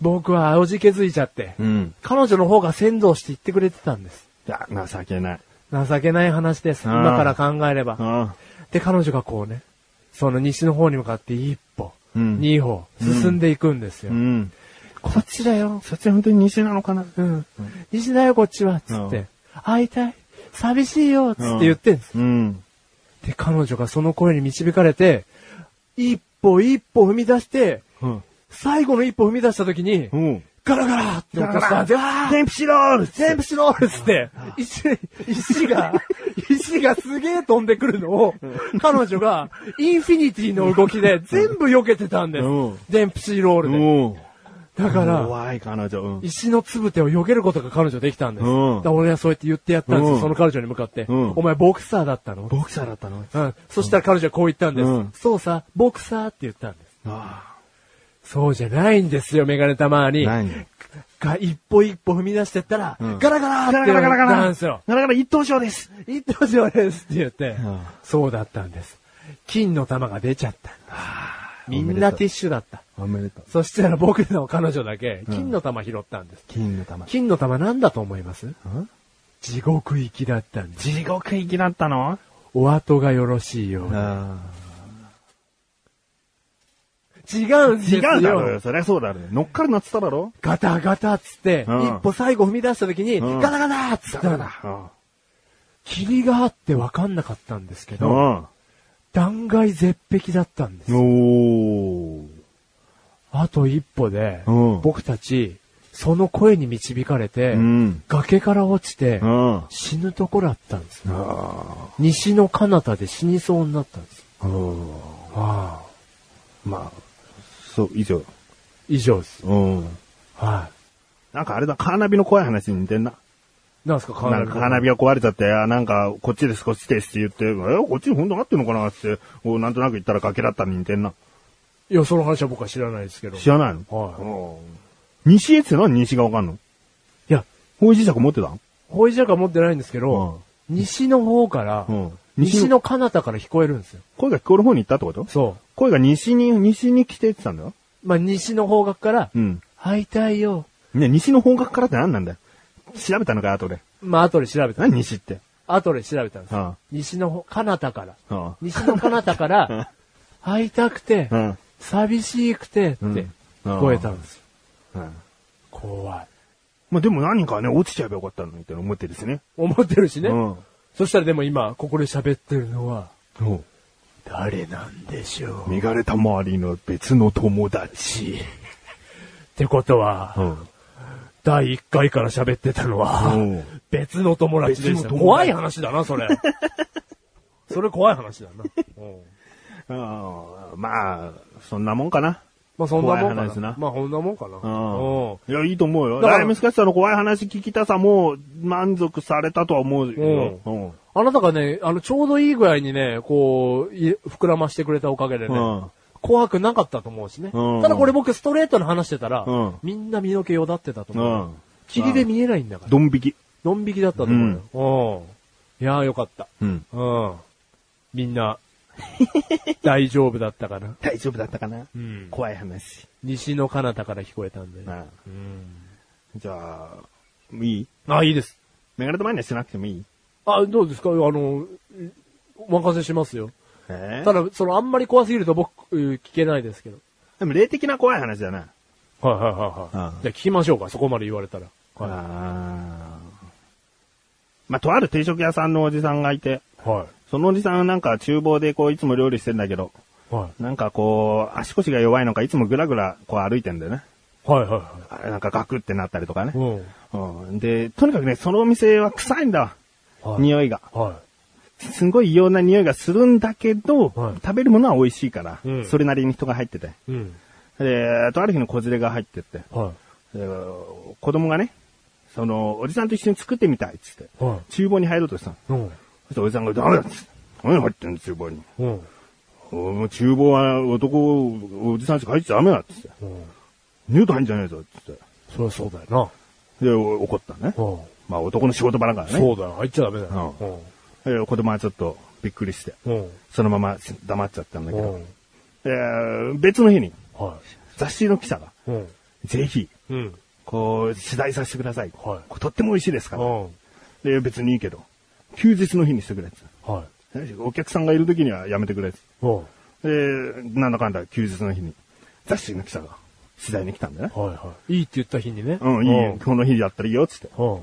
Speaker 1: 僕は青じけづいちゃって、
Speaker 2: うん。
Speaker 1: 彼女の方が先導して行ってくれてたんです。
Speaker 2: いや、情けない。
Speaker 1: 情けない話です。
Speaker 2: うん
Speaker 1: 今から考えれば。
Speaker 2: ん。
Speaker 1: で、彼女がこうね、その西の方に向かって一歩、
Speaker 2: うん
Speaker 1: 二歩、進んでいくんですよ。
Speaker 2: うん。
Speaker 1: こっちだよ、
Speaker 2: そっちは本当に西なのかな
Speaker 1: うん。西だよ、こっちは、つっ
Speaker 2: う
Speaker 1: て
Speaker 2: ん。
Speaker 1: 会いたい。寂しいよ、つって言ってんです。
Speaker 2: うん。
Speaker 1: で、彼女がその声に導かれて、一歩一歩踏み出して、
Speaker 2: うん。
Speaker 1: 最後の一歩踏み出した時に、
Speaker 2: うん。
Speaker 1: ガラガラって落としたんで、あー
Speaker 2: 全部しろー
Speaker 1: 全部しろっつって、石、石が、石がすげえ飛んでくるのを、彼女が、インフィニティの動きで全部避けてたんです
Speaker 2: うん。
Speaker 1: デンプシーロールで。
Speaker 2: うん。
Speaker 1: だから、
Speaker 2: 怖い彼女。うん。
Speaker 1: 石のつぶてを避けることが彼女できたんです。
Speaker 2: うん
Speaker 1: だから俺はそうやって言ってやったんですよ、
Speaker 2: うん
Speaker 1: その彼女に向かって。
Speaker 2: うん
Speaker 1: お前ボクサーだったの
Speaker 2: ボクサーだったの
Speaker 1: うん。そしたら彼女はこう言ったんです。
Speaker 2: うん
Speaker 1: そうさ、ボクサーって言ったんです。
Speaker 2: あ
Speaker 1: そうじゃないんですよ、メガネたまに。
Speaker 2: 何
Speaker 1: が一歩一歩踏み出してったら、
Speaker 2: うん
Speaker 1: ガラガラーっ
Speaker 2: ガ
Speaker 1: て
Speaker 2: ラガラガラガラ。
Speaker 1: なんですよ。
Speaker 2: ガラガラ一等賞です。
Speaker 1: 一等賞ですって言って、
Speaker 2: ん
Speaker 1: そうだったんです。金の玉が出ちゃったんです。みんなティッシュだった。
Speaker 2: おめでとう。
Speaker 1: そしたら僕の彼女だけ、金の玉拾ったんです。
Speaker 2: 金の玉。
Speaker 1: 金の玉なんだと思います地獄行きだったんです。
Speaker 2: 地獄行きだったの
Speaker 1: お後がよろしいように。
Speaker 2: あ
Speaker 1: 違うんです
Speaker 2: 違う
Speaker 1: よ。
Speaker 2: だろうよ。そりゃそうだろうよ。乗っかるなっつっただろ
Speaker 1: ガタガタっつって、
Speaker 2: うん
Speaker 1: 一歩最後踏み出した時に、
Speaker 2: うん
Speaker 1: ガタガタっつったら、
Speaker 2: だ。
Speaker 1: 霧があって分かんなかったんですけ
Speaker 2: う
Speaker 1: ど、
Speaker 2: ん。
Speaker 1: 断崖絶壁だったんです。
Speaker 2: おー。
Speaker 1: あと一歩で、
Speaker 2: うん
Speaker 1: 僕たち、その声に導かれて、
Speaker 2: うん。
Speaker 1: 崖から落ちて、
Speaker 2: うん。
Speaker 1: 死ぬところあったんですよ。
Speaker 2: あ
Speaker 1: 西の彼方で死にそうになったんですよ。
Speaker 2: あ。うん
Speaker 1: ああ
Speaker 2: まあ、そう、以上。
Speaker 1: 以上です。
Speaker 2: うん。
Speaker 1: は
Speaker 2: なんかあれだ、カーナビの怖い話に似てんな。
Speaker 1: い。なんですか、カ
Speaker 2: なんかカーナビが壊れちゃって、あなんか、こっちです、こっちですって言って、え、こっちに本当なってんのかなって、こうなんとなく言ったら崖だったのに似てんな。
Speaker 1: いや、その話は僕は知らないですけど。
Speaker 2: 知らないの
Speaker 1: はい
Speaker 2: うん西へって何西がわかんの
Speaker 1: いや、
Speaker 2: 方位磁石持ってたん
Speaker 1: ホイジャカ持ってないんですけど、西の方から、
Speaker 2: うん
Speaker 1: 西の彼方から聞こえるんですよ。
Speaker 2: 声が聞こえる方に行ったってこと
Speaker 1: そ
Speaker 2: 声が西に、西に来てって言ってたんだよ。
Speaker 1: う。まあ、西の方角から、
Speaker 2: うん。
Speaker 1: 敗退よ。
Speaker 2: ね、西の方角からって何なんだよ。調べたのかよ、後で。
Speaker 1: まあ、後で調べた。
Speaker 2: 何西って。
Speaker 1: 後で調べたんですよ。
Speaker 2: あ
Speaker 1: 西の方、彼方から。
Speaker 2: あ。あ
Speaker 1: 西の彼方から、会いたくて、
Speaker 2: あ。うん。
Speaker 1: 寂しくて、って
Speaker 2: うん
Speaker 1: 聞こえたんですよ。
Speaker 2: うん。
Speaker 1: 怖い。
Speaker 2: まあ、でも何かね、落ちちゃえばよかったのにって思ってですね。
Speaker 1: 思ってるしね。
Speaker 2: うん。
Speaker 1: そしたらでも今、ここで喋ってるのは、
Speaker 2: うん。
Speaker 1: 誰なんでしょう。っ
Speaker 2: 身れた周りの別の友達。
Speaker 1: てことは、
Speaker 2: ん。
Speaker 1: 第1回から喋ってたのは、
Speaker 2: うん
Speaker 1: 別の友達でし
Speaker 2: 別の
Speaker 1: た。
Speaker 2: 友達
Speaker 1: 怖い話だな、そ
Speaker 2: (laughs)
Speaker 1: れ。それ怖い話だな。うん
Speaker 2: ああまあ、そんなもんかな。
Speaker 1: まあそんなもん
Speaker 2: 怖い
Speaker 1: か
Speaker 2: 話
Speaker 1: な。
Speaker 2: な
Speaker 1: まあこんなもんかな。うん
Speaker 2: いや、いいと思うよ。
Speaker 1: だから
Speaker 2: ライムスカッシュさんの怖い話聞きたさも満足されたとは思うよ。うん。
Speaker 1: あなたがね、あの、ちょうどいい具合にね、こう、い膨らましてくれたおかげでね、
Speaker 2: うん
Speaker 1: 怖くなかったと思うしね。
Speaker 2: うん
Speaker 1: ただこれ僕ストレートの話してたら、
Speaker 2: うん
Speaker 1: みんな身の毛よだってたと思う。
Speaker 2: うん
Speaker 1: 霧で見えないんだから。
Speaker 2: ドン引き。
Speaker 1: ドン引きだったと思うよ。うん。いやーよかった。
Speaker 2: うん。
Speaker 1: うん。みんな、 (laughs) 大丈夫だったかな。
Speaker 2: 大丈夫だったかな
Speaker 1: うん。
Speaker 2: 怖い話。
Speaker 1: 西の彼方から聞こえたんで
Speaker 2: う
Speaker 1: ね。
Speaker 2: ん。
Speaker 1: うん。
Speaker 2: じゃあ、いい
Speaker 1: あ、いいです。
Speaker 2: メガネと前にはしなくてもいい
Speaker 1: あ、どうですかあの、お任せしますよ。
Speaker 2: え
Speaker 1: ただ、その、あんまり怖すぎると僕、聞けないですけど。
Speaker 2: でも霊的な怖い話だな。
Speaker 1: はいはいはいは
Speaker 2: うん
Speaker 1: い。じゃあ聞きましょうか、そこまで言われたら。は
Speaker 2: あーまあ、とある定食屋さんのおじさんがいて、
Speaker 1: い。は
Speaker 2: そのおじさんはなんか厨房でこういつも料理してんだけど、
Speaker 1: い。は
Speaker 2: なんかこう、足腰が弱いのかいつもぐらぐらこう歩いてんだよね。
Speaker 1: い。はいは
Speaker 2: あれなんかガクってなったりとかね
Speaker 1: い。はい。うん。
Speaker 2: うん。で、とにかくね、そのお店は臭いんだわ。
Speaker 1: はい
Speaker 2: 匂いが。
Speaker 1: は
Speaker 2: すごい異様な匂いがするんだけど、
Speaker 1: はい
Speaker 2: 食べるものは美味しいから、
Speaker 1: うん
Speaker 2: それなりに人が入ってて。
Speaker 1: い。うん。
Speaker 2: で、とある日の子連れが入ってって、
Speaker 1: は
Speaker 2: で子供がね、その、おじさんと一緒に作ってみたいっつって、
Speaker 1: い。は
Speaker 2: 厨房に入ろうとしたの。
Speaker 1: い。うん。
Speaker 2: そしたらおじさんが、ダメだっつって。何入ってんの、厨房に。
Speaker 1: うん。
Speaker 2: おもう厨房は男、おじさんしか入っちゃダメだっつって。
Speaker 1: うん。
Speaker 2: 二度と入んじゃねえぞっつって。
Speaker 1: そりゃそうだよ
Speaker 2: で、お怒ったね
Speaker 1: な。。うん。
Speaker 2: まあ男の仕事場だからね。
Speaker 1: そうだよ。入っちゃダメだよ。
Speaker 2: え子供はちょっとびっくりして、
Speaker 1: うん。うん。
Speaker 2: そのまま黙っちゃったんだけ
Speaker 1: う
Speaker 2: ど、
Speaker 1: ん。
Speaker 2: えー別の日に
Speaker 1: は
Speaker 2: 雑誌の記者が、
Speaker 1: い。うん。
Speaker 2: ぜひ、
Speaker 1: うん。
Speaker 2: こう、取材させてください。
Speaker 1: はい
Speaker 2: こうとっても美味しいですか
Speaker 1: う
Speaker 2: ら。
Speaker 1: ん。
Speaker 2: で、別にいいけど、休日の日にしてくれって
Speaker 1: はい。
Speaker 2: 言ったお客さんがいる時にはやめてくれって
Speaker 1: うん。はい
Speaker 2: で、なんだかんだ休日の日に、雑誌の記者が取材に来たんだね。
Speaker 1: はい。いいって言った日にね。
Speaker 2: うん、いい、この日だったらいいよ、つって。
Speaker 1: うん。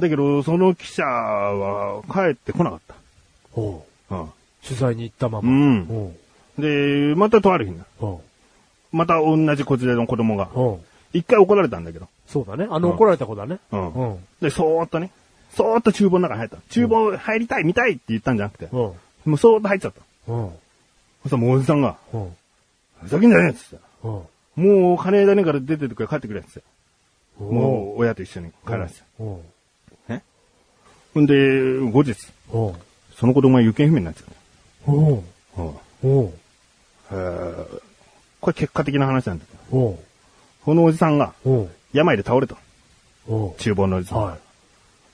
Speaker 2: だけど、その記者は帰ってこなかっ
Speaker 1: うん。
Speaker 2: た。うん。
Speaker 1: 取材に行ったま
Speaker 2: う
Speaker 1: ま。
Speaker 2: ん
Speaker 1: うん。
Speaker 2: で、またとある日に、
Speaker 1: うん。
Speaker 2: また同じ子連れの子供が、
Speaker 1: うん。
Speaker 2: 一回怒られたんだけど、
Speaker 1: そうだね。あの怒られた子だね。
Speaker 2: うん
Speaker 1: うん。
Speaker 2: で、そーっとね、そーっと厨房の中に入った。厨房入りたい、見たいって言ったんじゃなくて、
Speaker 1: うん。
Speaker 2: もうそーっと入っちゃった。
Speaker 1: うん。
Speaker 2: そしたらもうおじさんが、
Speaker 1: うん。
Speaker 2: ふざけんじゃねえっつって。
Speaker 1: うん。
Speaker 2: もう金だねえから出てってくれ、帰ってくれっつって。
Speaker 1: うん。
Speaker 2: もう親と一緒に帰らせて。
Speaker 1: うん。
Speaker 2: ほんで、後日、
Speaker 1: うん。
Speaker 2: その子供が行方不明になっちゃっ
Speaker 1: うん。
Speaker 2: た。うん。
Speaker 1: うん。
Speaker 2: えーこれ結果的な話なんだけど、
Speaker 1: うん。
Speaker 2: このおじさんが
Speaker 1: うん。
Speaker 2: 病で倒れた。
Speaker 1: うん。
Speaker 2: 厨房のおじさん。
Speaker 1: はい。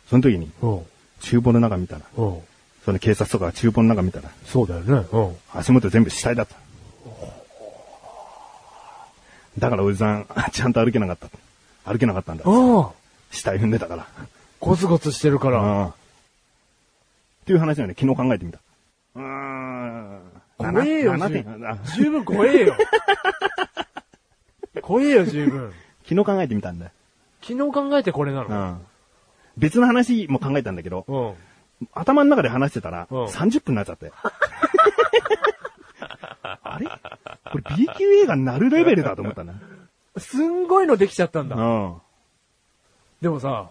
Speaker 2: その時に、
Speaker 1: うん。
Speaker 2: 厨房の中見たら、
Speaker 1: うん。
Speaker 2: その警察とかが厨房の中見たら、
Speaker 1: そうだよね。うん。
Speaker 2: 足元全部死体だった。だからおじさん、あちゃんと歩けなかった。歩けなかったんだ。
Speaker 1: ああ
Speaker 2: 死体踏んでたから。
Speaker 1: ゴツゴツしてるから。
Speaker 2: うんっていう話はね、昨日考えてみた。うーん。
Speaker 1: こ怖えよ、
Speaker 2: 7
Speaker 1: 十
Speaker 2: 点あ
Speaker 1: 分。十分怖えよ。怖えよ、十分。
Speaker 2: 昨日考えてみたんだよ。
Speaker 1: 昨日考えてこれな
Speaker 2: う
Speaker 1: の。
Speaker 2: ん。別の話も考えたんだけど、
Speaker 1: うん。
Speaker 2: 頭の中で話してたら、
Speaker 1: うん
Speaker 2: 30分になっちゃって。 (laughs) あれこれ B 級映画になるレベルだと思ったな。
Speaker 1: すんごいのできちゃったんだ。
Speaker 2: う
Speaker 1: でもさ、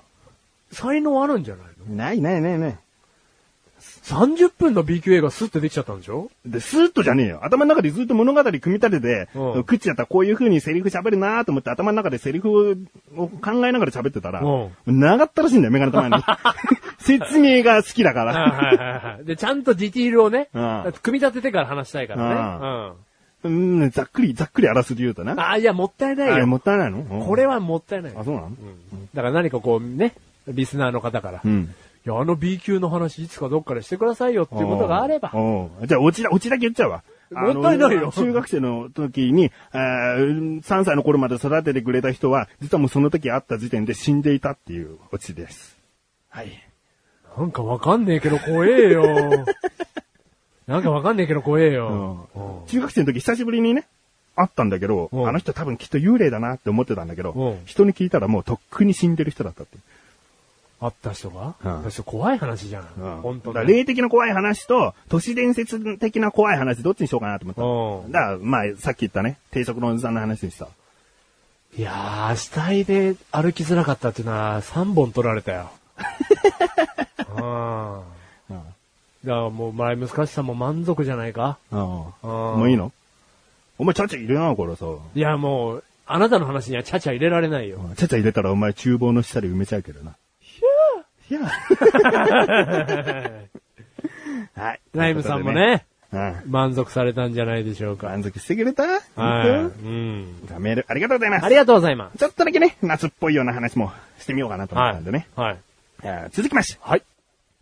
Speaker 1: 才能あるんじゃないの
Speaker 2: ん。ないないないない。
Speaker 1: ?30 分の B 級映画スッてできちゃったんでしょ
Speaker 2: で、スーッとじゃねえよ。頭の中でずっと物語組み立てて、
Speaker 1: うん
Speaker 2: 口だったらこういう風にセリフ喋るなーと思って頭の中でセリフを考えながら喋ってたら、
Speaker 1: う
Speaker 2: 長ったらしいんだよ、メガネ玉に。
Speaker 1: (laughs)
Speaker 2: 説明が好きだから。
Speaker 1: はいはいはい。で、ちゃんとディティールをね、
Speaker 2: うん
Speaker 1: 組み立ててから話したいからね。
Speaker 2: うん、ざっくり、ざっくりあらすじ言うと
Speaker 1: うん。
Speaker 2: な。
Speaker 1: ああ、いや、もったいない
Speaker 2: あれ
Speaker 1: よ。
Speaker 2: もったいないのうん
Speaker 1: これはもったいない。
Speaker 2: あ、そうなの
Speaker 1: だから何かこうね、リスナーの方から、
Speaker 2: う
Speaker 1: い
Speaker 2: ん。
Speaker 1: や、あの B 級の話いつかどっかでしてくださいよっていうことがあれば、
Speaker 2: おうおうじゃあ、オチだ、オチだけ言っちゃうわ。
Speaker 1: もったいないよ
Speaker 2: あの中学生の時に、えー3歳の頃まで育ててくれた人は、実はもうその時会った時点で死んでいたっていうオチです。はい。
Speaker 1: なんかわかんねえけど怖え
Speaker 2: (laughs)
Speaker 1: よ。なんかわかんねえけど怖えよ。うん
Speaker 2: 中学生の時久しぶりにね、会ったんだけど、
Speaker 1: うん
Speaker 2: あの人多分きっと幽霊だなって思ってたんだけ
Speaker 1: う
Speaker 2: ど
Speaker 1: ん、
Speaker 2: 人に聞いたらもうとっくに死んでる人だったって。
Speaker 1: あった人が、
Speaker 2: うん
Speaker 1: それ怖い話じゃん。本当
Speaker 2: だから
Speaker 1: に。
Speaker 2: 霊的な怖い話と、都市伝説的な怖い話、どっちにしようかなと思っ
Speaker 1: うん
Speaker 2: た。だから、まあ、さっき言ったね、定食のおじさんの話でした。
Speaker 1: いやー、死体で歩きづらかったっていうのは3本取られた
Speaker 2: (laughs)
Speaker 1: よ。うん。だか
Speaker 2: う
Speaker 1: ら
Speaker 2: ん
Speaker 1: もう前難しさも満足じゃないか
Speaker 2: ああ。
Speaker 1: うん
Speaker 2: もういいのお前、ちゃちゃ入れないからさ。
Speaker 1: いやもう、あなたの話にはちゃちゃ入れられない
Speaker 2: (laughs)
Speaker 1: よ。
Speaker 2: ちゃちゃ入れたらお前厨房の下で埋めちゃうけどな。ひゃーはい。
Speaker 1: ライムさんもね、
Speaker 2: ということでね。
Speaker 1: 満足されたんじゃないでしょう
Speaker 2: うん。
Speaker 1: か。
Speaker 2: 満足してくれた
Speaker 1: はい。う
Speaker 2: 本
Speaker 1: ん。
Speaker 2: 当メールありがとうございま
Speaker 1: あ
Speaker 2: す。
Speaker 1: りがとうございます。
Speaker 2: ちょっとだけね、夏っぽいような話もしてみようかなと思っ
Speaker 1: は
Speaker 2: たんで
Speaker 1: い。
Speaker 2: ね。
Speaker 1: はい。
Speaker 2: えー続きまして。
Speaker 1: はい。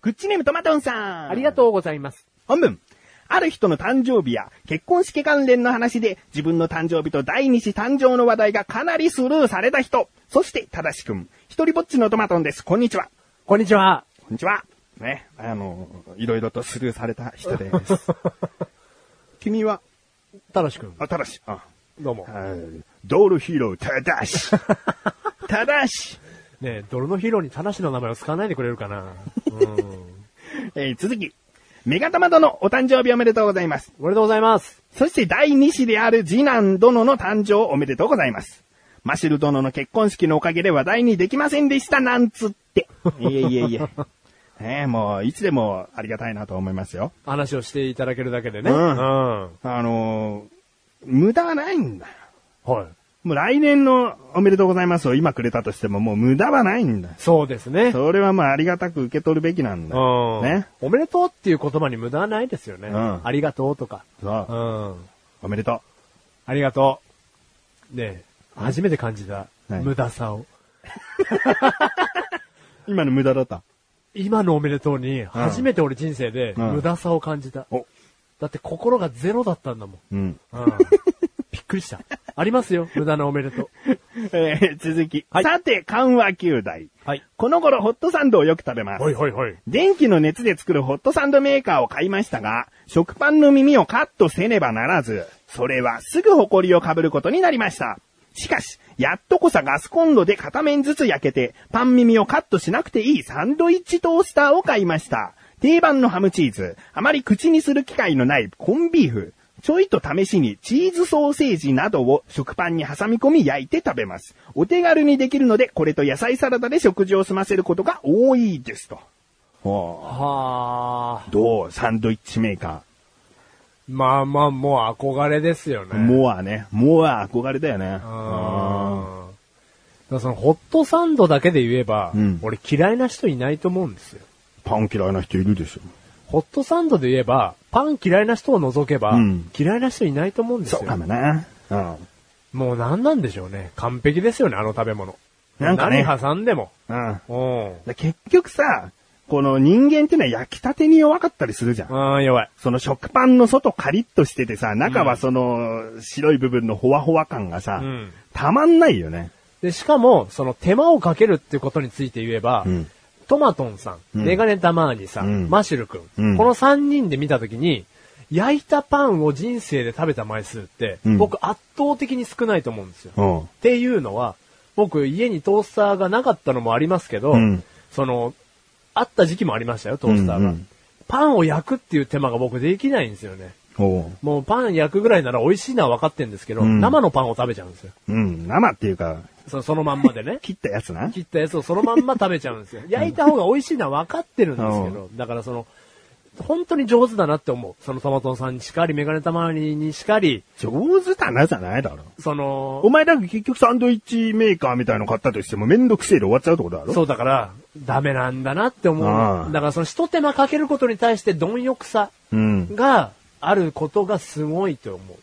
Speaker 2: グッチネームトマトンさん。
Speaker 1: ありがとうございます。
Speaker 2: 本文。ある人の誕生日や結婚式関連の話で自分の誕生日と第二子誕生の話題がかなりスルーされた人。そして、ただしくん。一人ぼっちのトマトンです。こんにちは。
Speaker 1: こんにちは。
Speaker 2: こんにちは。ね。あの、いろいろとスルーされた人
Speaker 1: (laughs)
Speaker 2: です。君は、
Speaker 1: たらしくん。
Speaker 2: あ、ただし、あ、
Speaker 1: どうも。
Speaker 2: はいドールヒーロー、ただし。
Speaker 1: (laughs)
Speaker 2: ただし。
Speaker 1: ねえ、泥のヒーローにたらしの名前を使わないでくれるかな。うん。
Speaker 2: えー続き。メガタマ殿、お誕生日おめでとうございます。
Speaker 1: おめでとうございます。
Speaker 2: そして第2子である次男殿の誕生おめでとうございます。マシル殿の結婚式のおかげで話題にできませんでした、なんつって。いえいえいえ。ええもう、いつでもありがたいなと思いますよ。
Speaker 1: 話をしていただけるだけでね。
Speaker 2: うん
Speaker 1: は
Speaker 2: あのー無駄はないんだよ。
Speaker 1: い。
Speaker 2: もう来年のおめでとうございますを今くれたとしてももう無駄はないんだよ。
Speaker 1: そうですね。
Speaker 2: それはまあありがたく受け取るべきなんだよ。
Speaker 1: うん。
Speaker 2: ね。
Speaker 1: おめでとうっていう言葉に無駄はないですよね。
Speaker 2: うん
Speaker 1: ありがとうとか。
Speaker 2: そうう。
Speaker 1: ん。
Speaker 2: おめでと
Speaker 1: ありがとう。ねえ、初めて感じた、
Speaker 2: はい
Speaker 1: 無駄さを。
Speaker 2: う。今の無駄だった。
Speaker 1: 今のおめでとうに、初めて俺人生で、
Speaker 2: うん
Speaker 1: 無駄さを感じた。
Speaker 2: お。
Speaker 1: だって心がゼロだったんだもん。
Speaker 2: うん。
Speaker 1: うん。
Speaker 2: (laughs)
Speaker 1: びっくりした。ありますよ、無駄なおめでとう。
Speaker 2: えー続き。
Speaker 1: はい
Speaker 2: さて、緩和球大。
Speaker 1: はい。
Speaker 2: この頃ホットサンドをよく食べます
Speaker 1: は。いはいはい。
Speaker 2: 電気の熱で作るホットサンドメーカーを買いましたが、食パンの耳をカットせねばならず、それはすぐホコリをかぶることになりました。しかし、やっとこさガスコンロで片面ずつ焼けて、パン耳をカットしなくていいサンドイッチトースターを買いました。定番のハムチーズ、あまり口にする機会のないコンビーフ、ちょいと試しにチーズソーセージなどを食パンに挟み込み焼いて食べます。お手軽にできるので、これと野菜サラダで食事を済ませることが多いですと。
Speaker 1: はあ。
Speaker 2: どうサンドイッチメーカ
Speaker 1: まあまあ、もう憧れですよね。
Speaker 2: ー。モアね。モア憧れだよね。
Speaker 1: あーだからそのホットサンドだけで言えば、
Speaker 2: うん
Speaker 1: 俺嫌いな人いないと思うんですよ。
Speaker 2: パン嫌いな人いるでしょ。
Speaker 1: ホットサンドで言えば、パン嫌いな人を除けば、
Speaker 2: うん
Speaker 1: 嫌いな人いないと思うんですよ。
Speaker 2: そうかもな。うん。
Speaker 1: もう何なんでしょうね。完璧ですよね、あの食べ物。
Speaker 2: なんかね
Speaker 1: 何挟んでも。
Speaker 2: うん。
Speaker 1: うん。
Speaker 2: で結局さ、この人間ってのは焼きたてに弱かったりするじゃん。
Speaker 1: あー弱い。
Speaker 2: その食パンの外カリッとしててさ、中はその白い部分のほわほわ感がさ、
Speaker 1: うん
Speaker 2: たまんないよね。
Speaker 1: で、しかも、その手間をかけるってことについて言えば、
Speaker 2: うん
Speaker 1: トマトンさん、
Speaker 2: うん
Speaker 1: メガネタマーニさん、
Speaker 2: うん
Speaker 1: マシュル君、
Speaker 2: うん
Speaker 1: この3人で見たときに、焼いたパンを人生で食べた枚数って、
Speaker 2: うん
Speaker 1: 僕圧倒的に少ないと思うんですよ。
Speaker 2: う
Speaker 1: っ
Speaker 2: ん。
Speaker 1: ていうのは、僕家にトースターがなかったのもありますけど、
Speaker 2: うん
Speaker 1: その、あった時期もありましたよ、トースターが。
Speaker 2: うんうん
Speaker 1: パンを焼くっていう手間が僕できないんですよね。
Speaker 2: おう。
Speaker 1: もうパン焼くぐらいなら美味しいのは分かってんですけど、
Speaker 2: うん
Speaker 1: 生のパンを食べちゃうんですよ。
Speaker 2: うん、生っていうか、
Speaker 1: そそのまんまでね。
Speaker 2: 切ったやつな。
Speaker 1: 切ったやつをそのまんま食べちゃうんですよ。焼いた方が美味しいのは分かってるんですけど、だからその、本当に上手だなって思う。そのトマトンさんにしかり、メガネたまわりにしかり、
Speaker 2: 上手だなじゃないだろ。
Speaker 1: その
Speaker 2: お、前だけ結局サンドイッチメーカーみたいの買ったとしてもめんどくせえで終わっちゃうってことだろ
Speaker 1: そうだから、ダメなんだなって思
Speaker 2: ああ
Speaker 1: う。だからその一手間かけることに対して貪欲さ
Speaker 2: うん。
Speaker 1: があることがすごいと思う。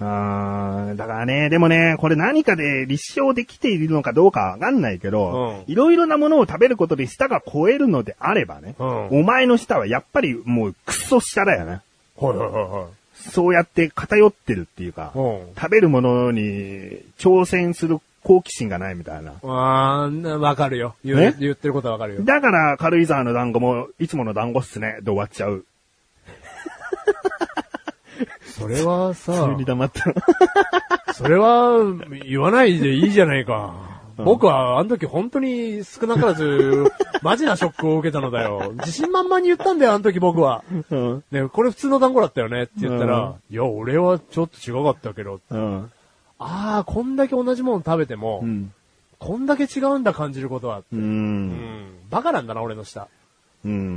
Speaker 2: あーだからね、でもね、これ何かで立証できているのかどうかわかんないけど、
Speaker 1: うん
Speaker 2: いろいろなものを食べることで舌が超えるのであればね、
Speaker 1: うん
Speaker 2: お前の舌はやっぱりもうクソ舌だよね。
Speaker 1: はいはいは
Speaker 2: そうやって偏ってるっていうか、
Speaker 1: うん
Speaker 2: 食べるものに挑戦する好奇心がないみたいな。
Speaker 1: あーわかるよ。言
Speaker 2: ね
Speaker 1: う言ってることはわかるよ。
Speaker 2: だから、軽井沢の団子も、いつもの団子っすね、で終わっちゃう。
Speaker 1: それはさ
Speaker 2: 急に黙った。 (laughs)
Speaker 1: それは、言わないでいいじゃないか。僕は、あの時本当に少なからず、 (laughs) マジなショックを受けたのだよ。自信満々に言ったんだよ、あの時僕は。
Speaker 2: うん。
Speaker 1: ね、これ普通の団子だったよねって言った
Speaker 2: うん
Speaker 1: ら、いや、俺はちょっと違かったけど。
Speaker 2: うん。
Speaker 1: ああ、こんだけ同じもの食べても、
Speaker 2: うん。
Speaker 1: こんだけ違うんだ感じることは。
Speaker 2: う。
Speaker 1: うんん。バカなんだな、俺の舌。
Speaker 2: う。
Speaker 1: うん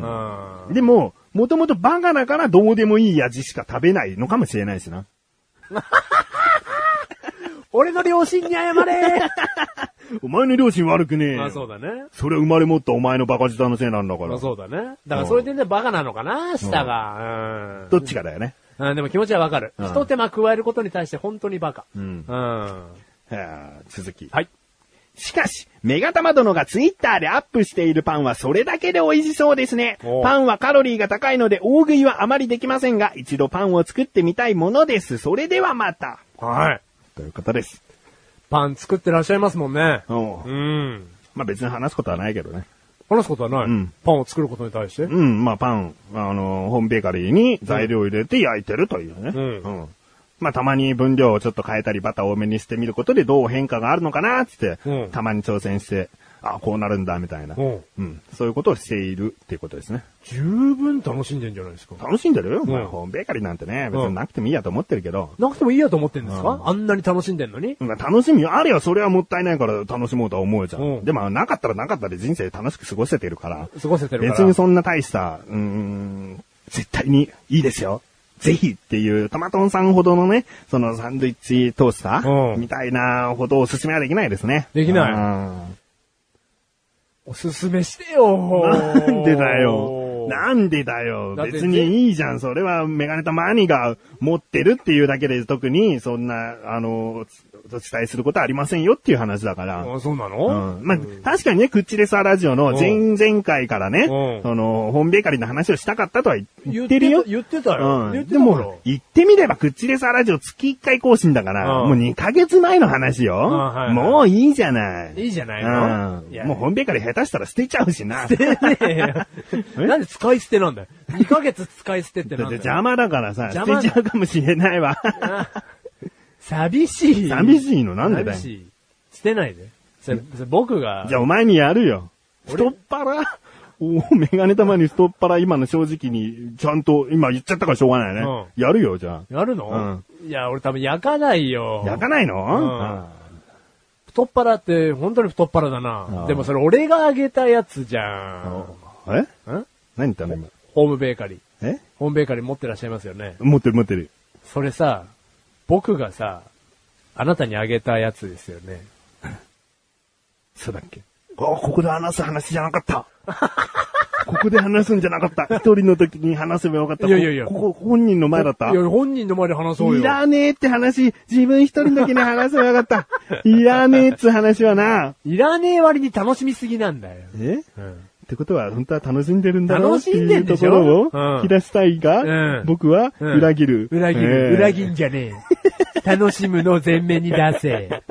Speaker 1: ん。
Speaker 2: でも、もともとバカだからどうでもいい味しか食べないのかもしれないしな。
Speaker 1: 俺の両親に謝れ
Speaker 2: お前の両親悪くねえよ。
Speaker 1: まあそうだね。
Speaker 2: それ生まれ持ったお前のバカ舌のせいなんだから。
Speaker 1: まあそうだね。だからそれでね、バカなのかな、舌が。うん。
Speaker 2: どっちかだよね。
Speaker 1: うん、でも気持ちはわかる。
Speaker 2: うん
Speaker 1: 一手間加えることに対して本当にバカ。
Speaker 2: う
Speaker 1: うん。
Speaker 2: ん。
Speaker 1: は
Speaker 2: はあ続き。
Speaker 1: い。
Speaker 2: しかし、メガタマ殿がツイッターでアップしているパンはそれだけで美味しそうですね
Speaker 1: お。
Speaker 2: パンはカロリーが高いので大食いはあまりできませんが、一度パンを作ってみたいものです。それではまた。
Speaker 1: はい。
Speaker 2: ということです。
Speaker 1: パン作ってらっしゃいますもんね。
Speaker 2: うん
Speaker 1: うん。
Speaker 2: まあ別に話すことはないけどね。
Speaker 1: 話すことはない。
Speaker 2: うん
Speaker 1: パンを作ることに対して。
Speaker 2: うん、まあパン、あの、ホームベーカリーに材料を入れて焼いてるというね。
Speaker 1: うん
Speaker 2: まあたまに分量をちょっと変えたり、バター多めにしてみることでどう変化があるのかなっつって、
Speaker 1: うん
Speaker 2: たまに挑戦して、あ、こうなるんだ、みたいな。
Speaker 1: うん
Speaker 2: うん。そういうことをしているっていうことですね。
Speaker 1: 十分楽しんでんじゃないですか。
Speaker 2: 楽しんでるよ、まあ
Speaker 1: うん
Speaker 2: ホームベーカリーなんてね、別になくてもいいやと思ってるけど。
Speaker 1: なくてもいいやと思ってんですか、
Speaker 2: うん
Speaker 1: あんなに楽しんでんのに
Speaker 2: まあ楽しみよあれはそれはもったいないから楽しもうとは思うじゃん。
Speaker 1: うん
Speaker 2: でもなかったらなかったで人生楽しく過ごせてるから。
Speaker 1: 過ごせてるから。
Speaker 2: 別にそんな大した、うーん、絶対にいいですよ。ぜひっていう、トマトンさんほどのね、そのサンドイッチトースター、
Speaker 1: うん
Speaker 2: みたいなほどおすすめはできないですね。
Speaker 1: できない
Speaker 2: うん
Speaker 1: おすすめしてよ
Speaker 2: なんでだよ。なんでだよ。
Speaker 1: だって
Speaker 2: 別にいいじゃん。それはメガネたマニが持ってるっていうだけで特にそんな、あの、おお伝えすることはありませんよっていう話だから。
Speaker 1: あそうなの、
Speaker 2: うんまあ、確かにね、クッチレスアラジオの前
Speaker 1: うん
Speaker 2: 々回からね、
Speaker 1: うん
Speaker 2: その、ホームベーカリーの話をしたかったとは言ってるよ。
Speaker 1: 言ってたよ。
Speaker 2: う
Speaker 1: 言っ
Speaker 2: ん。
Speaker 1: て
Speaker 2: で
Speaker 1: たから (laughs)
Speaker 2: も、言ってみれば、クッチレスアラジオ月1回更新だから、
Speaker 1: うん
Speaker 2: もう2ヶ月前の話よ。
Speaker 1: んはいはい
Speaker 2: もういいじゃない。
Speaker 1: いいじゃないの
Speaker 2: うん
Speaker 1: いや
Speaker 2: もうホームベーカリー下手したら捨てちゃうしな。
Speaker 1: でね
Speaker 2: (laughs)
Speaker 1: えなんで使い捨てなんだよ。2ヶ月使い捨てって
Speaker 2: だ
Speaker 1: な
Speaker 2: っ
Speaker 1: ん
Speaker 2: て
Speaker 1: だよ。
Speaker 2: 邪魔だからさ、捨
Speaker 1: 邪魔
Speaker 2: てちゃうかもしれない
Speaker 1: (laughs)
Speaker 2: わ。
Speaker 1: 寂しい。
Speaker 2: 寂しいのなんでだよ。
Speaker 1: 寂し
Speaker 2: じ
Speaker 1: い捨てないで。それそれ僕が、
Speaker 2: ゃあお前にやるよ。
Speaker 1: 俺
Speaker 2: 太っ腹。おお、メガネ玉に太っ腹今の正直に、ちゃんと、今言っちゃったからしょうがないね。
Speaker 1: う
Speaker 2: やるよ、じゃ
Speaker 1: やるの、いや、俺多分焼かないよ
Speaker 2: あ。。焼かないの、
Speaker 1: ん太っ腹って、本当に太っ腹だな
Speaker 2: う。ん
Speaker 1: でもそれ俺があげたやつじゃん。
Speaker 2: うんえ
Speaker 1: ん
Speaker 2: 何言ったの今。
Speaker 1: ホームベーカリー。
Speaker 2: え
Speaker 1: ホームベーカリー持ってらっしゃいますよね。
Speaker 2: 持ってる持ってる。
Speaker 1: それさ、僕がさ、あなたにあげたやつですよね。
Speaker 2: そうだっけあ、ここで話す話じゃなかった。 (laughs) ここで話すんじゃなかった。一人の時に話せばよかった。
Speaker 1: いやいやいや
Speaker 2: ここ、こ本人の前だった
Speaker 1: いや、本人の前で話そうよ。
Speaker 2: いらねえって話、自分一人だけに話せばよかった。いらねえって話はな。
Speaker 1: いらねえ割に楽しみすぎなんだよ。
Speaker 2: えっ
Speaker 1: うん。
Speaker 2: てことは、本当は楽しんでるんだろうって
Speaker 1: 楽しんで
Speaker 2: いうん
Speaker 1: で
Speaker 2: と
Speaker 1: し
Speaker 2: こ
Speaker 1: ょ
Speaker 2: ろを
Speaker 1: うん
Speaker 2: 引き出したいが、
Speaker 1: うん
Speaker 2: 僕は
Speaker 1: うん
Speaker 2: 裏切る。
Speaker 1: 裏切
Speaker 2: え
Speaker 1: る。
Speaker 2: え
Speaker 1: 裏切んじゃねえ。楽しむのを前面に出せ。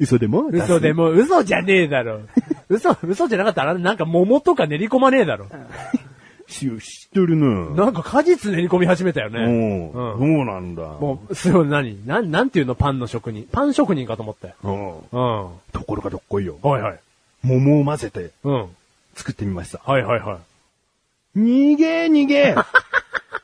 Speaker 2: 嘘でも
Speaker 1: 嘘で
Speaker 2: も。
Speaker 1: も、
Speaker 2: (laughs)
Speaker 1: 嘘じゃねえだろ。嘘、嘘じゃなかったら、なんか桃とか練り込まねえだろ。
Speaker 2: 知ってるね。
Speaker 1: なんか果実練り込み始めたよ
Speaker 2: う
Speaker 1: ね。
Speaker 2: ん。
Speaker 1: うん
Speaker 2: そうなんだ。
Speaker 1: もう、すごい何なん、なんていうのパンの職人。パン職人かと思ったよ。
Speaker 2: うん。
Speaker 1: うん。は
Speaker 2: ところがどっこいよ。
Speaker 1: いはい。
Speaker 2: 桃を混ぜて
Speaker 1: うん。
Speaker 2: 作ってみました。
Speaker 1: はいはいはい。
Speaker 2: 逃げ逃げ (laughs)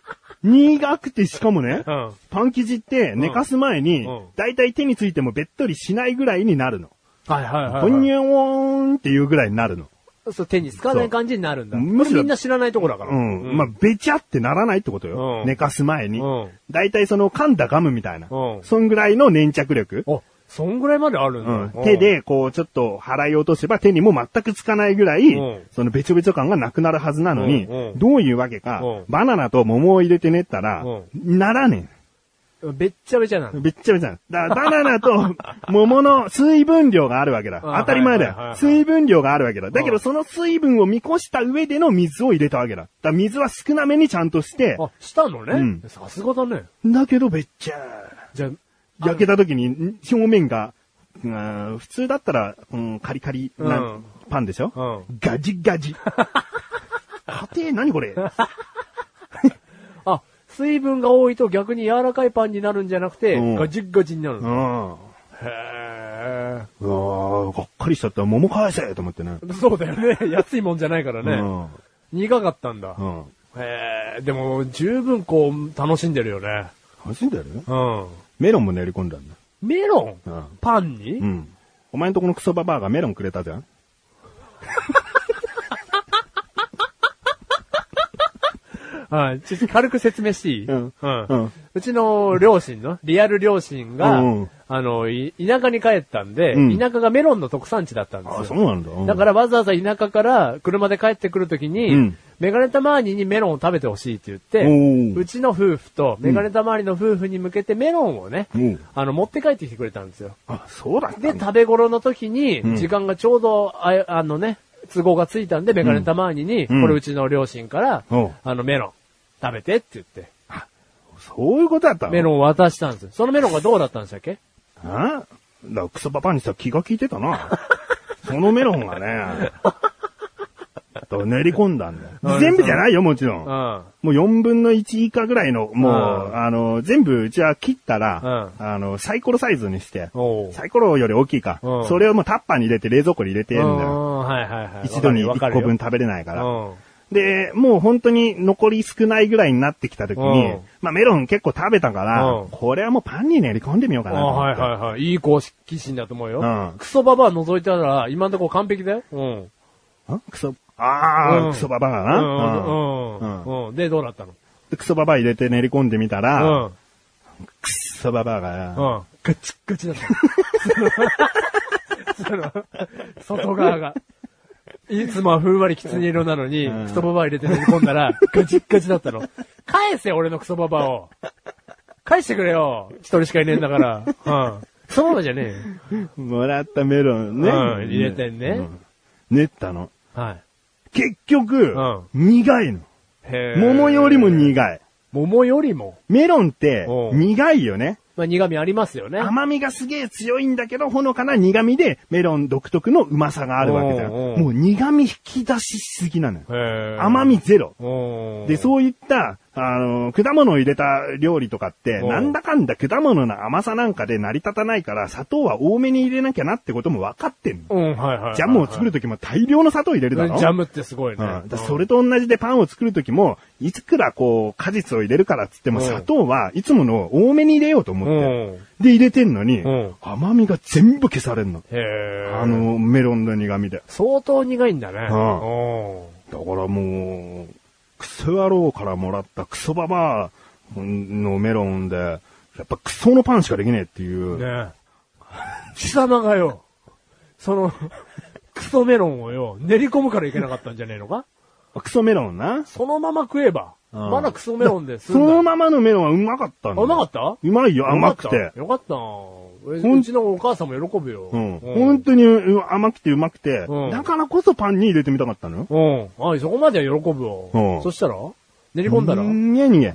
Speaker 2: 苦くてしかもね、
Speaker 1: うん
Speaker 2: パン生地って寝かす前に、
Speaker 1: うん
Speaker 2: だいたい手についてもべっとりしないぐらいになるの。
Speaker 1: はいはいは
Speaker 2: ほ
Speaker 1: い、
Speaker 2: ん
Speaker 1: は
Speaker 2: にゃおーんっていうぐらいになるの。
Speaker 1: い。そう、手につかない感じになるんだ。
Speaker 2: そう
Speaker 1: これみんな知らないとこだから。
Speaker 2: うん。まあ、べちゃってならないってことよ。
Speaker 1: うん
Speaker 2: 寝かす前に
Speaker 1: うん。
Speaker 2: だいたいその噛んだガムみたいな。
Speaker 1: うん
Speaker 2: そんぐらいの粘着力。
Speaker 1: あ、そんぐらいまであるんだ。
Speaker 2: うん、手で、こう、ちょっと払い落とせば手にも全くつかないぐらい、
Speaker 1: うん
Speaker 2: そのべちょべちょ感がなくなるはずなのに、
Speaker 1: うんうん
Speaker 2: どういうわけか、
Speaker 1: うん
Speaker 2: バナナと桃を入れて練ったら、
Speaker 1: う
Speaker 2: なら
Speaker 1: うん。
Speaker 2: ね
Speaker 1: べっちゃべちゃな
Speaker 2: え。
Speaker 1: の。
Speaker 2: べっちゃべちゃ。だバナ
Speaker 1: (laughs)
Speaker 2: ナと桃の水分量があるわけだ。
Speaker 1: あ
Speaker 2: 当たり前だよ、
Speaker 1: はいはいはいはい
Speaker 2: 水分量があるわけだ。だけ
Speaker 1: う
Speaker 2: ど
Speaker 1: ん
Speaker 2: その水分を見越した上での水を入れたわけだ。だから水は少なめにちゃんとして、
Speaker 1: あ、したのね
Speaker 2: う。ん
Speaker 1: さすがだね。
Speaker 2: だけどべっちゃ。
Speaker 1: じゃあ、
Speaker 2: 焼けた時にん表面が、うん普通だったら、うん、カリカリな、
Speaker 1: うん
Speaker 2: パンでしょ、
Speaker 1: う
Speaker 2: ガジガジ。家庭何これ
Speaker 1: あ、水分が多いと逆に柔らかいパンになるんじゃなくて、
Speaker 2: うん
Speaker 1: ガジッガジになる
Speaker 2: う
Speaker 1: の。
Speaker 2: ん。
Speaker 1: へ
Speaker 2: うわーがっかりしちゃった。桃返せと思ってね。
Speaker 1: ーそうだよね。 (laughs) 安いもんじゃないから
Speaker 2: う
Speaker 1: ね。
Speaker 2: ん。
Speaker 1: 苦かったんだ
Speaker 2: う。ん。
Speaker 1: へえ、でも、十分こう、楽しんでるよね。
Speaker 2: 欲しいんだよね。
Speaker 1: うん。
Speaker 2: メロンも練り込んだんだ。
Speaker 1: メロン、
Speaker 2: うん
Speaker 1: パンに、
Speaker 2: うん。お前んとこのクソババアがメロンくれたじゃん
Speaker 1: はい。ちょっと軽く説明していい、
Speaker 2: うんうん
Speaker 1: うちの両親の、リアル両親が、
Speaker 2: うん
Speaker 1: あの、い田舎に帰ったんで、
Speaker 2: うん
Speaker 1: 田舎がメロンの特産地だったんですよ。
Speaker 2: あ、そうなんだ。うん
Speaker 1: だからわざわざ田舎から車で帰ってくるときに、
Speaker 2: うん
Speaker 1: メガネタマーニにメロンを食べてほしいって言って
Speaker 2: おー、
Speaker 1: うちの夫婦とメガネタマーニの夫婦に向けてメロンをね、
Speaker 2: うん
Speaker 1: あの、持って帰ってきてくれたんですよ。
Speaker 2: あ、そうだったんだ
Speaker 1: で、食べ頃の時に
Speaker 2: ん、
Speaker 1: 時間がちょうど、ああのね、都合がついたんで、メガネタマーニに、
Speaker 2: うん
Speaker 1: これうちの両親から、
Speaker 2: おう
Speaker 1: あの、メロン、食べてって言って、
Speaker 2: そういうことだったの
Speaker 1: メロンを渡したんですよ。そのメロンがどうだったんでしたっけ
Speaker 2: ン。あだからクソババアにしたら気が利いて
Speaker 1: (laughs)
Speaker 2: たな。そのメロンがね、と練り込んだんだ
Speaker 1: う
Speaker 2: よ。
Speaker 1: ん
Speaker 2: 全部じゃないよ、もちろ。
Speaker 1: うん
Speaker 2: も
Speaker 1: ん。
Speaker 2: う4分の1以下ぐらいの、もう、
Speaker 1: うん
Speaker 2: あの、全部うちは切ったら、
Speaker 1: う
Speaker 2: あの、サイコロサイズにして、
Speaker 1: おう
Speaker 2: サイコロより大きいか、
Speaker 1: うん
Speaker 2: それをもうタッパーに入れて冷蔵庫に入れてるんだよ。
Speaker 1: うんはいはいはい。
Speaker 2: 一度に
Speaker 1: わか
Speaker 2: 1
Speaker 1: るよ
Speaker 2: 個分食べれないから。
Speaker 1: うん。
Speaker 2: で、もう本当に残り少ないぐらいになってきた時に、
Speaker 1: うん
Speaker 2: まあメロン結構食べたから、
Speaker 1: うん
Speaker 2: これはもうパンに練り込んでみようかな
Speaker 1: あ
Speaker 2: と思
Speaker 1: は
Speaker 2: っ
Speaker 1: い
Speaker 2: て。
Speaker 1: はいはい。いい公式心だと思うよ。
Speaker 2: うん
Speaker 1: クソババア覗いたら、今のところ完璧だよ。うん。
Speaker 2: んクソ、ああ、
Speaker 1: うん
Speaker 2: クソババア
Speaker 1: う
Speaker 2: な、うん
Speaker 1: ん。
Speaker 2: う
Speaker 1: うん。うん。で、どうだったの
Speaker 2: でクソババア入れて練り込んでみたら、
Speaker 1: うん。
Speaker 2: クソババアが、
Speaker 1: うん。ガチッガチだった。そ (laughs) の、その外側が。いつもはふんわりきつね色なのに、
Speaker 2: ん
Speaker 1: クソババア入れて練り込んだら、ガチッガチだったの。返せ、俺のクソババアを。返してくれよ。一人しかいねえんだから。うん。クソババアじゃねえよ。
Speaker 2: もらったメロンね。
Speaker 1: うん入れてね
Speaker 2: うん練ったの。
Speaker 1: はい。
Speaker 2: 結局、
Speaker 1: ん
Speaker 2: 苦いの。
Speaker 1: へー
Speaker 2: 桃よりも。苦い。
Speaker 1: 桃よりも。
Speaker 2: メロンって
Speaker 1: おう
Speaker 2: 苦いよね。
Speaker 1: まあ苦味ありますよね。
Speaker 2: 甘みがすげえ強いんだけど、ほのかな苦味でメロン独特のうまさがあるわけだよ。
Speaker 1: おうおう
Speaker 2: もう苦味引き出しすぎなのよ。甘
Speaker 1: 甘
Speaker 2: み。ゼロ。で、
Speaker 1: で
Speaker 2: そういった、あの、果物を入れた料理とかって、
Speaker 1: うん
Speaker 2: なんだかんだ果物の甘さなんかで成り立たないから、砂糖は多めに入れなきゃなってことも分かってんの。
Speaker 1: うん、はいはいはいはい。
Speaker 2: ジャムを作るときも大量の砂糖入れるだろ
Speaker 1: ジャムってすごい
Speaker 2: うん、だ
Speaker 1: ね
Speaker 2: か。らそれと同じでパンを作るときも、いくらこう、果実を入れるからっつっても、
Speaker 1: うん
Speaker 2: 砂糖はいつもの多めに入れようと思
Speaker 1: う
Speaker 2: っ
Speaker 1: ん。
Speaker 2: て。で、入れてんのに
Speaker 1: うん、
Speaker 2: 甘みが全部消されんの。
Speaker 1: へえ。
Speaker 2: あ、の、メロンの苦味で。
Speaker 1: 相当苦いんだね。う
Speaker 2: う
Speaker 1: ん。
Speaker 2: だからもう、クソ野郎からもらったクソババアのメロンで、やっぱクソのパンしかできねえっていう。
Speaker 1: ねえ。貴様がよ、その、 (laughs) クソメロンをよ、練り込むからいけなかったんじゃねえのか
Speaker 2: クソメロンな。
Speaker 1: そのまま食えば、
Speaker 2: うん
Speaker 1: まだクソメロンです。
Speaker 2: そのままのメロンはうまかったんだよ
Speaker 1: あうまかった
Speaker 2: うまいよ、甘くて。
Speaker 1: よかったよかった。
Speaker 2: ほん
Speaker 1: うちのお母さんも喜ぶよ。
Speaker 2: うん。
Speaker 1: う
Speaker 2: 本当にう甘くてうまくて、
Speaker 1: うん
Speaker 2: だからこそパンに入れてみたかったのよ。
Speaker 1: うん。あ、そこまでは喜ぶ
Speaker 2: うん
Speaker 1: よ。そしたら練り込んだら
Speaker 2: 逃げ逃げ。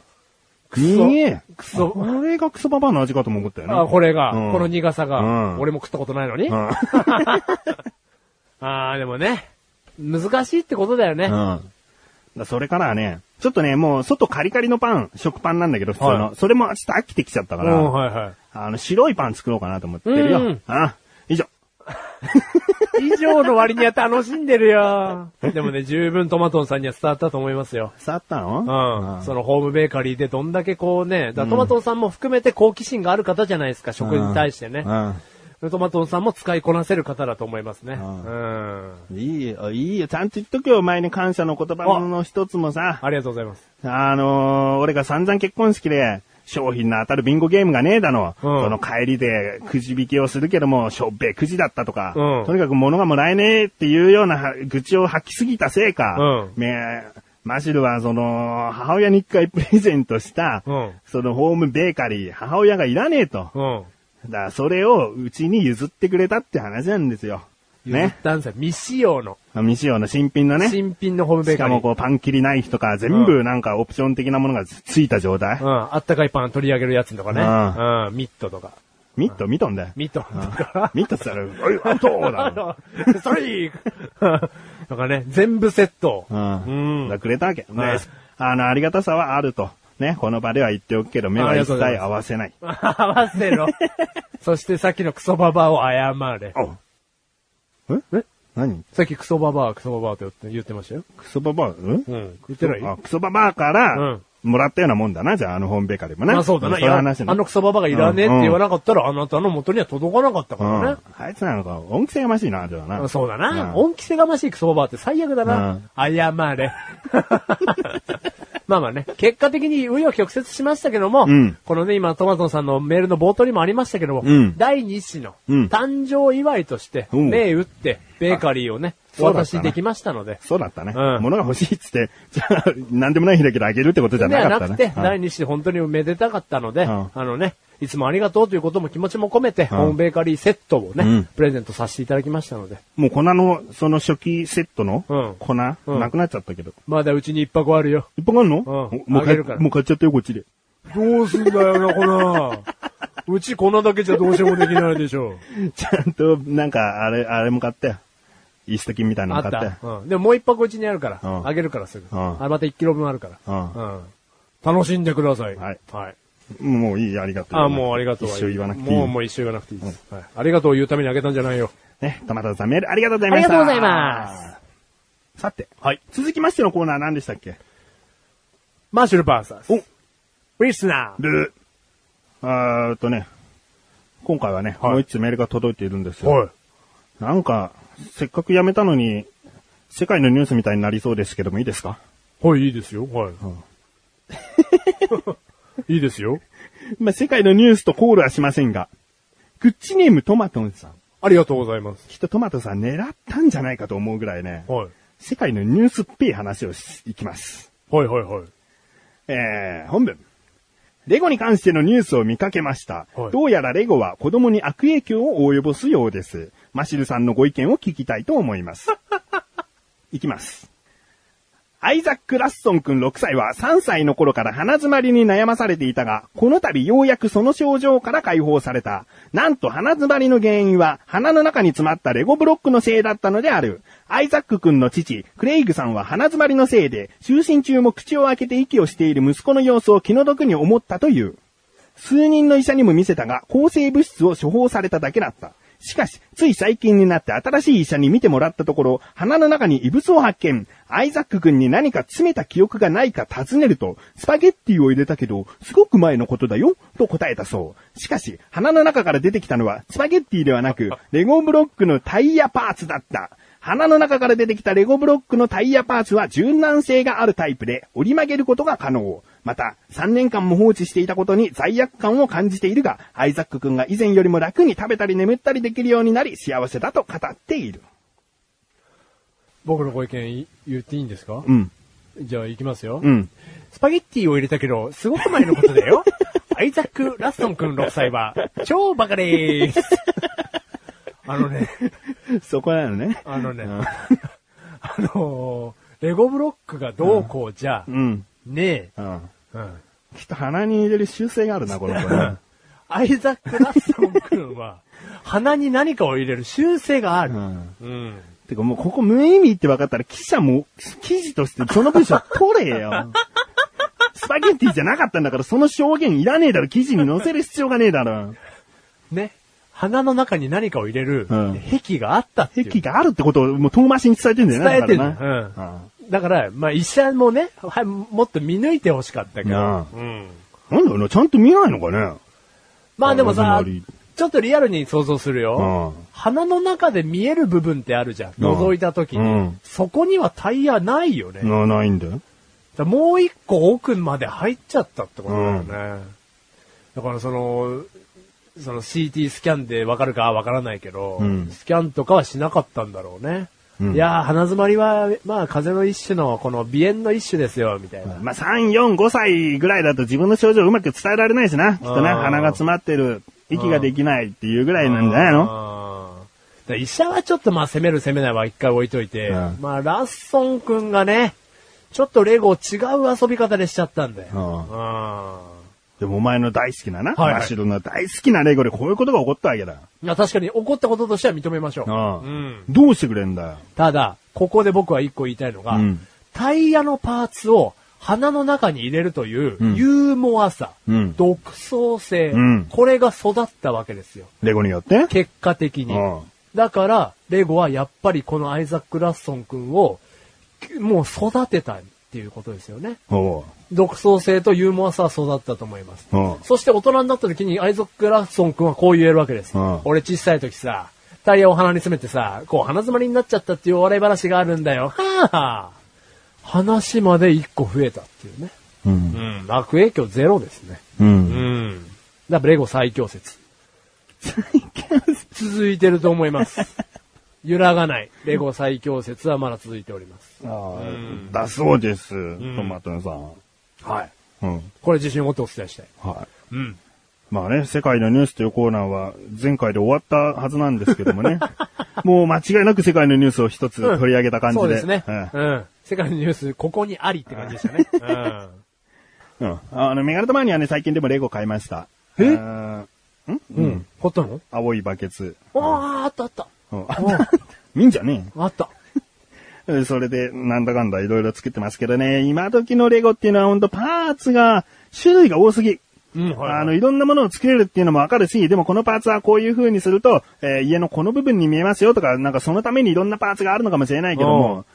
Speaker 2: 逃げ。
Speaker 1: クソ
Speaker 2: これがクソババアの味かとも思ったよね。
Speaker 1: あ、これが、
Speaker 2: うん
Speaker 1: この苦さが、
Speaker 2: うん
Speaker 1: 俺も食ったことないのに。
Speaker 2: うん。
Speaker 1: ああ、でもね、難しいってことだよね。
Speaker 2: うん。だそれからはね、ちょっとね、もう外カリカリのパン、食パンなんだけど、普通の。
Speaker 1: は
Speaker 2: それもちょっと飽きてきちゃったから、
Speaker 1: うん、はいは
Speaker 2: あの、白いパン作ろうかなと思ってるよ。
Speaker 1: うん
Speaker 2: あ以上。
Speaker 1: い。以上の割には楽しんでるよ。 (laughs) でもね、十分トマトンさんには伝わったと思いますよ。
Speaker 2: 伝わったの
Speaker 1: うん。そのホームベーカリーでどんだけこうね、だからトマトンさんも含めて好奇心がある方じゃないですか、食に対してね
Speaker 2: う。ん。
Speaker 1: トマトンさんも使いこなせる方だと思いますね。う
Speaker 2: う
Speaker 1: ん。
Speaker 2: んいいよ、いいよ。ちゃんと言っとけよ、お前に感謝の言葉の一つもさ、
Speaker 1: ありがとうございます。
Speaker 2: あのー、俺が散々結婚式で、商品の当たるビンゴゲームがねえだの。
Speaker 1: うん
Speaker 2: その帰りでくじ引きをするけども、しょっべくじだったとか、
Speaker 1: うん
Speaker 2: とにかく物がもらえねえっていうようなは愚痴を吐きすぎたせいか、
Speaker 1: う
Speaker 2: めマシルはその、母親に一回プレゼントした、
Speaker 1: うん
Speaker 2: そのホームベーカリー、母親がいらねえと。
Speaker 1: うん。
Speaker 2: だからそれをうちに譲ってくれたって話なんですよ。ね。
Speaker 1: ダンさん、未使用の、
Speaker 2: 未使用の新品のね。
Speaker 1: 新品のホームベー
Speaker 2: し
Speaker 1: カ
Speaker 2: か
Speaker 1: リ
Speaker 2: も
Speaker 1: ー。
Speaker 2: こうパン切りナイフとか全部なんかオプション的なものがつついた状態
Speaker 1: う。ん。あったかいパン取り上げるやつとかね。
Speaker 2: うん
Speaker 1: うん。ミットとか。
Speaker 2: ミット、ミトンだよ。
Speaker 1: ミットとか。
Speaker 2: ミットって言ったら、おい、アウ
Speaker 1: (laughs)
Speaker 2: トだろ。
Speaker 1: それいい (laughs) とかね、全部セット。
Speaker 2: うん。
Speaker 1: うん
Speaker 2: が。くれたわけ。ね
Speaker 1: はい
Speaker 2: あの、ありがたさはあると。ね、この場では言っておくけど、目は一切合わせない。
Speaker 1: 合わせ
Speaker 2: (laughs)
Speaker 1: ろ。そしてさっきのクソババアを謝れ。
Speaker 2: おええ何
Speaker 1: さっきクソババア、クソババアって言ってましたよ。
Speaker 2: クソババアうん
Speaker 1: うん。言ってない
Speaker 2: あ、クソババアから
Speaker 1: うん、
Speaker 2: もらったようなもんだな、じゃあ、あの本ベーカリーもね。
Speaker 1: まあそうだな。
Speaker 2: ん
Speaker 1: い
Speaker 2: そういう
Speaker 1: やあ
Speaker 2: 話ね
Speaker 1: のクソババアがいらねえって言わなかったら、あなたの元には届かなかったか
Speaker 2: うん
Speaker 1: らね。
Speaker 2: あいつなんか、恩着せがましいな、じゃあな。
Speaker 1: そうだな。
Speaker 2: うん
Speaker 1: 恩着せがましいクソババアって最悪だな。謝れ。
Speaker 2: (laughs)
Speaker 1: まあまあね、結果的に紆余曲折しましたけども、
Speaker 2: うん
Speaker 1: このね、今、トマトンさんのメールの冒頭にもありましたけども、
Speaker 2: うん
Speaker 1: 第2子の
Speaker 2: うん
Speaker 1: 誕生祝いとして、
Speaker 2: うん
Speaker 1: 銘打って、ベーカリーをね、
Speaker 2: あ
Speaker 1: お
Speaker 2: そうだ
Speaker 1: 渡
Speaker 2: った
Speaker 1: し
Speaker 2: な
Speaker 1: できましたので、
Speaker 2: そうだったね。
Speaker 1: うん
Speaker 2: 物が欲しいっつって、じゃあ、なんでもない日だけどあげるってことじゃ
Speaker 1: で
Speaker 2: な
Speaker 1: は
Speaker 2: かっ
Speaker 1: な
Speaker 2: た
Speaker 1: く
Speaker 2: ね。
Speaker 1: て、
Speaker 2: うん
Speaker 1: 第2子で本当にめでたかったので、
Speaker 2: うん
Speaker 1: あのね、いつもありがとうということも気持ちも込めて、ホームベーカリーセットをね、
Speaker 2: うん
Speaker 1: プレゼントさせていただきましたので、
Speaker 2: もう粉の、その初期セットの
Speaker 1: うん
Speaker 2: 粉、な
Speaker 1: うん
Speaker 2: くなっちゃったけど。
Speaker 1: まだうちに一箱あるよ。
Speaker 2: いっぱいあるの
Speaker 1: うん
Speaker 2: おもう
Speaker 1: あ
Speaker 2: 買
Speaker 1: げ
Speaker 2: っ
Speaker 1: るから
Speaker 2: もう買っちゃったよ、こっちで。 (laughs)
Speaker 1: どうすんだよな、この。うちこんなだけじゃどうしようもできないでしょ。
Speaker 2: ちゃんと、なんか、あれ、あれも買ったよ。イースト菌みたいな
Speaker 1: あ
Speaker 2: の
Speaker 1: っ
Speaker 2: 買ったよ。
Speaker 1: た。うん。でももう一箱うちにあるから。
Speaker 2: うん
Speaker 1: あげるからすぐ。
Speaker 2: うん
Speaker 1: あ、また1キロ分あるから。
Speaker 2: う
Speaker 1: うん楽しんでください。
Speaker 2: はい
Speaker 1: はい。
Speaker 2: もういい、ありがとう。
Speaker 1: あ、もうありがとう。
Speaker 2: 一生言わなくていい。
Speaker 1: もうもう一生言わなくていいです。はいありがとう言うためにあげたんじゃないよ。
Speaker 2: ね、トマトさんメールありがとうございました。。
Speaker 1: ありがとうございます
Speaker 2: さて、
Speaker 1: はい。
Speaker 2: 続きましてのコーナー何でしたっけ
Speaker 1: マーシュルバーサー。
Speaker 2: お
Speaker 1: ウィスナー。
Speaker 2: ルー。あーっとね、今回はね、
Speaker 1: はい
Speaker 2: もう一つメールが届いているんですよ。
Speaker 1: はい。
Speaker 2: なんか、せっかくやめたのに、世界のニュースみたいになりそうですけどもいいですか
Speaker 1: はい、いいですよ。はい。 (laughs) いいですよ。
Speaker 2: まあ、世界のニュースとコールはしませんが、グッチネームトマトンさん。
Speaker 1: ありがとうございます。
Speaker 2: きっとトマトさん狙ったんじゃないかと思うぐらいね、
Speaker 1: はい。
Speaker 2: 世界のニュースっぺい話をし、いきます。
Speaker 1: はいはいはい。
Speaker 2: えー、本文。レゴに関してのニュースを見かけました。
Speaker 1: はい
Speaker 2: どうやらレゴは子供に悪影響を及ぼすようです。マシルさんのご意見を聞きたいと思い (laughs) ます。いきます。アイザック・ラッソン君6歳は3歳の頃から鼻詰まりに悩まされていたが、この度ようやくその症状から解放された。なんと鼻詰まりの原因は鼻の中に詰まったレゴブロックのせいだったのである。アイザック君の父、クレイグさんは鼻詰まりのせいで、就寝中も口を開けて息をしている息子の様子を気の毒に思ったという。数人の医者にも見せたが、抗生物質を処方されただけだった。しかし、つい最近になって新しい医者に見てもらったところ、鼻の中に異物を発見。アイザック君に何か詰めた記憶がないか尋ねると、スパゲッティを入れたけど、すごく前のことだよ、と答えたそう。しかし、鼻の中から出てきたのは、スパゲッティではなく、レゴブロックのタイヤパーツだった。鼻の中から出てきたレゴブロックのタイヤパーツは柔軟性があるタイプで折り曲げることが可能。また、3年間も放置していたことに罪悪感を感じているが、アイザック君が以前よりも楽に食べたり眠ったりできるようになり、幸せだと語っている。
Speaker 1: 僕のご意見い言っていいんですか
Speaker 2: うん。
Speaker 1: じゃあ行きますよ。
Speaker 2: うん。
Speaker 1: スパゲッティを入れたけど、すごく前のことだ (laughs) よ。アイザック・ラストン君6歳は、超バカでーす。あのね、
Speaker 2: そこなのね。
Speaker 1: あのね、あのーレゴブロックがどうこうじゃ、
Speaker 2: うん。
Speaker 1: ね
Speaker 2: うん。
Speaker 1: え、うん
Speaker 2: きっと鼻に入れる習性があるな、この子 (laughs) ね。
Speaker 1: アイザック・ラストン君は、鼻に何かを入れる習性がある。
Speaker 2: うん。
Speaker 1: うん。
Speaker 2: っててかもうここ無意味って分かったら記者も記事としてその文章取
Speaker 1: (laughs)
Speaker 2: れよ。スパゲッティじゃなかったんだからその証言いらねえだろ。記事に載せる必要がねえだろ。
Speaker 1: ね。鼻の中に何かを入れる、
Speaker 2: うん
Speaker 1: 癖があったっていう。
Speaker 2: 癖があるってことをもう遠回しに伝えてんだよ
Speaker 1: 伝
Speaker 2: ね。
Speaker 1: えてる
Speaker 2: だか
Speaker 1: (laughs)
Speaker 2: ら
Speaker 1: う
Speaker 2: な。
Speaker 1: だから、まあ医者もね、はい、もっと見抜いてほしかったけど。
Speaker 2: なあ
Speaker 1: うん。
Speaker 2: うんなんだろうな、ちゃんと見ないのかね。
Speaker 1: まあでも
Speaker 2: あ
Speaker 1: さ
Speaker 2: のつまり、
Speaker 1: ちょっとリアルに想像するよ。
Speaker 2: うん
Speaker 1: 鼻の中で見える部分ってあるじゃん。
Speaker 2: うん
Speaker 1: 覗いた時に。
Speaker 2: うん
Speaker 1: そこにはタイヤないよね。だか
Speaker 2: な、ないんだよ。
Speaker 1: らもう一個奥まで入っちゃったってことだよね。
Speaker 2: うん
Speaker 1: だからその、その CT スキャンでわかるかはわからないけど、
Speaker 2: うん
Speaker 1: スキャンとかはしなかったんだろうね。
Speaker 2: うん
Speaker 1: いやー、鼻詰まりは、まあ風邪の一種の、この鼻炎の一種ですよ、みたいな。
Speaker 2: まあ、3、4、5歳ぐらいだと自分の症状うまく伝えられないしな。きっとね、
Speaker 1: あー
Speaker 2: 鼻が詰まってる、息ができないっていうぐらいなんじゃないの
Speaker 1: の医者はちょっとまあ攻める攻めないは一回置いといて、
Speaker 2: うん
Speaker 1: まあラッソン君がね、ちょっとレゴを違う遊び方でしちゃったんだよ。
Speaker 2: うん
Speaker 1: う
Speaker 2: でもお前の大好きなな、
Speaker 1: はいはい
Speaker 2: 真っ白な大好きなレゴでこういうことが起こったわけだ。
Speaker 1: ん。いや確かに怒ったこととしては認めましょう。
Speaker 2: う
Speaker 1: うん
Speaker 2: どうしてくれんだよ。
Speaker 1: ただ、ここで僕は一個言いたいのが、
Speaker 2: うん
Speaker 1: タイヤのパーツを鼻の中に入れるという
Speaker 2: うん
Speaker 1: ユーモアさ、
Speaker 2: うん
Speaker 1: 独創性、
Speaker 2: うん
Speaker 1: これが育ったわけですよ。
Speaker 2: レゴによって
Speaker 1: 結果的に。
Speaker 2: うん
Speaker 1: だから、レゴはやっぱりこのアイザック・ラッソン君を、きもう育てたっていうことですよね。
Speaker 2: おう
Speaker 1: 独創性とユーモアさは育ったと思います。
Speaker 2: うん
Speaker 1: そして大人になった時にアイザック・ラッソン君はこう言えるわけです。
Speaker 2: うん
Speaker 1: 俺小さい時さ、タイヤを鼻に詰めてさ、こう鼻詰まりになっちゃったっていうお笑い話があるんだよ。はぁはぁ話まで一個増えたっていうね。
Speaker 2: うん。
Speaker 1: うん。悪影響ゼロですね。
Speaker 2: う。
Speaker 1: うんん。だからレゴ最強説。続いてると思います。揺らがない。レゴ最強説はまだ続いております。
Speaker 2: あーだそうです、
Speaker 1: ん
Speaker 2: トマトさん。
Speaker 1: はい。
Speaker 2: うん。
Speaker 1: これ自信を持ってお伝えしたい。
Speaker 2: はい。
Speaker 1: うん。
Speaker 2: まあね、世界のニュースというコーナーは前回で終わったはずなんですけ
Speaker 1: (laughs)
Speaker 2: どもね。もう間違いなく世界のニュースを一つ取り上げた感じで。
Speaker 1: そうですね。
Speaker 2: うん
Speaker 1: うん。世界のニュース、ここにありって感じでしたね。うん。
Speaker 2: うん。あの、メガネとマニアね、最近でもレゴ買いました。
Speaker 1: え
Speaker 2: あーん
Speaker 1: うん。買ったの
Speaker 2: 青いバケツ。
Speaker 1: ああ、あったあった。
Speaker 2: (laughs) うん。
Speaker 1: う
Speaker 2: いいんじゃね
Speaker 1: んあった。
Speaker 2: えそれで、なんだかんだいろいろ作ってますけどね、今時のレゴっていうのはほんとパーツが、種類が多すぎ。
Speaker 1: うん、はい。
Speaker 2: あの、いろんなものを作れるっていうのもわかるし、でもこのパーツはこういう風にすると、えー家のこの部分に見えますよとか、なんかそのためにいろんなパーツがあるのかもしれないけども、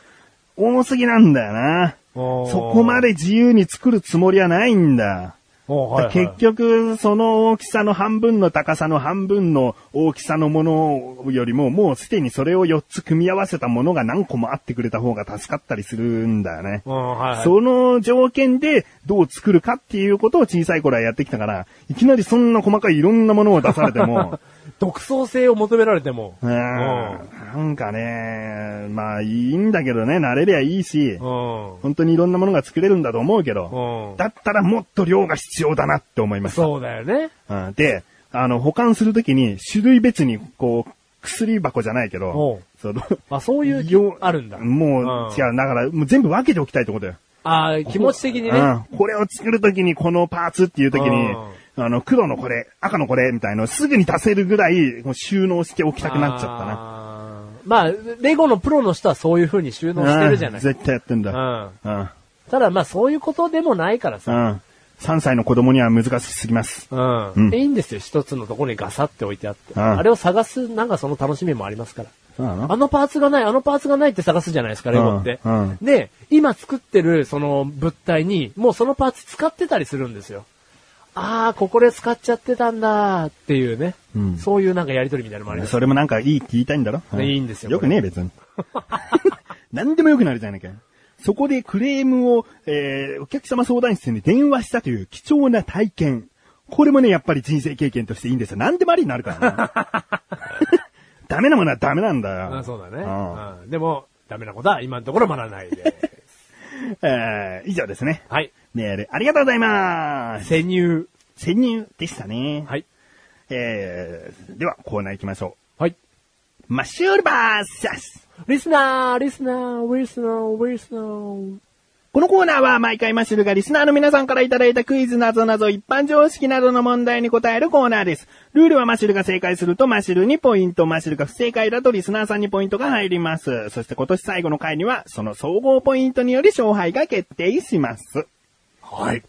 Speaker 2: 多すぎなんだよな。
Speaker 1: おー
Speaker 2: そこまで自由に作るつもりはないんだ。
Speaker 1: おはいはい
Speaker 2: 結局、その大きさの半分の高さの半分の大きさのものよりも、もうすでにそれを4つ組み合わせたものが何個もあってくれた方が助かったりするんだよね。
Speaker 1: うん、はいはい。
Speaker 2: その条件でどう作るかっていうことを小さい頃はやってきたから、いきなりそんな細かいいろんなものを出されて
Speaker 1: (laughs)
Speaker 2: も、
Speaker 1: 独創性を求められても。
Speaker 2: うーんなんかね、まあいいんだけどね、慣れりゃいいし
Speaker 1: う、ん。
Speaker 2: 本当にいろんなものが作れるんだと思うけど、
Speaker 1: うん。
Speaker 2: だったらもっと量が必要だなって思いました。
Speaker 1: そうだよね。
Speaker 2: うんで、あの、保管するときに、種類別に、こう、薬箱じゃないけ
Speaker 1: おう、
Speaker 2: どその、 (laughs)
Speaker 1: まあそういう気
Speaker 2: よ
Speaker 1: あるんだ。
Speaker 2: もう、
Speaker 1: ん
Speaker 2: 違う、だから、もう全部分けておきたいってことよ。
Speaker 1: ああ、気持ち的にね。
Speaker 2: うんこれを作るときに、このパーツっていうときに
Speaker 1: うん、
Speaker 2: あの、黒のこれ、赤のこれ、みたいなの、すぐに出せるぐらい、もう収納しておきたくなっちゃったな。
Speaker 1: あーまあ、レゴのプロの人はそういう風に収納してるじゃない。
Speaker 2: うん絶対やってんだ。
Speaker 1: うん。
Speaker 2: うん。
Speaker 1: ただまあそういうことでもないから
Speaker 2: う
Speaker 1: さ。
Speaker 2: ん。3歳の子供には難しすぎます。
Speaker 1: うん。
Speaker 2: うん
Speaker 1: いいんですよ。一つのところにガサって置いてあって。
Speaker 2: うん
Speaker 1: あれを探す、なんかその楽しみもありますから。
Speaker 2: そうなの
Speaker 1: あのパーツがない、あのパーツがないって探すじゃないですか、レゴって。
Speaker 2: うんうん
Speaker 1: で、今作ってるその物体に、もうそのパーツ使ってたりするんですよ。ああ、ここで使っちゃってたんだーっていうね、
Speaker 2: うん
Speaker 1: そういうなんかやりとりみたいなのもあります。
Speaker 2: それもなんかいいって言いたいんだろ、
Speaker 1: ねいいんですよ
Speaker 2: よくねえ、別に。 (laughs) 何でもよくなるじゃなきゃ。そこでクレームを、えー、お客様相談室に電話したという貴重な体験。これもね、やっぱり人生経験としていいんですよ。何でもありになるから
Speaker 1: (laughs)
Speaker 2: ねダメなものはダメなんだよ。
Speaker 1: あそうだね、
Speaker 2: ん
Speaker 1: うんでも、ダメなことは今のところ学ばないで。
Speaker 2: (laughs) えー以上ですね。
Speaker 1: はい。
Speaker 2: メール、ありがとうございます。
Speaker 1: 潜入。
Speaker 2: 潜入でしたね。
Speaker 1: はい。
Speaker 2: えー、では、コーナー行きましょ
Speaker 1: はい。
Speaker 2: う。マッシュルバーサス
Speaker 1: リスナー、リスナー、リスナー、リスナー。
Speaker 2: このコーナーは毎回マッシュルがリスナーの皆さんからいただいたクイズなぞなぞ一般常識などの問題に答えるコーナーです。ルールはマッシュルが正解するとマッシュルにポイント、マッシュルが不正解だとリスナーさんにポイントが入ります。そして今年最後の回にはその総合ポイントにより勝敗が決定します。
Speaker 1: はい。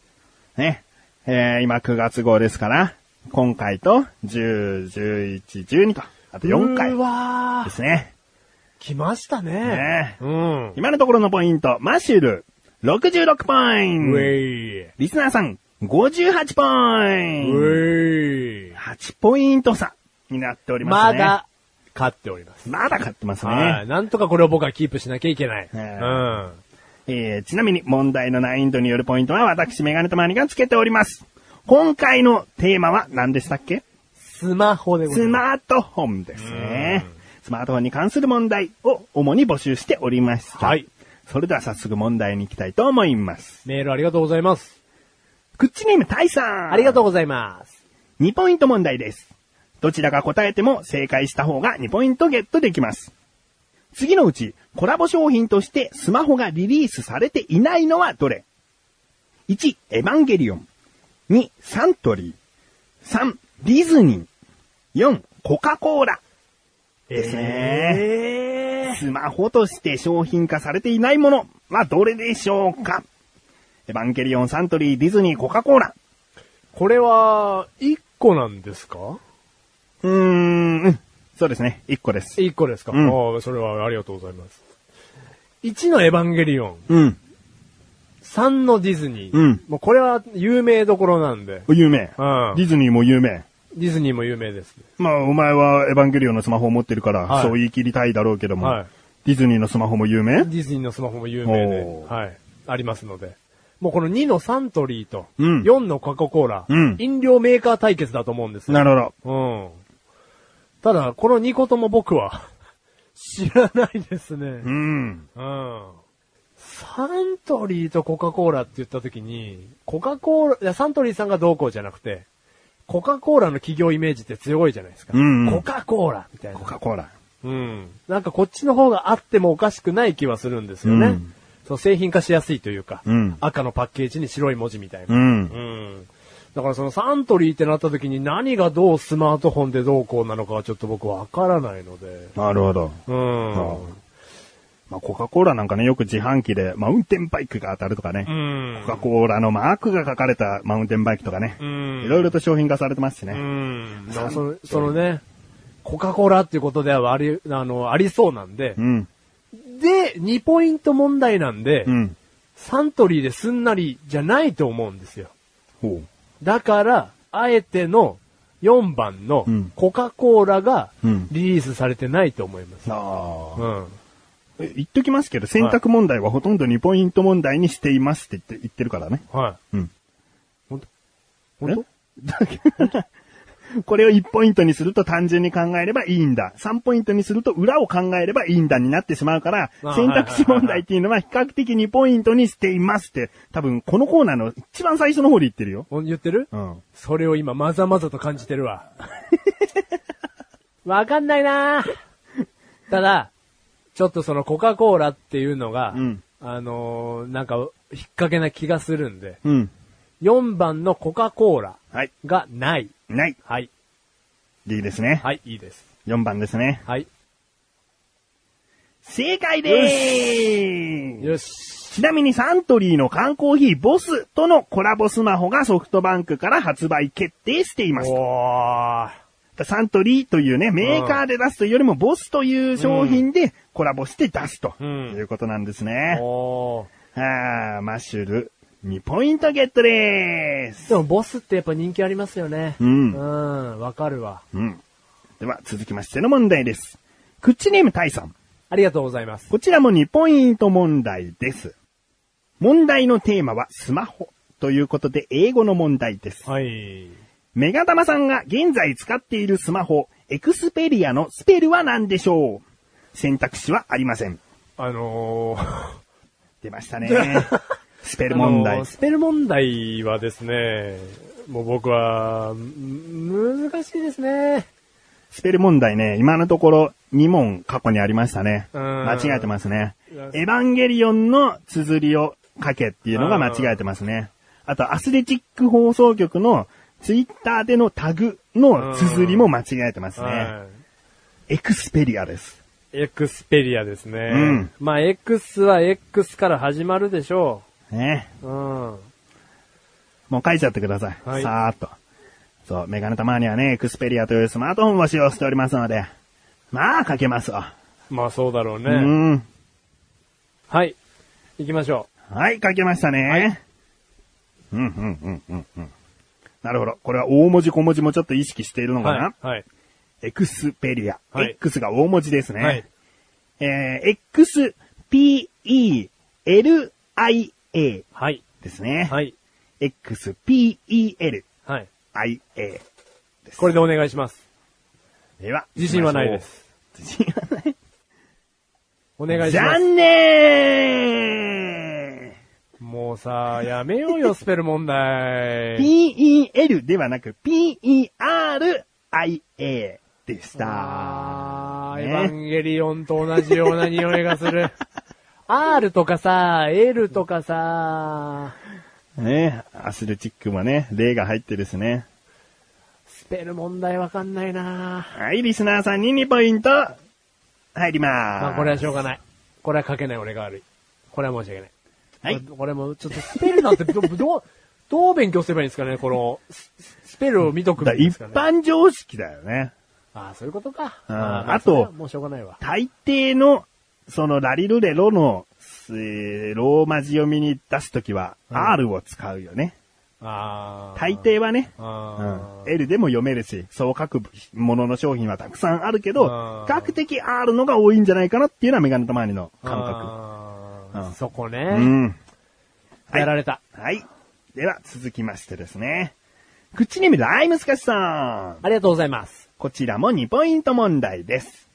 Speaker 2: ね。えー、今9月号ですから、今回と10、11、12と、あと4回
Speaker 1: う
Speaker 2: で
Speaker 1: わー
Speaker 2: すね。
Speaker 1: 来ましたね。
Speaker 2: ね
Speaker 1: うん。
Speaker 2: 今のところのポイント、マッシュル、66ポイン
Speaker 1: ウ
Speaker 2: ト。
Speaker 1: ェイ。ウ
Speaker 2: リスナーさん、58ポイント。
Speaker 1: ェイ。
Speaker 2: 8ポイント差になっておりま
Speaker 1: ます
Speaker 2: ね。。
Speaker 1: だ、勝っております。
Speaker 2: まだ勝ってます
Speaker 1: は
Speaker 2: ね
Speaker 1: い。。なんとかこれを僕はキープしなきゃいけない。
Speaker 2: ね
Speaker 1: うん。
Speaker 2: えーちなみに問題の難易度によるポイントは私、メガネとマニがつけております。今回のテーマは何でしたっけ
Speaker 1: スマホでござ
Speaker 2: ス
Speaker 1: います。
Speaker 2: マートフォンですね。スマートフォンに関する問題を主に募集しておりました。
Speaker 1: はい。
Speaker 2: それでは早速問題に行きたいと思います。
Speaker 1: メールありがとうございます。
Speaker 2: クッチネームタイさん。
Speaker 1: ありがとう
Speaker 2: う。
Speaker 1: ございます。
Speaker 2: 2ポイント問題です。どちらが答えても正解した方が2ポイントゲットできます。次のうち、コラボ商品としてスマホがリリースされていないのはどれ ?1、エヴァンゲリオン。2、サントリー。3、ディズニー。4、コカ・コーラ。ですね
Speaker 1: え
Speaker 2: スマホとして商品化されていないものはどれでしょうかエヴァンゲリオン、サントリー、ディズニー、コカ・コーラ。
Speaker 1: ーこれは、1個なんですか
Speaker 2: うーん、うんそうですね。1個です。
Speaker 1: ?1 個ですか、
Speaker 2: うん
Speaker 1: ああ、それはありがとうございます。1のエヴァンゲリオン、
Speaker 2: うん。
Speaker 1: 3のディズニー。
Speaker 2: うん
Speaker 1: もうこれは有名どころなんで。
Speaker 2: 有名。
Speaker 1: うん
Speaker 2: ディズニーも有名。
Speaker 1: ディズニーも有名ですね。
Speaker 2: まあ、お前はエヴァンゲリオンのスマホを持ってるから、
Speaker 1: はい
Speaker 2: そう言い切りたいだろうけども、
Speaker 1: はい
Speaker 2: ディズニーのスマホも有名
Speaker 1: ディズニーのスマホも有名で
Speaker 2: お、ー
Speaker 1: はい、ありますので。もうこの2のサントリーと、
Speaker 2: うん
Speaker 1: 4のコカ・コーラ、
Speaker 2: うん
Speaker 1: 飲料メーカー対決だと思うんですよ
Speaker 2: なるほど。
Speaker 1: うん。ただ、この2個とも僕は、知らないですね
Speaker 2: う。ん。
Speaker 1: うん。サントリーとコカ・コーラって言った時に、コカ・コーラ、いや、サントリーさんがどうこうじゃなくて、コカ・コーラの企業イメージって強いじゃないですか。
Speaker 2: うんうん
Speaker 1: コカ・コーラみたいな
Speaker 2: コ。カ・コーラ。
Speaker 1: うん。なんかこっちの方があってもおかしくない気はするんですよね。
Speaker 2: うん
Speaker 1: そう製品化しやすいというか、
Speaker 2: うん
Speaker 1: 赤のパッケージに白い文字みたいうな。
Speaker 2: ん。
Speaker 1: うんだからそのサントリーってなった時に何がどうスマートフォンでどうこうなのかはちょっと僕わからないので。
Speaker 2: なるほど。
Speaker 1: うん。
Speaker 2: まあ、コカ・コーラなんかね、よく自販機でマウンテンバイクが当たるとかね、
Speaker 1: うん
Speaker 2: コカ・コーラのマークが書かれたマウンテンバイクとかね、
Speaker 1: うん
Speaker 2: いろいろと商品化されてますしね。
Speaker 1: うん。だからその、そのね、コカ・コーラっていうことではあり、あの、ありそうなんで
Speaker 2: う。ん。
Speaker 1: で、2ポイント問題なんで、
Speaker 2: うん。
Speaker 1: サントリーですんなりじゃないと思うんですよ。
Speaker 2: ほ
Speaker 1: だから、あえての4番の
Speaker 2: うん
Speaker 1: コカ・コーラが
Speaker 2: うん
Speaker 1: リリースされてないと思います
Speaker 2: う。。ああ。
Speaker 1: うん。
Speaker 2: え言っときますけど、選択問題はほとんど2ポイント問題にしていますって言って言ってるからね。
Speaker 1: はい。
Speaker 2: うん。
Speaker 1: 本当
Speaker 2: え (laughs) これを1ポイントにすると単純に考えればいいんだ。3ポイントにすると裏を考えればいいんだになってしまうから
Speaker 1: あ、
Speaker 2: 選択肢問題っていうのは比較的2ポイントにしていますって、多分このコーナーの一番最初の方で言ってるよ。
Speaker 1: お言ってる、
Speaker 2: うん。
Speaker 1: それを今、まざまざと感じてるわ。 (laughs) わかんないなぁただ、ちょっとそのコカ・コーラっていうのが、
Speaker 2: うん
Speaker 1: あのーなんか、引っ掛けな気がするんで、
Speaker 2: うん。
Speaker 1: 4番のコカ・コーラ
Speaker 2: はい。
Speaker 1: がない。
Speaker 2: ない。
Speaker 1: はい。
Speaker 2: D ですね。
Speaker 1: はい、いいです。
Speaker 2: 4番ですね。
Speaker 1: はい。
Speaker 2: 正解でーす
Speaker 1: よし。
Speaker 2: ちなみにサントリーの缶コーヒーボスとのコラボスマホがソフトバンクから発売決定しています。
Speaker 1: おー。
Speaker 2: サントリーというね、メーカーで出すというよりも、ボスという商品でコラボして出すと
Speaker 1: うん
Speaker 2: いうことなんですね。
Speaker 1: おー。
Speaker 2: あーマッシュル、2ポイントゲットでーす。
Speaker 1: でもボスってやっぱ人気ありますよね。
Speaker 2: うん
Speaker 1: うん、わかるわ。
Speaker 2: うん。では、続きましての問題です。クッチネームタイさん。
Speaker 1: ありがとうございます。
Speaker 2: こちらも2ポイント問題です。問題のテーマはスマホということで、英語の問題です。
Speaker 1: はい。
Speaker 2: メガ玉さんが現在使っているスマホ、エクスペリアのスペルは何でしょう選択肢はありません。
Speaker 1: あのー、
Speaker 2: 出
Speaker 1: (laughs)
Speaker 2: ましたね。スペル問
Speaker 1: あ
Speaker 2: 題
Speaker 1: の。スペル問題はですね、もう僕は、ん難しいですね。
Speaker 2: スペル問題ね、今のところ2問過去にありましたね。
Speaker 1: うん
Speaker 2: 間違えてますね
Speaker 1: いや。
Speaker 2: エヴァンゲリオンの綴りを書けっていうのが間違えてますね。あと、アスレチック放送局のツイッターでのタグの綴りも間違えてますね。
Speaker 1: はい
Speaker 2: エクスペリアです。
Speaker 1: エクスペリアですね。
Speaker 2: うん
Speaker 1: まあ、X は X から始まるでしょ
Speaker 2: ね。
Speaker 1: う。うん。
Speaker 2: もう書いちゃってください。
Speaker 1: はい
Speaker 2: さーっと。そう、メガネたまにはね、エクスペリアというスマートフォンを使用しておりますので、まあ書けますわ。
Speaker 1: まあ、そうだろうね。
Speaker 2: うん。
Speaker 1: はい。行きましょ
Speaker 2: はい、書けましたね。うん、うん、うん、うん、うん。なるほど。これは大文字小文字もちょっと意識している
Speaker 1: う。
Speaker 2: のかな、
Speaker 1: はい。はい。
Speaker 2: エクスペリア。
Speaker 1: はい
Speaker 2: X が大文字ですね。
Speaker 1: はい。
Speaker 2: えー、X, P, E, L, I, A
Speaker 1: はい。
Speaker 2: ですね。
Speaker 1: はい。
Speaker 2: X, P, E, L,
Speaker 1: はい。
Speaker 2: I, A です。
Speaker 1: これでお願いします。
Speaker 2: では。
Speaker 1: 自信はないで。す。
Speaker 2: 自信はない。
Speaker 1: お願いします。
Speaker 2: 残念
Speaker 1: もうさ、やめようよ、スペル問題。
Speaker 2: !PEL ではなく PERIA でした。
Speaker 1: あー、
Speaker 2: ね
Speaker 1: エヴァンゲリオンと同じような匂いがす
Speaker 2: (laughs)
Speaker 1: る。R とかさ、L とかさ、
Speaker 2: ねアスレチックもね、例が入ってですね。
Speaker 1: スペル問題わかんないな
Speaker 2: はい、リスナーさんに2ポイント入ります。
Speaker 1: まあこれはしょうがない。これは書けない俺が悪い。これは申し訳ない。
Speaker 2: はい
Speaker 1: これこれも、ちょっとスペルなんてど、どう、どう勉強すればいいんですかねこの、ススペルを見とくべ
Speaker 2: だから
Speaker 1: きで
Speaker 2: 一
Speaker 1: すかね。
Speaker 2: 般常識だよね。
Speaker 1: ああ、そういうことか。
Speaker 2: うん
Speaker 1: まま
Speaker 2: あと
Speaker 1: それはもうしょうがないわ。
Speaker 2: 大抵の、そのラリルレロの、えーローマ字読みに出すときは、
Speaker 1: うん
Speaker 2: R を使うよね。
Speaker 1: ああ。
Speaker 2: 大。抵はね、
Speaker 1: ああ、
Speaker 2: L でも読めるし、そう書くものの商品はたくさんあるけど、比
Speaker 1: あー
Speaker 2: 較的 R のが多いんじゃないかなっていうのはメガネとマーニの感
Speaker 1: 感
Speaker 2: うん
Speaker 1: そこね。
Speaker 2: 覚。うん。はい
Speaker 1: やられた。
Speaker 2: はい。では、続きましてですね。口に見るアイムスカシさん。
Speaker 1: ありがとうございます。
Speaker 2: こちらも2ポイント問題です。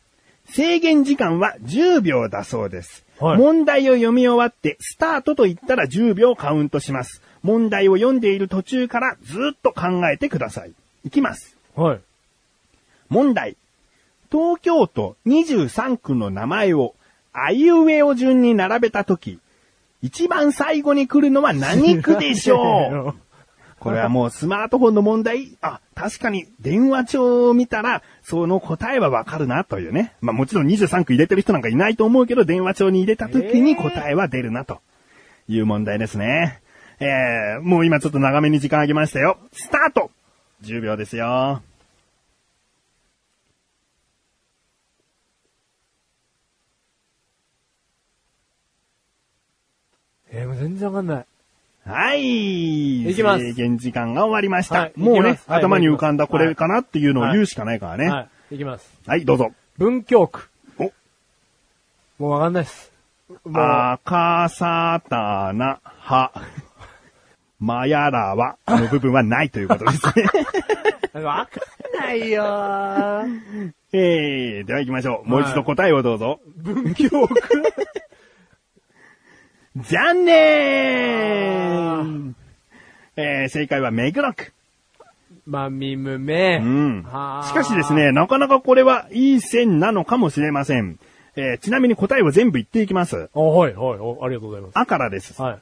Speaker 2: 制限時間は10秒だそうです。
Speaker 1: はい
Speaker 2: 問題を読み終わって、スタートと言ったら10秒カウントします。問題を読んでいる途中からずっと考えてください。いきます。
Speaker 1: はい。
Speaker 2: 問題。東京都23区の名前を、あいうえお順に並べたとき、一番最後に来るのは何区でし
Speaker 1: (laughs)
Speaker 2: ょうこれはもうスマートフォンの問題、あ、確かに電話帳を見たら、その答えはわかるなというね。まあもちろん23区入れてる人なんかいないと思うけど、電話帳に入れた時に答えは出るなという問題ですね。えー、もう今ちょっと長めに時間あげましたよ。スタート !10 秒ですよ。
Speaker 1: えー、もう全然わかんない。
Speaker 2: はい。
Speaker 1: いきます
Speaker 2: 制限時間が終わりました。
Speaker 1: はい
Speaker 2: もう
Speaker 1: いき
Speaker 2: ね
Speaker 1: ま、すはい
Speaker 2: 頭に浮かんだこれかなっていうのを言うしかないからね。はい、
Speaker 1: はい。いきます。
Speaker 2: どうぞ。
Speaker 1: 文京区。
Speaker 2: お
Speaker 1: もうわかんないっす。もう、
Speaker 2: あかさたなは、まやらはの部分はないということですね。 (laughs)
Speaker 1: わかんないよー。
Speaker 2: えー、では行きましょう。もう一度答えをどうぞ。文京区。 (laughs) 残念えー、正解は目黒区。
Speaker 1: まみむめ。
Speaker 2: うん。し
Speaker 1: はー
Speaker 2: かしです。ね、なかなかこれはいい線なのかもしれません。えー、ちなみに答えを全部言っていきます。
Speaker 1: あ、はい、はい、おありがとうございま
Speaker 2: あからです
Speaker 1: す。。はい。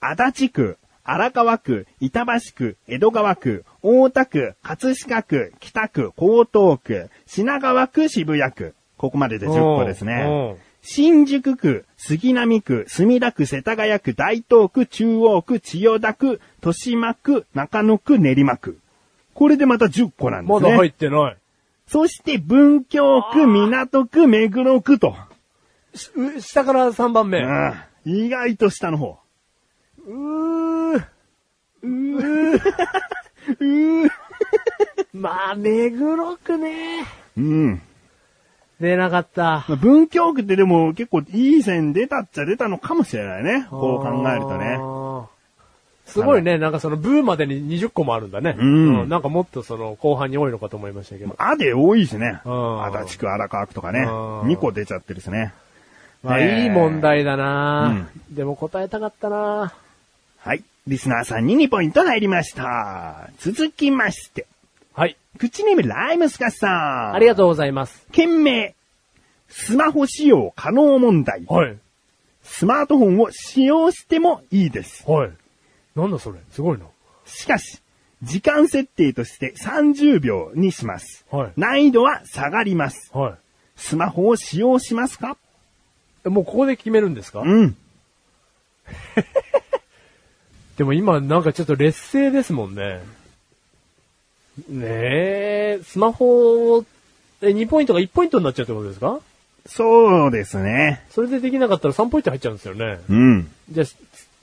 Speaker 2: 足立区、荒川区、板橋区、江戸川区、大田区、葛飾区、北区、江東区、品川区、渋谷区。ここまでで10個です
Speaker 1: おうお
Speaker 2: ね
Speaker 1: う。
Speaker 2: 新宿区、杉並区、墨田区、世田谷区、大東区、中央区、千代田区、豊島区、中野区、練馬区。これでまた10個なんで
Speaker 1: ますだ
Speaker 2: ね。
Speaker 1: 入ってない。
Speaker 2: そして、文京区、港区、目黒区と。
Speaker 1: しう下から3番目。
Speaker 2: うん意外と下の方。
Speaker 1: うー。うー。
Speaker 2: (laughs)
Speaker 1: まあ、目黒くね。
Speaker 2: うん。
Speaker 1: 出なかった。
Speaker 2: まあ文京区ってでも結構いい線出たっちゃ出たのかもしれないね。こう考えるとね。
Speaker 1: ね。すごいね、なんかそのブーまでに20個もあるんだね。
Speaker 2: ん
Speaker 1: なんかもっとその後半に多いのかと思いましたけど。
Speaker 2: あで多いしね。
Speaker 1: うん
Speaker 2: 足立区、荒川区とかね。
Speaker 1: うん
Speaker 2: 2個出ちゃってるしね。
Speaker 1: まあ、
Speaker 2: ねえ
Speaker 1: いい問題だな、でも答えたかったな
Speaker 2: はい。リスナーさんに2ポイント入りました。続きまして。
Speaker 1: はい。
Speaker 2: 口ネームライムスカスさん。
Speaker 1: ありが
Speaker 2: う。
Speaker 1: とうございます。
Speaker 2: 件名。スマホ使用可能問題。
Speaker 1: はい。
Speaker 2: スマートフォンを使用してもいいです。
Speaker 1: はい。なんだそれすごいな。
Speaker 2: しかし、時間設定として30秒にします。
Speaker 1: はい
Speaker 2: 難易度は下がります。
Speaker 1: は
Speaker 2: スマホを使用しますか
Speaker 1: い。もうここで決めるんですか
Speaker 2: うん。
Speaker 1: でも今なんかちょっと劣勢ですもんね。ねえ、スマホ、え、2ポイントが1ポイントになっちゃうってことですか
Speaker 2: そうですね。
Speaker 1: それでできなかったら3ポイント入っちゃうんですよね。
Speaker 2: うん。
Speaker 1: じゃあ、つ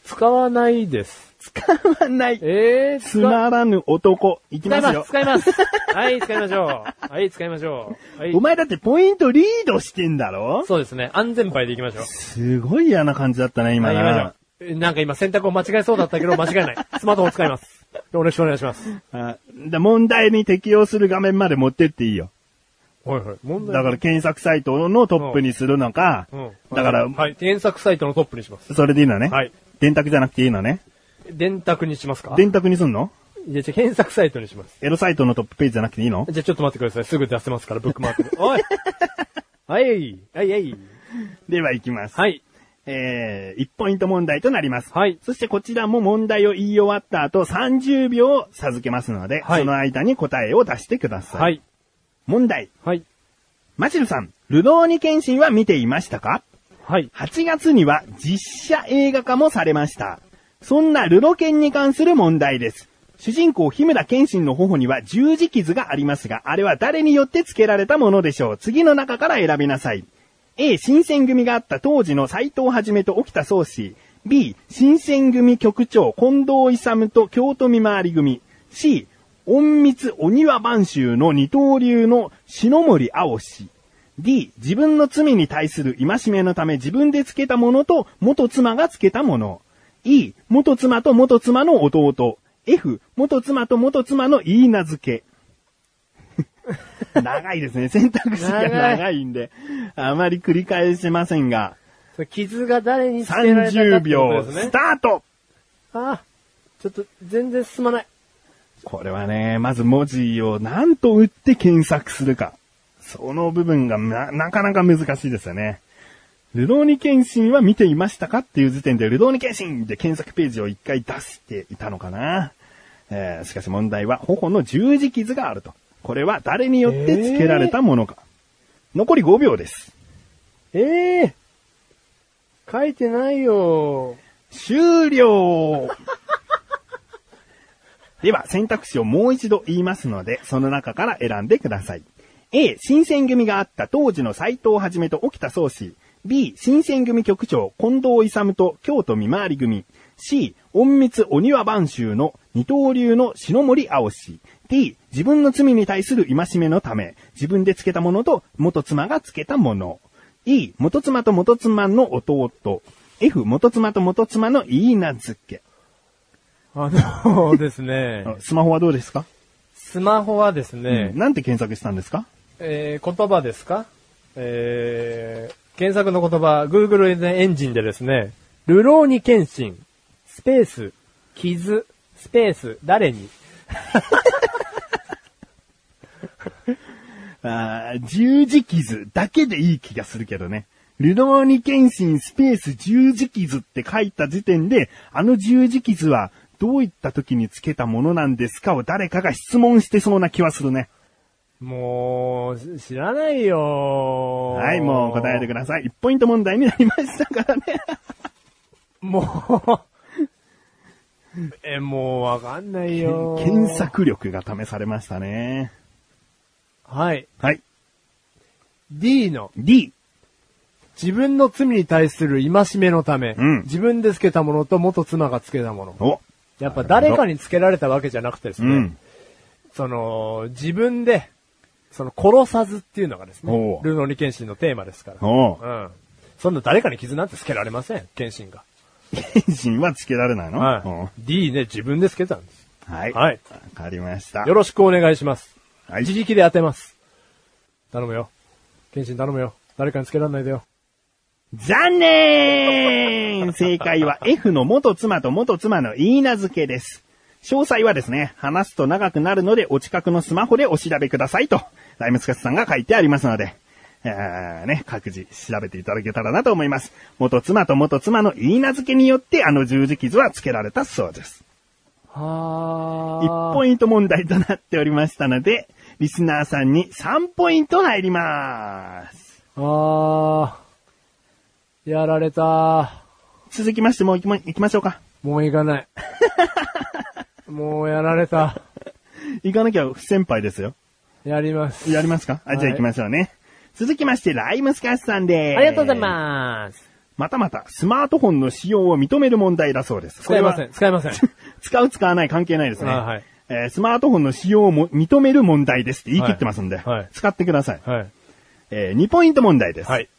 Speaker 1: 使わないです。
Speaker 2: 使わ (laughs) ない。
Speaker 1: えー、
Speaker 2: つ
Speaker 1: 使わ
Speaker 2: まらぬ男。い
Speaker 1: 使
Speaker 2: きま
Speaker 1: い
Speaker 2: す
Speaker 1: ま
Speaker 2: よ
Speaker 1: す、。使います。 (laughs) はい、使いましょう。はい、使いましょう。はい
Speaker 2: お。前だってポイントリードしてんだろ
Speaker 1: そうですね。安全牌でいきましょう。
Speaker 2: すごい嫌な感じだったな、今
Speaker 1: はい、行きましょ
Speaker 2: な
Speaker 1: う。。えなんか今選択を間違えそうだったけど、間違えない。 (laughs) スマートフォン使います。よろしくお願いします。
Speaker 2: あだ問題に適用する画面まで持ってっていいよ。
Speaker 1: はいはい。問題
Speaker 2: だから検索サイトのトップにするのか、だから、
Speaker 1: はい。添削サイトのトップにします。
Speaker 2: それでいいのね。
Speaker 1: はい。
Speaker 2: 電卓じゃなくていいのね。
Speaker 1: 電卓にしますか
Speaker 2: 電卓にすんの
Speaker 1: いや、じゃあ検索サイトにします。
Speaker 2: エロサイトのトップページじゃなくていいの
Speaker 1: じゃあちょっと待ってください。すぐ出せますから、ブックマークで。おい (laughs) はいはいはい。
Speaker 2: では行きます。
Speaker 1: はい。
Speaker 2: えー、1ポイント問題となります。
Speaker 1: はい
Speaker 2: そしてこちらも問題を言い終わった後30秒授けますので、
Speaker 1: はい
Speaker 2: その間に答えを出してください。
Speaker 1: はい。
Speaker 2: 問題。
Speaker 1: はい。
Speaker 2: マチルさん、ルドーニケンシンは見ていましたか
Speaker 1: はい。
Speaker 2: 8月には実写映画化もされました。そんなルロケンに関する問題です。主人公日村健信の頬には十字傷がありますが、あれは誰によって付けられたものでしょう。次の中から選びなさい。A、新選組があった当時の斎藤はじめと沖田総司。B、新選組局長近藤勇と京都見回り組。C、隠密鬼庭番衆の二刀流の篠森青氏。D、自分の罪に対する戒めのため自分でつけたものと元妻がつけたもの。E、元妻と元妻の弟。F、元妻と元妻の言い名付け。 (laughs) 長いですね。選択肢が長いんで、あまり繰り返せませんが、
Speaker 1: それ傷が誰につけられたか
Speaker 2: 30
Speaker 1: ってこと
Speaker 2: 秒
Speaker 1: です
Speaker 2: ス
Speaker 1: ね。
Speaker 2: タート
Speaker 1: あーちょっと全然進まない。
Speaker 2: これはね、まず文字を何と打って検索するか。その部分がな、なかなか難しいですよね。ルドーニケンシンは見ていましたかっていう時点で、ルドーニケンシンで検索ページを一回出していたのかな。えーしかし問題は、頬の十字傷があると。これは誰によって付けられたものか。残り5秒です。
Speaker 1: ええ書いてないよ
Speaker 2: 終了では、選択肢をもう一度言いますので、その中から選んでください。A、新選組があった当時の斎藤はじめと沖田総司。B、新選組局長近藤勇と京都見回り組。C、隠密鬼は番衆の二刀流の篠森青氏。D、自分の罪に対する戒めのため、自分でつけたものと元妻がつけたもの。E、元妻と元妻の弟。F、元妻と元妻のいい名付け。
Speaker 1: あのです (laughs) ね、
Speaker 2: スマホはどうですか、
Speaker 1: スマホはですね、
Speaker 2: なんて検索したんですか
Speaker 1: えー言葉ですかえー検索の言葉、Google エンジンでですね、ルローニケンシン、スペース、傷、スペース、誰に
Speaker 2: あー十字傷だけでいい気がするけどね。ルドーニケンシンスペース十字傷って書いた時点で、あの十字傷はどういった時につけたものなんですかを誰かが質問してそうな気はするね。
Speaker 1: もう、し知らないよ
Speaker 2: はい、もう答えてく
Speaker 1: だ
Speaker 2: ださい。1ポイント問題になりましたからね。
Speaker 1: さい。もう、 (laughs) え、もうわかんないよ
Speaker 2: 検。索力が試されましたね。
Speaker 1: はい。
Speaker 2: はい。
Speaker 1: D の、
Speaker 2: D。
Speaker 1: 自分の罪に対する戒めのため、
Speaker 2: うん
Speaker 1: 自分でつけたものと元妻がつけたもの。
Speaker 2: お。
Speaker 1: やっぱ誰かにつけられたわけじゃなくてです
Speaker 2: う
Speaker 1: ね、
Speaker 2: ん。
Speaker 1: その、自分で、その、殺さずっていうのがです
Speaker 2: お
Speaker 1: ね、
Speaker 2: う
Speaker 1: ルノリケンシンのテーマですから。
Speaker 2: おう。
Speaker 1: うん。そんな誰かに傷なんてつけられません、ケンシンが。
Speaker 2: 天心はつけられないの
Speaker 1: は
Speaker 2: う
Speaker 1: い。D ね、自分でつけたんです。
Speaker 2: んはい。
Speaker 1: はい
Speaker 2: わかりました。
Speaker 1: よろしくお願いします。
Speaker 2: はい
Speaker 1: 自力で当てます。頼むよ。ケンシン頼むよ。誰かにつけられないでよ。
Speaker 2: 残念正解は F の元妻と元妻の言い名付けです。詳細はですね、話すと長くなるのでお近くのスマホでお調べくださいと、ライムスカスさんが書いてありますので、えーね、各自調べていただけたらなと思います。元妻と元妻の言い名付けによってあの十字傷は付けられたそうです。
Speaker 1: は
Speaker 2: 1ポ
Speaker 1: イン
Speaker 2: イント問題となっておりましたので、リスナーさんに3ポイント入ります。
Speaker 1: ト。あー。やられた。続
Speaker 2: 続きましてもう行きま行きましょうか。
Speaker 1: もう行かない。
Speaker 2: (laughs)
Speaker 1: もうやられた。
Speaker 2: 行かなきゃ不先輩ですよ。
Speaker 1: やります。
Speaker 2: やりますかあ、じゃあ行きましょうね。続きまして、ライムスカッシュさんで
Speaker 1: あ
Speaker 2: す。
Speaker 1: りがとうございます。
Speaker 2: またまた、スマートフォンの使用を認める問題だそうです。
Speaker 1: 使いませ
Speaker 2: これ
Speaker 1: ん、
Speaker 2: は。
Speaker 1: 使い
Speaker 2: (laughs)
Speaker 1: ません。
Speaker 2: 使う使わない関係ないですね。
Speaker 1: あはい
Speaker 2: えースマートフォンの使用をも認める問題ですって言い切ってますんで、
Speaker 1: はいはい
Speaker 2: 使ってください。
Speaker 1: はい。
Speaker 2: えー2ポイント問題です。
Speaker 1: はい。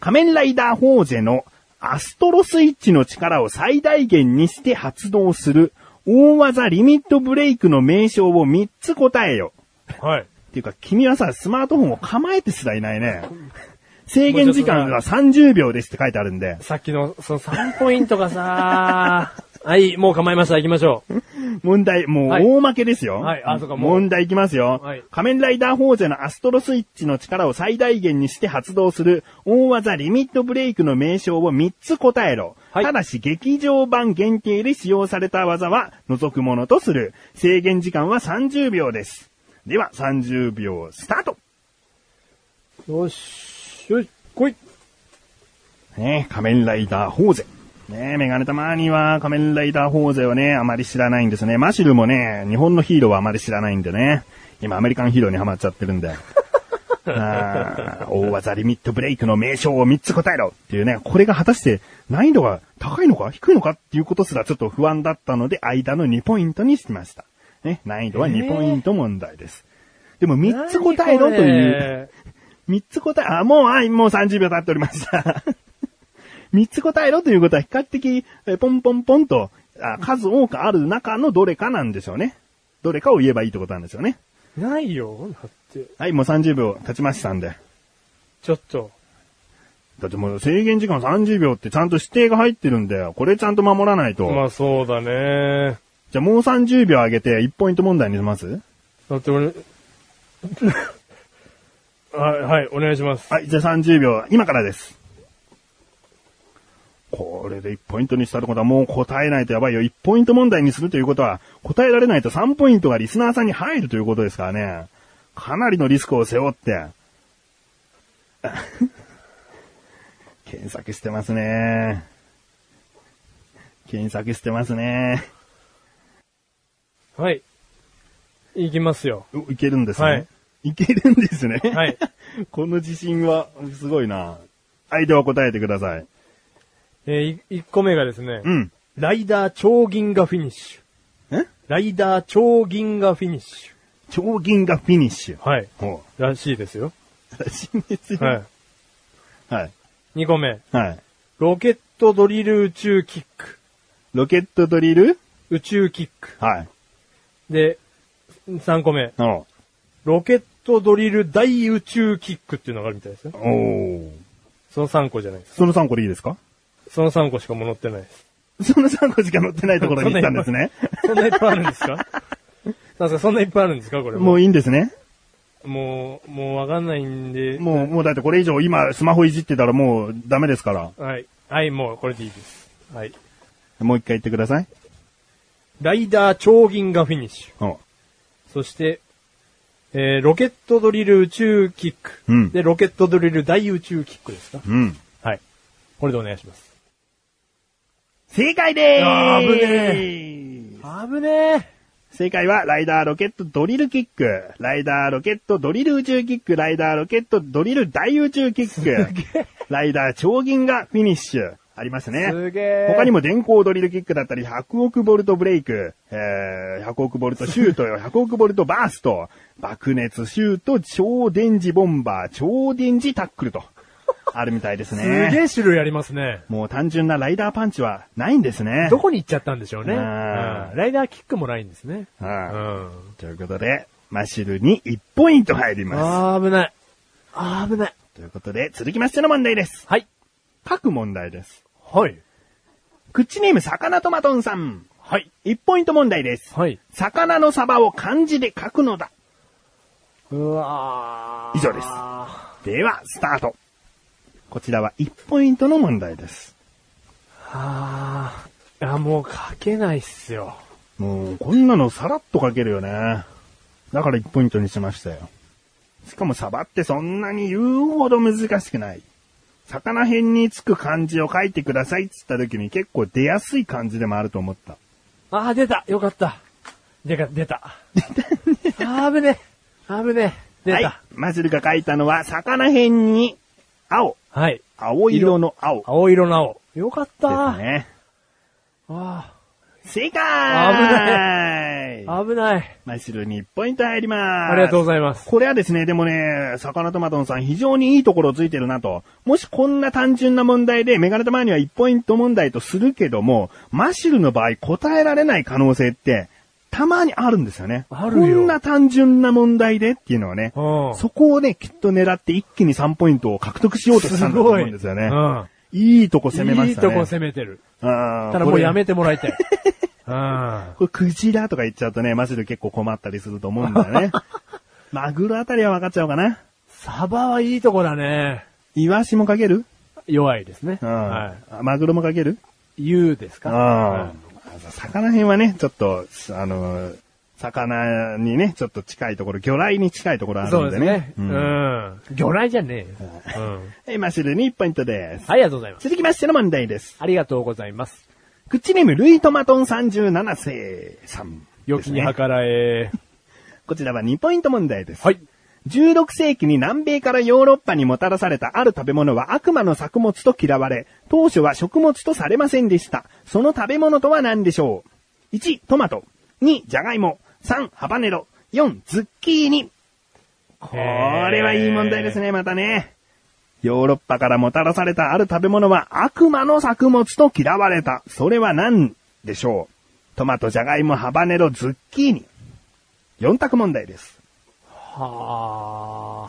Speaker 2: 仮面ライダーホーゼのアストロスイッチの力を最大限にして発動する大技リミットブレイクの名称を3つ答えよ。
Speaker 1: はい。
Speaker 2: っていうか、君はさ、スマートフォンを構えてすらいな
Speaker 1: (laughs)
Speaker 2: いね。制限時間が30秒ですって書いてあるんで、
Speaker 1: さっきの、その3ポイントが
Speaker 2: (laughs)
Speaker 1: さ、はい、もう構えました。行きましょう。
Speaker 2: 問題、もう
Speaker 1: はい
Speaker 2: 大負けですよ。
Speaker 1: はいあそうかもう
Speaker 2: 問題いきますよ、
Speaker 1: はい
Speaker 2: 仮面ライダーホーゼのアストロスイッチの力を最大限にして発動する大技リミットブレイクの名称を3つ答えろ。
Speaker 1: はい
Speaker 2: ただし、劇場版限定で使用された技は除くものとする。制限時間は30秒です。では、30秒スタート
Speaker 1: よし、よし、来い。
Speaker 2: ねえ、仮面ライダーホーゼ。ねえ、メガネたまには仮面ライダーホーゼをね、あまり知らないんですね。マシルもね、日本のヒーローはあまり知らないんでね。今、アメリカンヒーローにハマっちゃってるんで。あー大技リミットブレイクの名称を3つ答えろっていうね、これが果たして難易度が高いのか低いのかっていうことすらちょっと不安だったので、間の2ポイントにしました。ね、難易度は2ポイント問題です。でも3つ答えろという。三つ答え、あ、もう、あ、もう30秒経っておりました。 (laughs) 三つ答えろということは比較的、えポンポンポンと、あ数多くある中のどれかなんでしょうね。どれかを言えばいいってことなんですよね。
Speaker 1: ないよ、だって。
Speaker 2: はい、もう30秒経ちましたんで。
Speaker 1: ちょっと。
Speaker 2: だってもう制限時間30秒ってちゃんと指定が入ってるんだよ。これちゃんと守らないと。
Speaker 1: まあそうだね。
Speaker 2: じゃあもう30秒上げて1ポイント問題にします
Speaker 1: だって俺、 (laughs) はい、はい、お願いします。
Speaker 2: はい、じゃあ30秒、今からです。これで1ポイントにしたってことはもう答えないとやばいよ。1ポイント問題にするということは、答えられないと3ポイントがリスナーさんに入るということですからね。かなりのリスクを背負って。 (laughs) 検索してますね。検索してますね。
Speaker 1: はい。いきますよ。
Speaker 2: おいけるんですね。
Speaker 1: はい
Speaker 2: いけるんですね。
Speaker 1: はい。
Speaker 2: (laughs) この自信はすごいな。はい、では答えてください。
Speaker 1: えー、1個目がですね、
Speaker 2: うん。
Speaker 1: ライダー超銀河フィニッシュ。
Speaker 2: え
Speaker 1: ライダー超銀河フィニッシ
Speaker 2: 超銀がフィニッシュ。
Speaker 1: ュ。はい。
Speaker 2: ほ (laughs)
Speaker 1: らしいですよ。
Speaker 2: う。らしいんですよ。。
Speaker 1: はい
Speaker 2: はい。
Speaker 1: い。2個目、
Speaker 2: はい。
Speaker 1: ロケットドリル宇宙キック。
Speaker 2: ロケットドリル
Speaker 1: 宇宙キック。
Speaker 2: はい。
Speaker 1: で、3個目、
Speaker 2: おう
Speaker 1: ロケットドリル大宇宙キックっていうのがあるみたいですね。
Speaker 2: おー
Speaker 1: その3個じゃないです。
Speaker 2: その3個でいいですか
Speaker 1: その3個しかもう載ってないです。
Speaker 2: その3個しか載ってないところに行ったんですね。
Speaker 1: そんないっぱいあるんですかなんすかそんないっぱいあるんですかこれ。
Speaker 2: も
Speaker 1: も
Speaker 2: ういいんですね。
Speaker 1: う、もう、もうわかんないんで。
Speaker 2: もう、もうだってこれ以上今スマホいじってたらもうダメですから。
Speaker 1: はい。はい、もうこれでいいです。はい。
Speaker 2: もう一回言ってください。
Speaker 1: ライダー超銀河フィニッシュ。
Speaker 2: おう
Speaker 1: そして、えー、ロケットドリル宇宙キック。
Speaker 2: うん
Speaker 1: で、ロケットドリル大宇宙キックですか
Speaker 2: うん。
Speaker 1: はい。これでお願いします。
Speaker 2: 正解で
Speaker 1: あー危
Speaker 2: ーす
Speaker 1: あぶね
Speaker 2: 正解は、ライダーロケットドリルキック。ライダーロケットドリル宇宙キック。ライダーロケットドリル大宇宙キック。ライダー超銀がフィニッシュ。ありますね。
Speaker 1: すげえ。
Speaker 2: 他にも電光ドリルキックだったり、100億ボルトブレイク、えー、100億ボルトシュート
Speaker 1: (laughs)
Speaker 2: よ、100億ボルトバースト、爆熱シュート、超電磁ボンバー、超電磁タックルと、あるみたいで
Speaker 1: (laughs)
Speaker 2: す
Speaker 1: すげ
Speaker 2: ね。
Speaker 1: え種類ありますね。
Speaker 2: もう単純なライダーパンチはないんですね。
Speaker 1: どこに行っちゃったんでしょうね。う
Speaker 2: うんん
Speaker 1: ライダーキックもないんですね。
Speaker 2: う
Speaker 1: うんん。
Speaker 2: ということで、マシルに1ポイント入りま
Speaker 1: あー危ない。あー危ない。
Speaker 2: す。ということで、続きましての問題です。
Speaker 1: はい。
Speaker 2: 各問題です。
Speaker 1: はい。
Speaker 2: クッチネーム、魚トマトンさん。
Speaker 1: はい。
Speaker 2: 1ポイント問題です。
Speaker 1: はい。
Speaker 2: 魚のサバを漢字で書くのだ。
Speaker 1: うわ
Speaker 2: 以上です
Speaker 1: は
Speaker 2: では、スタート。こちらは1ポイントの問題です。
Speaker 1: あー。いや、もう書けないっすよ。
Speaker 2: もう、こんなのさらっと書けるよね。だから1ポイントにしましたよ。しかもサバってそんなに言うほど難しくない。魚辺につく漢字を書いてくださいっつった時に結構出やすい漢字でもあると思った。
Speaker 1: あー、出たよかった。出た、
Speaker 2: (laughs)
Speaker 1: 出た。出た。あーぶね。あぶね。出
Speaker 2: はい
Speaker 1: た。。
Speaker 2: マジルが書いたのは、魚辺に青、
Speaker 1: はい。
Speaker 2: 青色の青で
Speaker 1: 青色の青。よかった
Speaker 2: す
Speaker 1: ー。
Speaker 2: ね。
Speaker 1: あ
Speaker 2: 正
Speaker 1: 危
Speaker 2: 解
Speaker 1: ー危ない。
Speaker 2: マジルに1ポイント入ります。
Speaker 1: ありがとうご
Speaker 2: います。
Speaker 1: ざいます。
Speaker 2: これはですね、でもね、魚トマトンさん非常にいいところをついてるなと。もしこんな単純な問題で、メガネたまには1ポイント問題とするけども、マシルの場合答えられない可能性って、たまにあるんですよね。
Speaker 1: あるよ
Speaker 2: こんな単純な問題でっていうのはね、
Speaker 1: うん。
Speaker 2: そこをね、きっと狙って一気に3ポイントを獲得しようとしたんだと思うんですよね。
Speaker 1: うん。
Speaker 2: いいとこ攻めましたね。
Speaker 1: いいとこ攻めてる。
Speaker 2: あー
Speaker 1: ただもうや
Speaker 2: これ
Speaker 1: めてもら
Speaker 2: (laughs)
Speaker 1: いたい。うん。
Speaker 2: これクジラとか言っちゃうとね、マジで結構困ったりすると思うんだ (laughs) よね。マグロあたりは分かっちゃうかな。
Speaker 1: サバはいいとこだね。
Speaker 2: イワシもかける
Speaker 1: 弱いですね。
Speaker 2: うん、
Speaker 1: は
Speaker 2: マグロもかける
Speaker 1: い。言うです
Speaker 2: う
Speaker 1: か
Speaker 2: ん。
Speaker 1: は
Speaker 2: あ魚辺はね、ちょっと、あの、魚にね、ちょっと近いところ、魚雷に近いところあ
Speaker 1: い
Speaker 2: る
Speaker 1: そうんで
Speaker 2: ですね
Speaker 1: ね。。
Speaker 2: う
Speaker 1: うんん。魚雷じゃねえよ。うん。
Speaker 2: はい、マシルに1ポイントです。
Speaker 1: ありがとうございます。
Speaker 2: 続きましての問題です。
Speaker 1: ありがとうございます。
Speaker 2: クッチネーム、ルイトマトン37世さん。
Speaker 1: 良きに
Speaker 2: ですね
Speaker 1: 計らえ。
Speaker 2: こちらは2ポイント問題です。
Speaker 1: はい。
Speaker 2: 16世紀に南米からヨーロッパにもたらされたある食べ物は悪魔の作物と嫌われ、当初は食物とされませんでした。その食べ物とは何でしょう ?1、トマト。2、ジャガイモ。3、ハバネロ。4、ズッキーニ。これはいい問題ですね、またね。ヨーロッパからもたらされたある食べ物は悪魔の作物と嫌われた。それは何でしょうトマト、ジャガイモ、ハバネロ、ズッキーニ。4択問題です。
Speaker 1: はあ。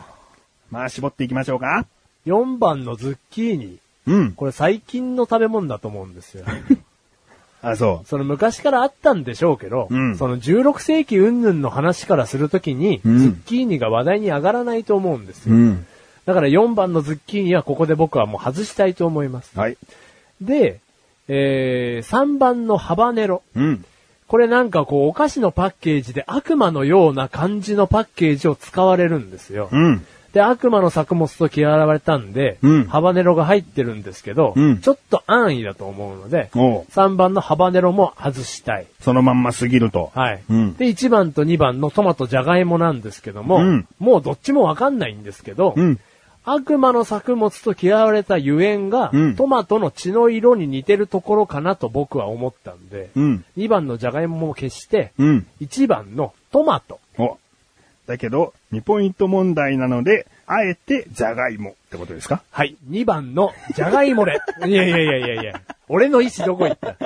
Speaker 2: まあ、絞っていきましょうか。
Speaker 1: 4番のズッキーニ。
Speaker 2: うん。
Speaker 1: これ最近の食べ物だと思うんです
Speaker 2: (laughs)
Speaker 1: よ。
Speaker 2: あ、そ
Speaker 1: その昔からあったんでしょうけど、
Speaker 2: うん
Speaker 1: その16世紀云々の話からするときに、
Speaker 2: うん
Speaker 1: ズッキーニが話題に上がらないと思うんです
Speaker 2: う。う
Speaker 1: よ。
Speaker 2: ん。
Speaker 1: だから4番のズッキーニはここで僕はもう外したいと思います。
Speaker 2: はい。
Speaker 1: で、えー、3番のハバネロ。
Speaker 2: うん。
Speaker 1: これなんかこうお菓子のパッケージで悪魔のような感じのパッケージを使われるんですよ。
Speaker 2: うん。
Speaker 1: で、悪魔の作物と嫌われたんで、
Speaker 2: うん
Speaker 1: ハバネロが入ってるんですけど、
Speaker 2: うん
Speaker 1: ちょっと安易だと思うので、
Speaker 2: おう
Speaker 1: 3番のハバネロも外したい。
Speaker 2: そのまんますぎると。
Speaker 1: はい。
Speaker 2: うん
Speaker 1: で、1番と2番のトマト、ジャガイモなんですけども、
Speaker 2: うん
Speaker 1: もうどっちもわかんないんですけど、
Speaker 2: うん。
Speaker 1: 悪魔の作物と嫌われたゆえんが、
Speaker 2: うん
Speaker 1: トマトの血の色に似てるところかなと僕は思ったんで、
Speaker 2: うん。
Speaker 1: 2番のジャガイモも消して、
Speaker 2: うん。
Speaker 1: 1番のトマト。
Speaker 2: お。だけど、2ポイント問題なので、あえて、じゃがいもってことですか
Speaker 1: はい。2番のジャガイモで。 (laughs) いやいやいやいやいや。俺の意思どこ行った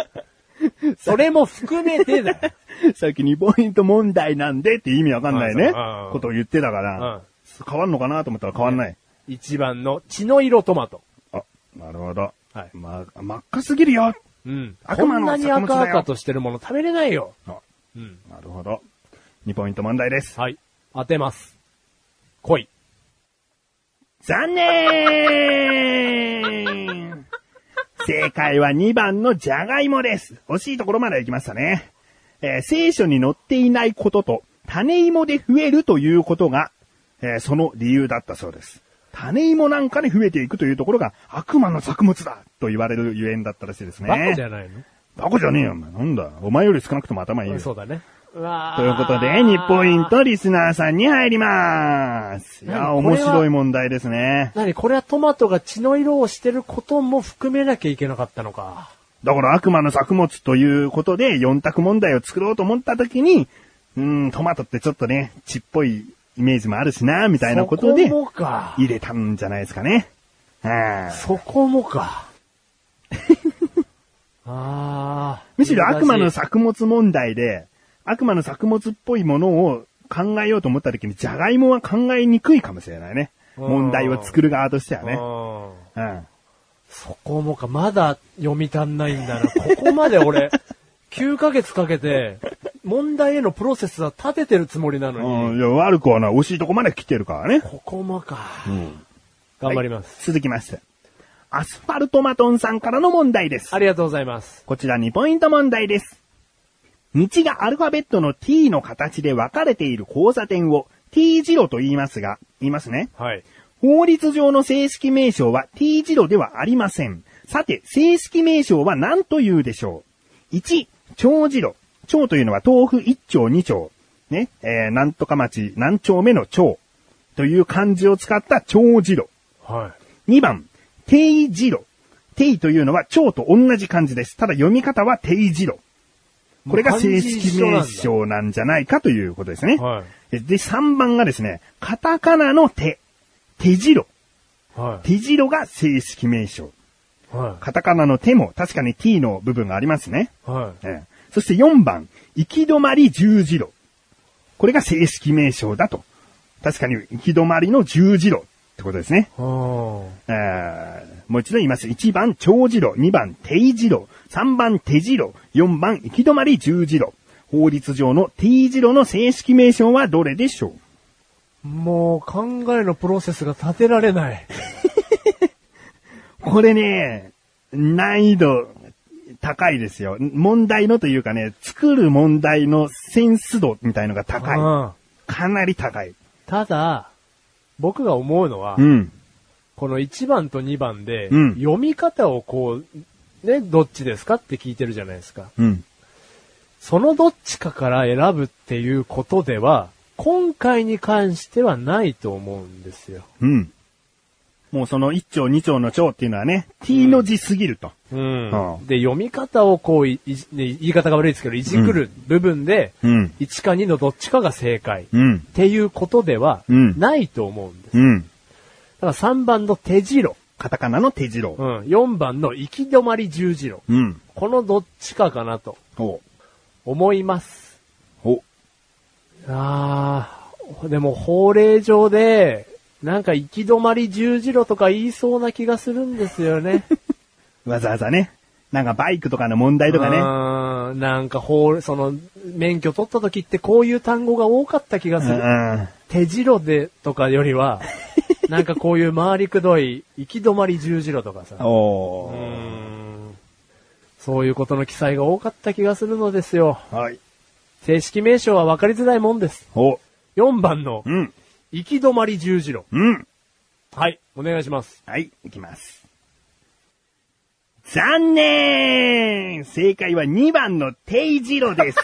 Speaker 1: それも含めてだよ。
Speaker 2: (laughs) さっき2ポイント問題なんでって意味わかんない
Speaker 1: あそ
Speaker 2: ね
Speaker 1: ううんう。ん
Speaker 2: ことを言ってたから、変わんのかなと思ったら変わんない。
Speaker 1: 1番の血の色トマト。
Speaker 2: あ、なるほど。
Speaker 1: はい
Speaker 2: ま、真っ赤すぎるよ
Speaker 1: うん。
Speaker 2: 悪魔
Speaker 1: こんな
Speaker 2: の作物だ
Speaker 1: に
Speaker 2: よ
Speaker 1: 赤々としてるもの食べれないよ。
Speaker 2: あ、
Speaker 1: うん。
Speaker 2: なるほど。2ポイント問題です。
Speaker 1: はい。当てます。来い。
Speaker 2: 残念正解は2番のジャガイモです。惜しいところまで行きましたね。えー聖書に載っていないことと、種芋で増えるということが、えーその理由だったそうです。種芋なんかで増えていくというところが悪魔の作物だと言われるゆえんだったらしいですね。
Speaker 1: バカじゃないの、
Speaker 2: バカじゃねえよ、お前。なんだ。お前より少なくとも頭いいよ。
Speaker 1: そうだね。わー
Speaker 2: ということで、2ポイン。トリスナーさんに入ります。いやー、
Speaker 1: 何こ
Speaker 2: 面
Speaker 1: れは
Speaker 2: 白い問題ですね。
Speaker 1: なに、これはトマトが血の色をしてることも含めなきゃいけなかったのか。
Speaker 2: だから悪魔の作物ということで4択問題を作ろうと思った時に、うーん、トマトってちょっとね、血っぽいイメージもあるしな、みたいなことで
Speaker 1: そ、こもか。
Speaker 2: 入れたんじゃないですかね。はい
Speaker 1: そこもか。 (laughs) あー。
Speaker 2: むしろ悪魔の
Speaker 1: 難しい
Speaker 2: 作物問題で、悪魔の作物っぽいものを考えようと思った時に、ジャガイモは考えにくいかもしれないね。
Speaker 1: うん
Speaker 2: 問題を作る側としては
Speaker 1: うん
Speaker 2: ね。うん。
Speaker 1: そこもか。まだ読み足んないんだな。ここまで
Speaker 2: (laughs)
Speaker 1: 俺、9ヶ月かけて、問題へのプロセスは立ててるつもりなのに、
Speaker 2: うん、いや悪くはない。惜しいとこまで来てるからね。
Speaker 1: ここもか。頑張ります。
Speaker 2: はい続きます。アスファルトマトンさんからの問題です。
Speaker 1: ありがとうございます。
Speaker 2: こちら2ポイント問題です。道がアルファベットの t の形で分かれている交差点を t 字路と言いますが、言いますね。
Speaker 1: はい。
Speaker 2: 法律上の正式名称は t 字路ではありません。さて、正式名称は何と言うでしょう ?1、長字路。長というのは豆腐1丁2丁。ね、えー、なんとか町何丁目の長。という漢字を使った長字路。
Speaker 1: は
Speaker 2: 2番、定字路。定というのは長と同じ漢字です。ただ読み方は定字路。これが正式名称なんじゃないかということですね。
Speaker 1: は
Speaker 2: で、3番がですね、カタカナの手。手字路。
Speaker 1: い。は
Speaker 2: 手字路が正式名称。
Speaker 1: い。は
Speaker 2: カタカナの手も確かに t の部分がありますね。
Speaker 1: い。は
Speaker 2: ええそして4番、行き止まり十字路。これが正式名称だと。確かに行き止まりの十字路ってことですね。
Speaker 1: い。は
Speaker 2: えーもう一度言います。1番、長次郎。2番、定次郎。3番、手次郎。4番、行き止まり十次郎。法律上の T 次郎の正式名称はどれでしょう
Speaker 1: い。もう考えのプロセスが立てられない。
Speaker 2: これね、難易度高いですよ。問題のというかね、作る問題のセンス度みたいのが高い。
Speaker 1: うん
Speaker 2: かなり高い。
Speaker 1: ただ、僕が思うのは
Speaker 2: う、ん。
Speaker 1: この1番と2番で、
Speaker 2: うん
Speaker 1: 読み方をこう、ね、どっちですかって聞いてるじゃないですか。
Speaker 2: うん。
Speaker 1: そのどっちかから選ぶっていうことでは、今回に関してはないと思うんですよ。
Speaker 2: うん。もうその1丁2丁の丁っていうのはね、T の字すぎると。
Speaker 1: うん
Speaker 2: う。ん
Speaker 1: で、読み方をこうい、いじね言い方が悪いですけど、いじくる部分で、
Speaker 2: うん。
Speaker 1: 1か2のどっちかが正解。っ
Speaker 2: うん。
Speaker 1: ていうことでは、
Speaker 2: うん
Speaker 1: ないと思うんです。
Speaker 2: うん。
Speaker 1: だから3番の手次郎。
Speaker 2: カタカナの手次郎
Speaker 1: う。ん。4番の行き止まり十字路。
Speaker 2: うん。
Speaker 1: このどっちかかなと
Speaker 2: お
Speaker 1: 思います。
Speaker 2: お
Speaker 1: ああ、でも法令上で、なんか行き止まり十字路とか言いそうな気がするんですよね。
Speaker 2: わざわざね。なんかバイクとかの問題 (laughs) とか
Speaker 1: う
Speaker 2: ね。
Speaker 1: ーんなんか法、その、免許取った時ってこういう単語が多かった気がす
Speaker 2: う
Speaker 1: る。
Speaker 2: ん。
Speaker 1: 手次路でとかよりは、
Speaker 2: (laughs)
Speaker 1: なんかこういう回りくどい行き止まり十字路とかさ。
Speaker 2: お
Speaker 1: うー
Speaker 2: ー
Speaker 1: んそういうことの記載が多かった気がするのですよ。
Speaker 2: はい。
Speaker 1: 正式名称は分かりづらいもんです。
Speaker 2: お
Speaker 1: 4番の
Speaker 2: うん。
Speaker 1: 行き止まり十字路。
Speaker 2: うん。
Speaker 1: はい、お願いします。
Speaker 2: はい、いきます。残念正解は2番の定次郎です。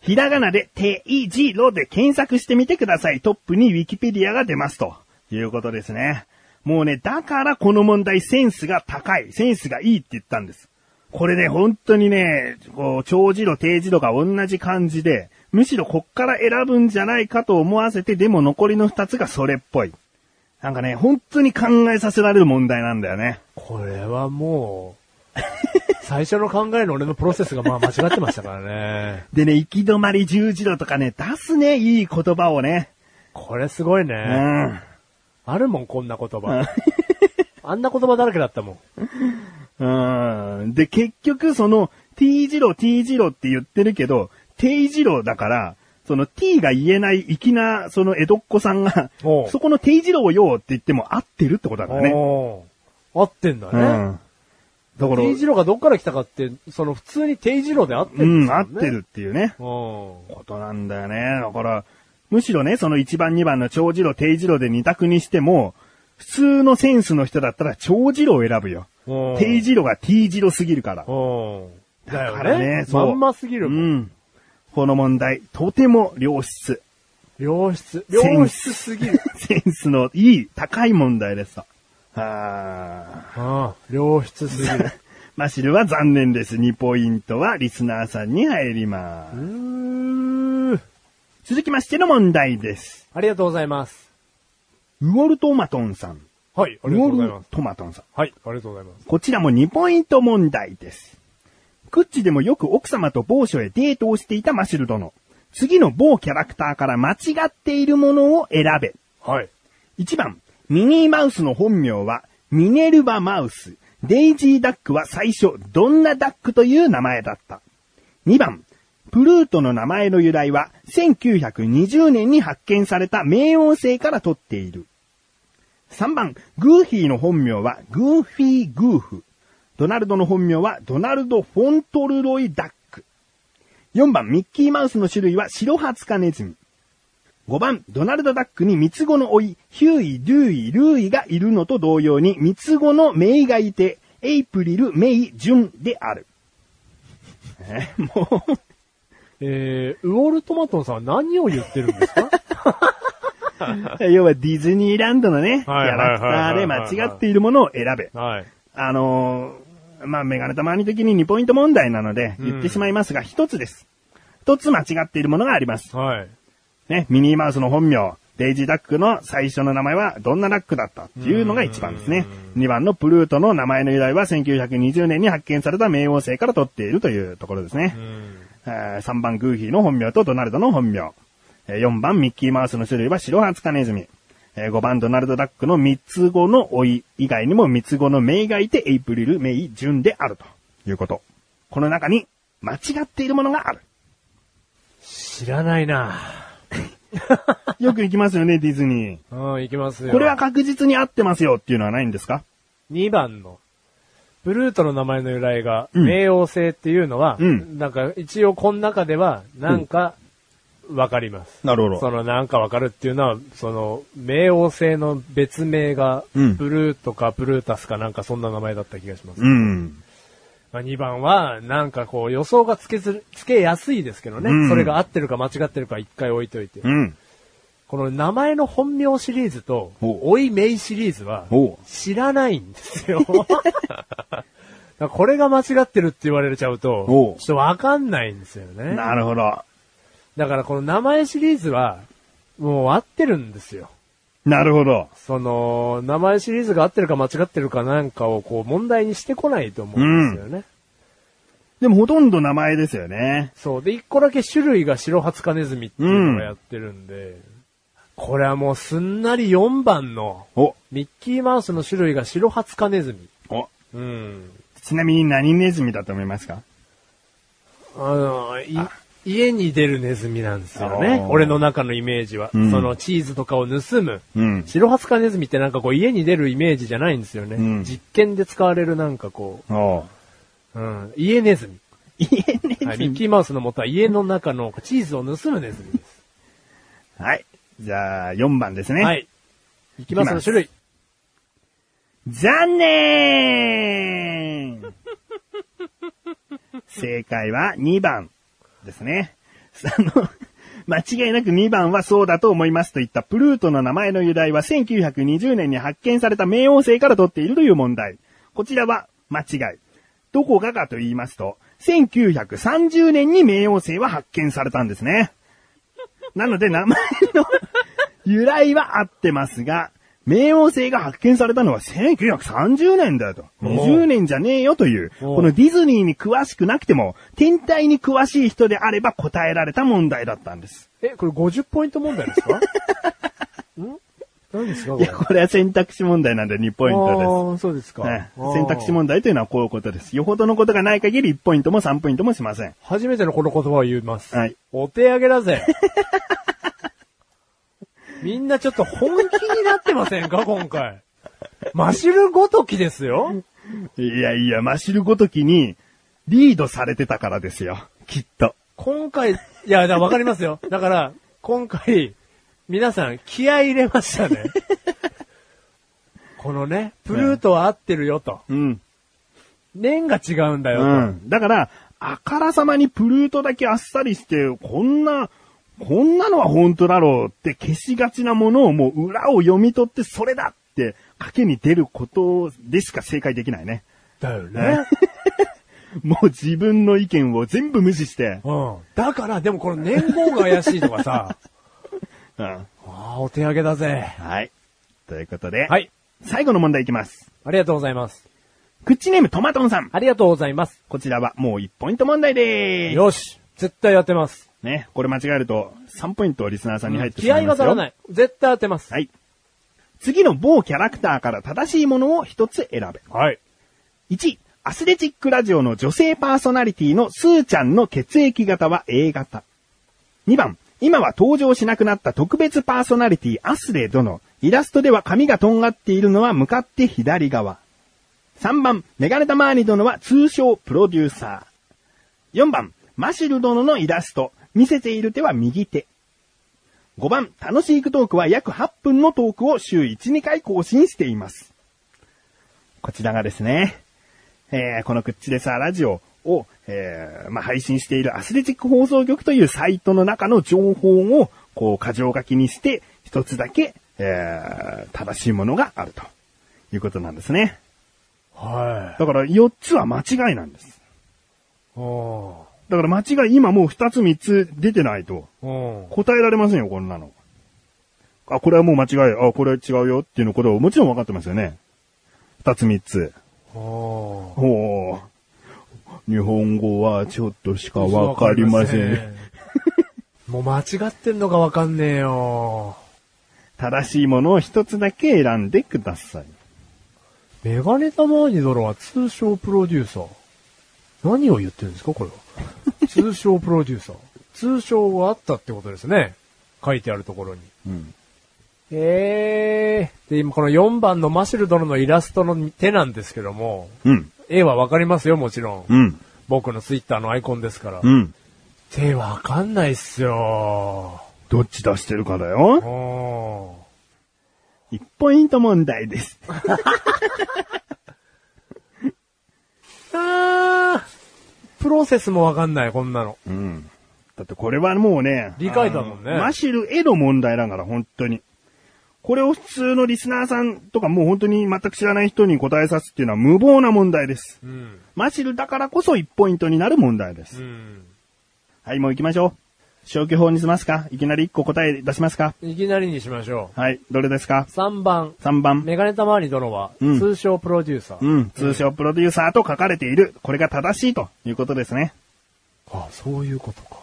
Speaker 2: ひらがなで定次郎で検索してみてください。トップにウィキペディアが出ますということですね。もうね、だからこの問題センスが高い、センスがいいって言ったんです。これね、本当にね、こう、長次郎、定次郎が同じ感じで、むしろこっから選ぶんじゃないかと思わせて、でも残りの2つがそれっぽい。なんかね、本当に考えさせられる問題なんだよね。
Speaker 1: これはもう、最初の考えの俺のプロセスがまあ間違ってましたからね。
Speaker 2: でね、行き止まり十字路とかね、出すね、いい言葉をね。
Speaker 1: これすごいね。
Speaker 2: うん。
Speaker 1: あるもん、こんな言葉。あんな言葉だらけだったもん。
Speaker 2: (laughs) うん。で、結局、その、t 字路、t 字路って言ってるけど、t 字路だから、その t が言えない粋な、その江戸っ子さんが、
Speaker 1: おう
Speaker 2: そこの t 字路よって言っても合ってるってことだからね。
Speaker 1: おー合ってんだ
Speaker 2: う
Speaker 1: ね。
Speaker 2: ん。だから、
Speaker 1: 定時路がどっから来たかって、その普通に定時路で合ってる
Speaker 2: うん
Speaker 1: です
Speaker 2: ん、
Speaker 1: よ
Speaker 2: 合
Speaker 1: ね
Speaker 2: って。るっていうね。
Speaker 1: う
Speaker 2: ことなんだよね。だから、むしろね、その1番2番の長次郎、定次郎で2択にしても、普通のセンスの人だったら長次郎を選ぶよ。
Speaker 1: ん。うん。
Speaker 2: 定次郎が T 次郎すぎるから。
Speaker 1: うん。だ
Speaker 2: だか
Speaker 1: よ
Speaker 2: ら
Speaker 1: ね
Speaker 2: ね。そう
Speaker 1: まんますぎ
Speaker 2: う
Speaker 1: るもん。
Speaker 2: ん。この問題、とても良質。 (laughs)
Speaker 1: 良質。
Speaker 2: セン
Speaker 1: 良質す
Speaker 2: (laughs)
Speaker 1: ぎる。
Speaker 2: センスのいい、高い問題ですと。あ
Speaker 1: う
Speaker 2: ー
Speaker 1: ん。良質すぎる。
Speaker 2: マシルは残念です。2ポイントはリスナーさんに入りま
Speaker 1: う
Speaker 2: す。
Speaker 1: ー
Speaker 2: 続きましての問題です。
Speaker 1: ありがとうございます。
Speaker 2: ウォルトマトンさん。
Speaker 1: はい、あ
Speaker 2: ウ
Speaker 1: りがとうござ
Speaker 2: ォ
Speaker 1: い
Speaker 2: ル
Speaker 1: ます。
Speaker 2: トマトンさん。
Speaker 1: はい、ありがとうございます。
Speaker 2: こちらも2ポイント問題です。クッチでもよく奥様と某所へデートをしていたマシル殿。次の某キャラクターから間違っているものを選べ。
Speaker 1: はい。
Speaker 2: 1番、ミニーマウスの本名はミネルバマウス。デイジーダックは最初、どんなダックという名前だった。2番、プルートの名前の由来は1920年に発見された冥王星から取っている。 3番、グーフィーの本名はグーフィー・グーフ。ドナルドの本名はドナルド・フォントルロイ・ダック。4番、ミッキーマウスの種類は白ハツカネズミ。5番、ドナルド・ダックに三つ子の甥、ヒューイ、ドゥーイ、ルーイがいるのと同様に、三つ子のメイがいて、エイプリル、メイ、ジュンである。えもう、
Speaker 1: えー、ウォルトマトンさんは何を言ってるんですか (laughs)
Speaker 2: 要はディズニーランドのね、キャ
Speaker 1: はいはい
Speaker 2: ラクターで間違っているものを選べ。
Speaker 1: はい。
Speaker 2: あのーまあ、メガネたまに的に2ポイント問題なので、
Speaker 1: うん
Speaker 2: 言ってしまいますが、1つです。1つ間違っているものがあります。
Speaker 1: はい。
Speaker 2: ね、ミニーマウスの本名、デイジーダックの最初の名前はどんなダックだったっていうのが1番ですね。2番のプルートの名前の由来は1920年に発見された冥王星から取っているというところですね
Speaker 1: う。ん。
Speaker 2: えー3番グーフィーの本名とドナルドの本名。えー4番ミッキーマウスの種類は白ハツカネズミ。えー5番ドナルドダックの三つ子の老い以外にも三つ子の名がいてエイプリル、メイ、ジュンであるということ。この中に間違っているものがある。
Speaker 1: 知らないな
Speaker 2: よく行きますよね、ディズニ
Speaker 1: うん、いきます
Speaker 2: ー。
Speaker 1: よ。
Speaker 2: これは確実に合ってますよっていうのはないんですか
Speaker 1: 2番の、ブルートの名前の由来が、
Speaker 2: うん
Speaker 1: 冥王星っていうのは、
Speaker 2: うん
Speaker 1: なんか一応この中では、なんか、わかります。
Speaker 2: なる
Speaker 1: そ。のなんかわかるっていうのは、その、冥王星の別名が、
Speaker 2: うん
Speaker 1: ブルートかブルータスかなんかそんな名前だった気がします。
Speaker 2: うん。
Speaker 1: まあ、2番は、なんかこう予想がつけずる、つけやすいですけどね。
Speaker 2: うん
Speaker 1: それが合ってるか間違ってるか一回置いといて。
Speaker 2: うん。
Speaker 1: この名前の本名シリーズと、
Speaker 2: お
Speaker 1: おいめいシリーズは
Speaker 2: お、
Speaker 1: 知らないんですよ。だからこれが間違ってるって言われちゃうと、ち
Speaker 2: お
Speaker 1: ょっとわかんないんですよね。
Speaker 2: なるほど。
Speaker 1: だからこの名前シリーズは、もう合ってるんですよ。
Speaker 2: なるほど。
Speaker 1: その、名前シリーズが合ってるか間違ってるかなんかをこう問題にしてこないと思うんですよね。
Speaker 2: でもほとんど名前ですよね。
Speaker 1: そう。で、一個だけ種類が白ハツカネズミっていうのがやってるんで、これはもうすんなり4番の、
Speaker 2: お、
Speaker 1: ミッキーマウスの種類が白ハツカネズミ。
Speaker 2: お、
Speaker 1: うん。
Speaker 2: ちなみに何ネズミだと思いますか
Speaker 1: あの、い、家に出るネズミなんですよ
Speaker 2: あ
Speaker 1: ね
Speaker 2: ー。
Speaker 1: 俺の中のイメージは。
Speaker 2: うん
Speaker 1: そのチーズとかを盗む。
Speaker 2: うん
Speaker 1: 白ハツカネズミってなんかこう家に出るイメージじゃないんですよね。
Speaker 2: うん
Speaker 1: 実験で使われるなんかこ
Speaker 2: おう。
Speaker 1: う、うん、家ネズミ。
Speaker 2: 家ネ
Speaker 1: はい、ミッキーマウスの元は家の中のチーズを盗むネズミです。
Speaker 2: はい。じゃあ、4番ですね。
Speaker 1: はい。いきます
Speaker 2: いきま
Speaker 1: の
Speaker 2: す
Speaker 1: 種類。
Speaker 2: 残念正解は2番ですね。あの、 (laughs) 間違いなく2番はそうだと思いますと言ったプルートの名前の由来は1920年に発見された冥王星から取っているという問題。こちらは間違い。どこがかと言いますと、1930年に冥王星は発見されたんですね。なので名前の (laughs) 由来は合ってますが、冥王星が発見されたのは1930年だよと。
Speaker 1: おう
Speaker 2: 20年じゃねえよという、
Speaker 1: おう
Speaker 2: このディズニーに詳しくなくても、天体に詳しい人であれば答えられた問題だったんです。
Speaker 1: え、これ50ポイント問題です
Speaker 2: (laughs)
Speaker 1: かん何ですかこ
Speaker 2: い
Speaker 1: れ
Speaker 2: や、これは選択肢問題なんで2ポイント
Speaker 1: あーそうですか。
Speaker 2: です。ね
Speaker 1: あー
Speaker 2: 選択肢問題というのはこういうことです。よほどのことがない限り1ポイントも3ポイントもしません。
Speaker 1: 初めてのこの言葉を言います。
Speaker 2: はい
Speaker 1: お手上げだぜ。 (laughs) みんなちょっと本気になってませんか今回。マシュルごときですよ。
Speaker 2: いやいや、マシルごときにリードされてたからですよ。きっと。
Speaker 1: 今回、いや、だからわかりますよ。だから、今回、皆さん気合い入れました
Speaker 2: (laughs)
Speaker 1: ね。このね、プルートは合ってるよと。
Speaker 2: うん。
Speaker 1: 年が違うんだよと。
Speaker 2: うん。だから、あからさまにプルートだけあっさりして、こんな、こんなのは本当だろうって消しがちなものをもう裏を読み取ってそれだって賭けに出ることでしか正解できないね。
Speaker 1: だよね。
Speaker 2: (laughs) もう自分の意見を全部無視して。
Speaker 1: うん。だから、でもこの年号が怪しいとか
Speaker 2: (laughs)
Speaker 1: さ、
Speaker 2: うん。
Speaker 1: ああ、お手上げだぜ。
Speaker 2: はい。ということで、
Speaker 1: はい。
Speaker 2: 最後の問題いきます。
Speaker 1: ありがとうございます。
Speaker 2: クッチネームトマトンさん。
Speaker 1: ありがとうございます。
Speaker 2: こちらはもう1ポイント問題でーす。
Speaker 1: よし。絶対当てます。
Speaker 2: ね、これ間違えると3ポイントリスナーさんに入ってし
Speaker 1: 気
Speaker 2: ま
Speaker 1: 合
Speaker 2: いま
Speaker 1: が
Speaker 2: すよ。
Speaker 1: 足らない。絶対当てます。
Speaker 2: はい。次の某キャラクターから正しいものを一つ選べ。
Speaker 1: はい。
Speaker 2: 1、アスレチックラジオの女性パーソナリティのスーちゃんの血液型は A 型。2番、今は登場しなくなった特別パーソナリティアスレ殿、イラストでは髪がとんがっているのは向かって左側。3番、メガネタマーニ殿は通称プロデューサー。4番、マシル殿のイラスト。見せている手は右手。5番、楽しいクトークは約8分のトークを週1、2回更新しています。こちらがですね、えー、このクッチレサーラジオを、えー、まあ、配信しているアスレチック放送局というサイトの中の情報を、こう、過剰書きにして、一つだけ、えー、正しいものがあるということなんですね。
Speaker 1: は
Speaker 2: だから4つは間違いなんです。
Speaker 1: い。うん。
Speaker 2: だから間違い、今もう2つ3つ出てないと
Speaker 1: うん。
Speaker 2: 答えられませんよ、こんなの。あ、これはもう間違い、あ、これは違うよっていうのことをもちろん分かってますよね。2つ3つ。
Speaker 1: うん。
Speaker 2: ほう。日本語はちょっとしかわかりません。。 (laughs)
Speaker 1: もう間違ってんのかわかんねえよ。
Speaker 2: 正しいものを一つだけ選んでください。
Speaker 1: メガネタマーニドロは通称プロデューサー。何を言ってるんですか、これ
Speaker 2: (laughs)
Speaker 1: は。通称プロデューサー。通称があったってことですね。書いてあるところに。
Speaker 2: うん。
Speaker 1: えー。で、今この4番のマシル殿のイラストの手なんですけども、
Speaker 2: うん。
Speaker 1: 絵はわかりますよ、もちろん。
Speaker 2: うん。
Speaker 1: 僕のツイッターのアイコンですから。
Speaker 2: うん。
Speaker 1: 手わかんないっすよ。
Speaker 2: どっち出してるかだ
Speaker 1: う
Speaker 2: よ。
Speaker 1: ーん。
Speaker 2: 1ポイント問題です。
Speaker 1: あープロセスもわかんない、こんなの。
Speaker 2: うん。だってこれはもうね。
Speaker 1: 理解だもんね
Speaker 2: あのマシルへの問題だから、本当に。これを普通のリスナーさんとかもう本当に全く知らない人に答えさすっていうのは無謀な問題です。
Speaker 1: うん。
Speaker 2: マシルだからこそ1ポイントになる問題です。
Speaker 1: うん。
Speaker 2: はい、もう行きましょう。消去法にしますかいきなり1個答え出しますか
Speaker 1: いきなりにしましょ
Speaker 2: はい、どれですか
Speaker 1: う。3番、
Speaker 2: ?3 番。
Speaker 1: メガネタマーニ殿は、
Speaker 2: うん
Speaker 1: 通称プロデューサー。
Speaker 2: うん、通称プロデューサーと書かれている。これが正しいということですね。
Speaker 1: あ、そういうことか。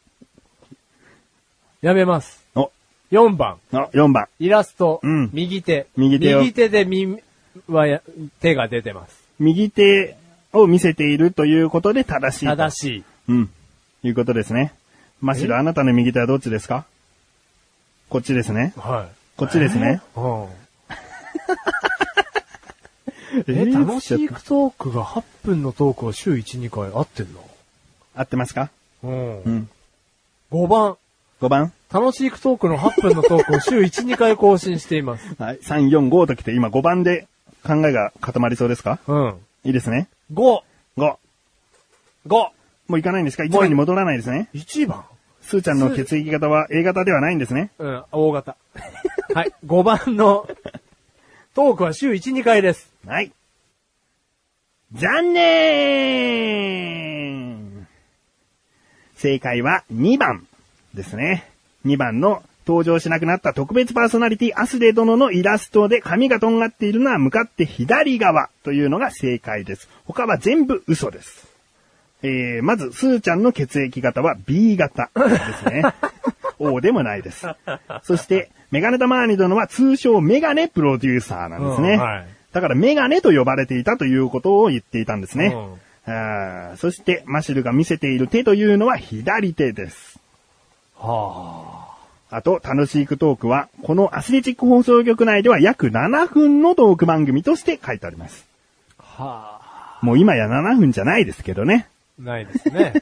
Speaker 1: (laughs) やめます。
Speaker 2: お、
Speaker 1: 4番、
Speaker 2: の、4番。
Speaker 1: イラスト、
Speaker 2: うん
Speaker 1: 右手。
Speaker 2: 右手を
Speaker 1: で耳はや手が出てます。
Speaker 2: 右手を見せているということで正しいと。
Speaker 1: 正しい。
Speaker 2: うん。いうことですね。マシル、あなたの右手はどっちですかこっちですね。
Speaker 1: はい。
Speaker 2: こっちですね。
Speaker 1: うん、
Speaker 2: え
Speaker 1: え、
Speaker 2: ー
Speaker 1: 楽しいトークが8分のトークを週1、2回合ってんの
Speaker 2: 合ってますか
Speaker 1: うん
Speaker 2: うん。
Speaker 1: 5番、
Speaker 2: 5番。
Speaker 1: 楽しいトークの8分のトークを週1、2回更新しています。
Speaker 2: はい。3、4、5と来て、今5番で考えが固まりそうですか
Speaker 1: うん。
Speaker 2: いいですね。
Speaker 1: 5、
Speaker 2: 5。
Speaker 1: 5、
Speaker 2: もう行かないんですか一番に戻らないですね。
Speaker 1: 1番
Speaker 2: スーちゃんの血液型は A 型ではないんですね。
Speaker 1: うん、大型。 (laughs) はい、5番のトークは週1、2回です。
Speaker 2: はい。残念正解は2番ですね。2番の登場しなくなった特別パーソナリティアスレ殿のイラストで髪がとんがっているのは向かって左側というのが正解です。他は全部嘘です。えー、まず、スーちゃんの血液型は B 型です
Speaker 1: (laughs)
Speaker 2: ね。O でもないです。そして、メガネタマーニ殿は通称メガネプロデューサーなんですね。
Speaker 1: うんはい
Speaker 2: だからメガネと呼ばれていたということを言っていたんですね。あーそして、マシルが見せている手というのは左手です。
Speaker 1: は
Speaker 2: あと、楽しいクトークは、このアスレチック放送局内では約7分のトーク番組として書いてあります。
Speaker 1: あ。はあ。
Speaker 2: もう今や7分じゃないですけどね。
Speaker 1: ないですね。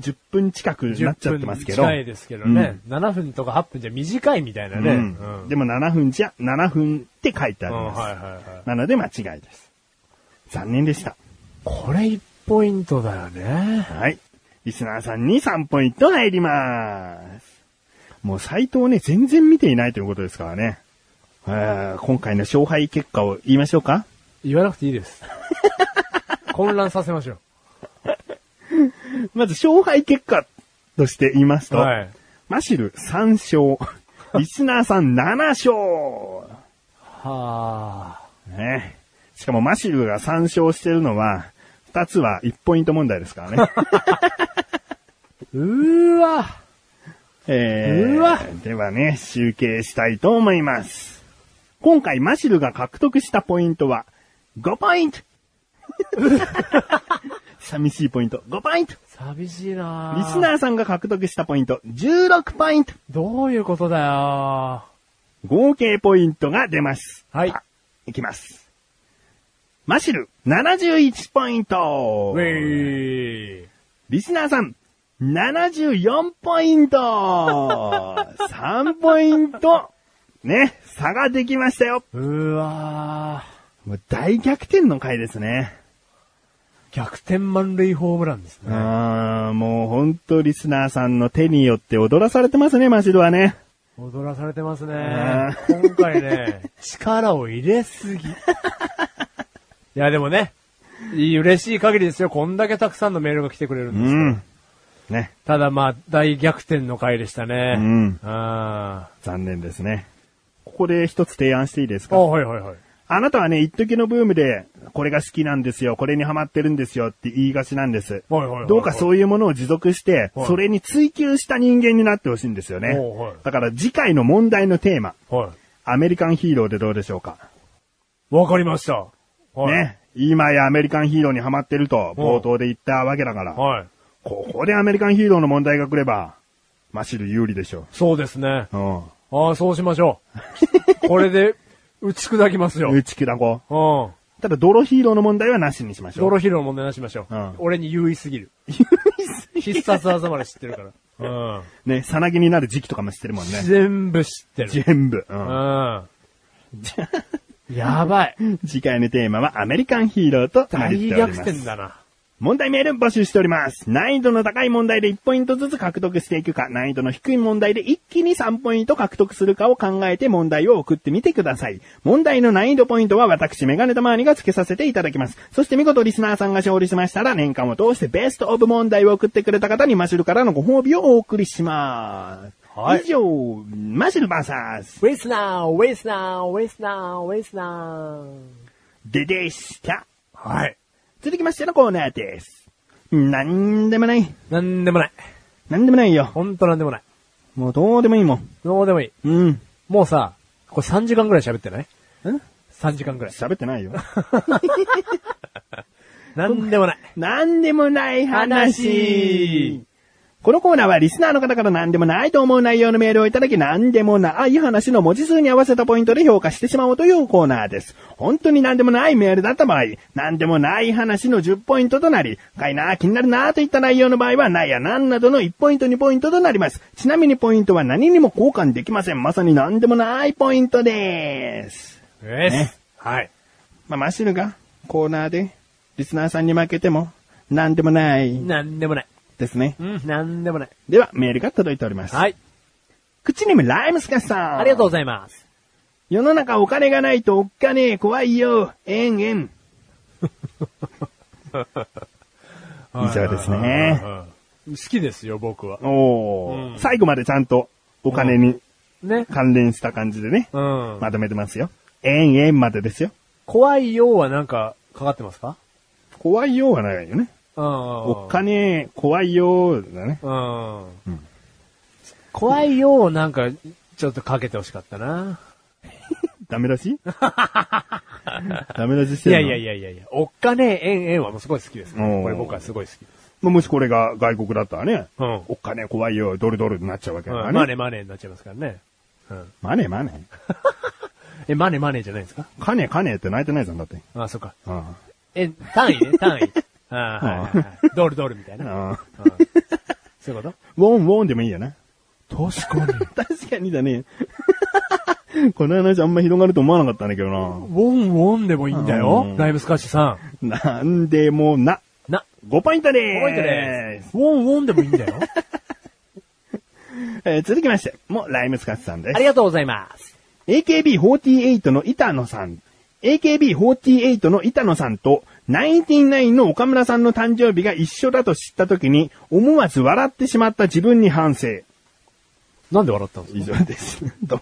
Speaker 2: 10分近く (laughs) なっちゃってますけど。
Speaker 1: 10分近いですけどね。7分とか8分じゃ短いみたいなね。
Speaker 2: うん
Speaker 1: う
Speaker 2: でも7分じゃ、7分って書いてあ
Speaker 1: う
Speaker 2: り
Speaker 1: ん
Speaker 2: ます。
Speaker 1: はいはいはい。
Speaker 2: なので間違いです。残念でした。
Speaker 1: これ1ポイントだよね。
Speaker 2: はい。リスナーさんに3ポイント入ります。もうサイトをね、全然見ていないということですからね。えー今回の勝敗結果を言いましょうか
Speaker 1: 言わなくていい
Speaker 2: (laughs)
Speaker 1: です。混乱させましょ
Speaker 2: まず勝敗結果として言います
Speaker 1: う。
Speaker 2: と、
Speaker 1: はい。
Speaker 2: マシル3勝、
Speaker 1: (laughs)
Speaker 2: リスナーさん7勝。
Speaker 1: は
Speaker 2: ねしかもマシルが3勝してるのは、2つは1ポイント問題ですからね。
Speaker 1: あ。うーわ。
Speaker 2: えー、
Speaker 1: うわ
Speaker 2: ではね、集計したいと思います。今回、マシルが獲得したポイントは、5ポイント
Speaker 1: (laughs)
Speaker 2: 寂しいポイント、5ポイント
Speaker 1: 寂しいな
Speaker 2: リスナーさんが獲得したポイント、16ポイント
Speaker 1: どういうことだよ
Speaker 2: 合計ポイントが出ます。
Speaker 1: はい
Speaker 2: あ。いきます。マシル、71ポイント
Speaker 1: ウ。ェイ。
Speaker 2: リスナーさん、74ポイント (laughs) !3 ポイントね、差ができましたよ
Speaker 1: うわ
Speaker 2: もう大逆転の回ですね。
Speaker 1: ー。逆転満塁ホームランです
Speaker 2: う
Speaker 1: ね。
Speaker 2: ーん、もうほんとリスナーさんの手によって踊らされてますね、マシルはね。
Speaker 1: 踊らされてますね。
Speaker 2: あ
Speaker 1: 今回
Speaker 2: (laughs)
Speaker 1: ね、力を入れすぎ。いや、でもね、いい嬉しい限りですよ。こんだけたくさんのメールが来てくれるん
Speaker 2: う
Speaker 1: ですから。
Speaker 2: ん。ね、
Speaker 1: ただまあ、大逆転の回でしたね。
Speaker 2: うん
Speaker 1: あ
Speaker 2: 残念ですね。ここで一つ提案していいです
Speaker 1: ーあ、
Speaker 2: か
Speaker 1: はいはいはい。
Speaker 2: あなたはね、一時のブームで、これが好きなんですよ、これにハマってるんですよって言いがちなんです。
Speaker 1: はいはいはいはい
Speaker 2: どうかそういうものを持続して、
Speaker 1: はい
Speaker 2: それに追求した人間になってほしいんですよね
Speaker 1: おうはい。
Speaker 2: だから次回の問題のテーマ、
Speaker 1: は
Speaker 2: アメリカンヒーローでどうでしょうか。
Speaker 1: い。わかりました。はい。。
Speaker 2: ね。今やアメリカンヒーローにハマってると、冒頭で言ったわけだから。
Speaker 1: はい。
Speaker 2: ここでアメリカンヒーローの問題が来れば、マシル有利でしょ
Speaker 1: そうですね。
Speaker 2: う。う
Speaker 1: ああ、そうしましょう。これで、打ち砕きます
Speaker 2: (laughs)
Speaker 1: よ。
Speaker 2: ん。
Speaker 1: うん
Speaker 2: う。ちきだこ。
Speaker 1: ド
Speaker 2: ただ、泥ヒーローの問題はなしにしましょう。
Speaker 1: ロヒーローの問題なしましょう。
Speaker 2: うん
Speaker 1: 俺に優位すぎる。必殺技まで知ってる
Speaker 2: (laughs)
Speaker 1: から。うん。
Speaker 2: ね、さなぎになる時期とかも知ってるもんね。
Speaker 1: 全部知ってる。
Speaker 2: 全部。う。
Speaker 1: うんん。やば
Speaker 2: (laughs)
Speaker 1: い。
Speaker 2: 次回のテーマはアメリカンヒーローとな
Speaker 1: 大
Speaker 2: ってお
Speaker 1: 逆
Speaker 2: りま
Speaker 1: 転
Speaker 2: す。
Speaker 1: だな。
Speaker 2: 問題メール募集しております。難易度の高い問題で1ポイントずつ獲得していくか、難易度の低い問題で一気に3ポイント獲得するかを考えて問題を送ってみてください。問題の難易度ポイントは私、メガネたまわりが付けさせていただきます。そして見事リスナーさんが勝利しましたら、年間を通してベストオブ問題を送ってくれた方にマシュルからのご褒美をお送りします。
Speaker 1: はい
Speaker 2: 以上、マシュルバーサス
Speaker 1: ウェイスナー、ウェイスナー、ウェイスナー、ウェイスナー。
Speaker 2: ででした。
Speaker 1: はい。
Speaker 2: 続きましてのコーナーです。なんでもない。
Speaker 1: なんでもない。
Speaker 2: なんでもないよ。
Speaker 1: ほんとなんでもない。
Speaker 2: もうどうでもいいもん。
Speaker 1: どうでもいい。
Speaker 2: うん。
Speaker 1: もうさ、これ3時間ぐらい喋ってない
Speaker 2: ん
Speaker 1: ?3 時間ぐらい。
Speaker 2: 喋って (laughs) ないよ。
Speaker 1: なんでもない。
Speaker 2: なんでもない話
Speaker 1: 話。
Speaker 2: このコーナーはリスナーの方から何でもないと思う内容のメールをいただき何でもない話の文字数に合わせたポイントで評価してしまおうというコーナーです。本当に何でもないメールだった場合、何でもない話の10ポイントとなり、深いな、気になるなといった内容の場合は、ないや何などの1ポイント2ポイントとなります。ちなみにポイントは何にも交換できません。まさに何でもないポイントです。
Speaker 1: え
Speaker 2: ね
Speaker 1: はい。
Speaker 2: まあ、マシルがコーナーでリスナーさんに負けても何でもない
Speaker 1: なんでもない。
Speaker 2: ですね。
Speaker 1: うん、なんでもない。
Speaker 2: では、メールが届いております。
Speaker 1: はい。
Speaker 2: 口にもライムスカスさん。
Speaker 1: ありがとうご
Speaker 2: います。
Speaker 1: ざいます。
Speaker 2: 世の中お金がないとおっかねえ、怖いよ。えんえん。以上ですね
Speaker 1: うん。好きですよ、僕は。
Speaker 2: おー、
Speaker 1: うん
Speaker 2: 最後までちゃんとお金に
Speaker 1: ね。
Speaker 2: 関連した感じでね、
Speaker 1: うん。
Speaker 2: まとめてますよ。えんえんまでですよ。
Speaker 1: 怖いようはなんか、かかってますか
Speaker 2: 怖いようはないよね。
Speaker 1: うん。
Speaker 2: おっかねえ、怖いようだね。
Speaker 1: うん。怖いようなんか、ちょっとかけてほしかったな。
Speaker 2: ダメ出
Speaker 1: (laughs)
Speaker 2: しダメ出しし
Speaker 1: い
Speaker 2: て
Speaker 1: や
Speaker 2: るの
Speaker 1: いやいやいやいや、おっかねえ、えんえんはもうすごい好きです
Speaker 2: お
Speaker 1: ね。
Speaker 2: ー
Speaker 1: これ僕はすごい好きです。
Speaker 2: まあもしこれが外国だったらね、
Speaker 1: うん
Speaker 2: おっかねえ、怖いよ、ドルドルになっちゃうわけだから
Speaker 1: う
Speaker 2: ね。
Speaker 1: んマネマネになっちゃいますからね。うん。
Speaker 2: マネマネ。
Speaker 1: え、マネマネじゃないですか
Speaker 2: カネカネって泣いてないじゃん、だって。
Speaker 1: あ、そっか。
Speaker 2: うん
Speaker 1: え、単位ね、単 (laughs) 位。あーはいはいはい。ドルドルみたいな。
Speaker 2: ああ
Speaker 1: うんそういうこ
Speaker 2: ウォンウォンでもいいよな。
Speaker 1: と確かに。
Speaker 2: (laughs) 確かにだね。 (laughs) この話あんま広がると思わなかったんだけど
Speaker 1: ウォンウォンでもいいんだ
Speaker 2: うん
Speaker 1: よ。ライムスカッシュさ
Speaker 2: な。なんでもな。
Speaker 1: ん。な、
Speaker 2: 5ポイントでーす。
Speaker 1: 覚えてね。ウォンウォンでもいいんだよ。
Speaker 2: えー続きまして、もうライムスカッツさんで
Speaker 1: (laughs)
Speaker 2: す
Speaker 1: あ。りがとうございます。
Speaker 2: AKB48 の板野さん。AKB48 の板野さんと、ナインティナインの岡村さんの誕生日が一緒だと知った時に、思わず笑ってしまった自分に反省。
Speaker 1: なんで笑ったんですか
Speaker 2: 以
Speaker 1: (laughs)
Speaker 2: 上です。ど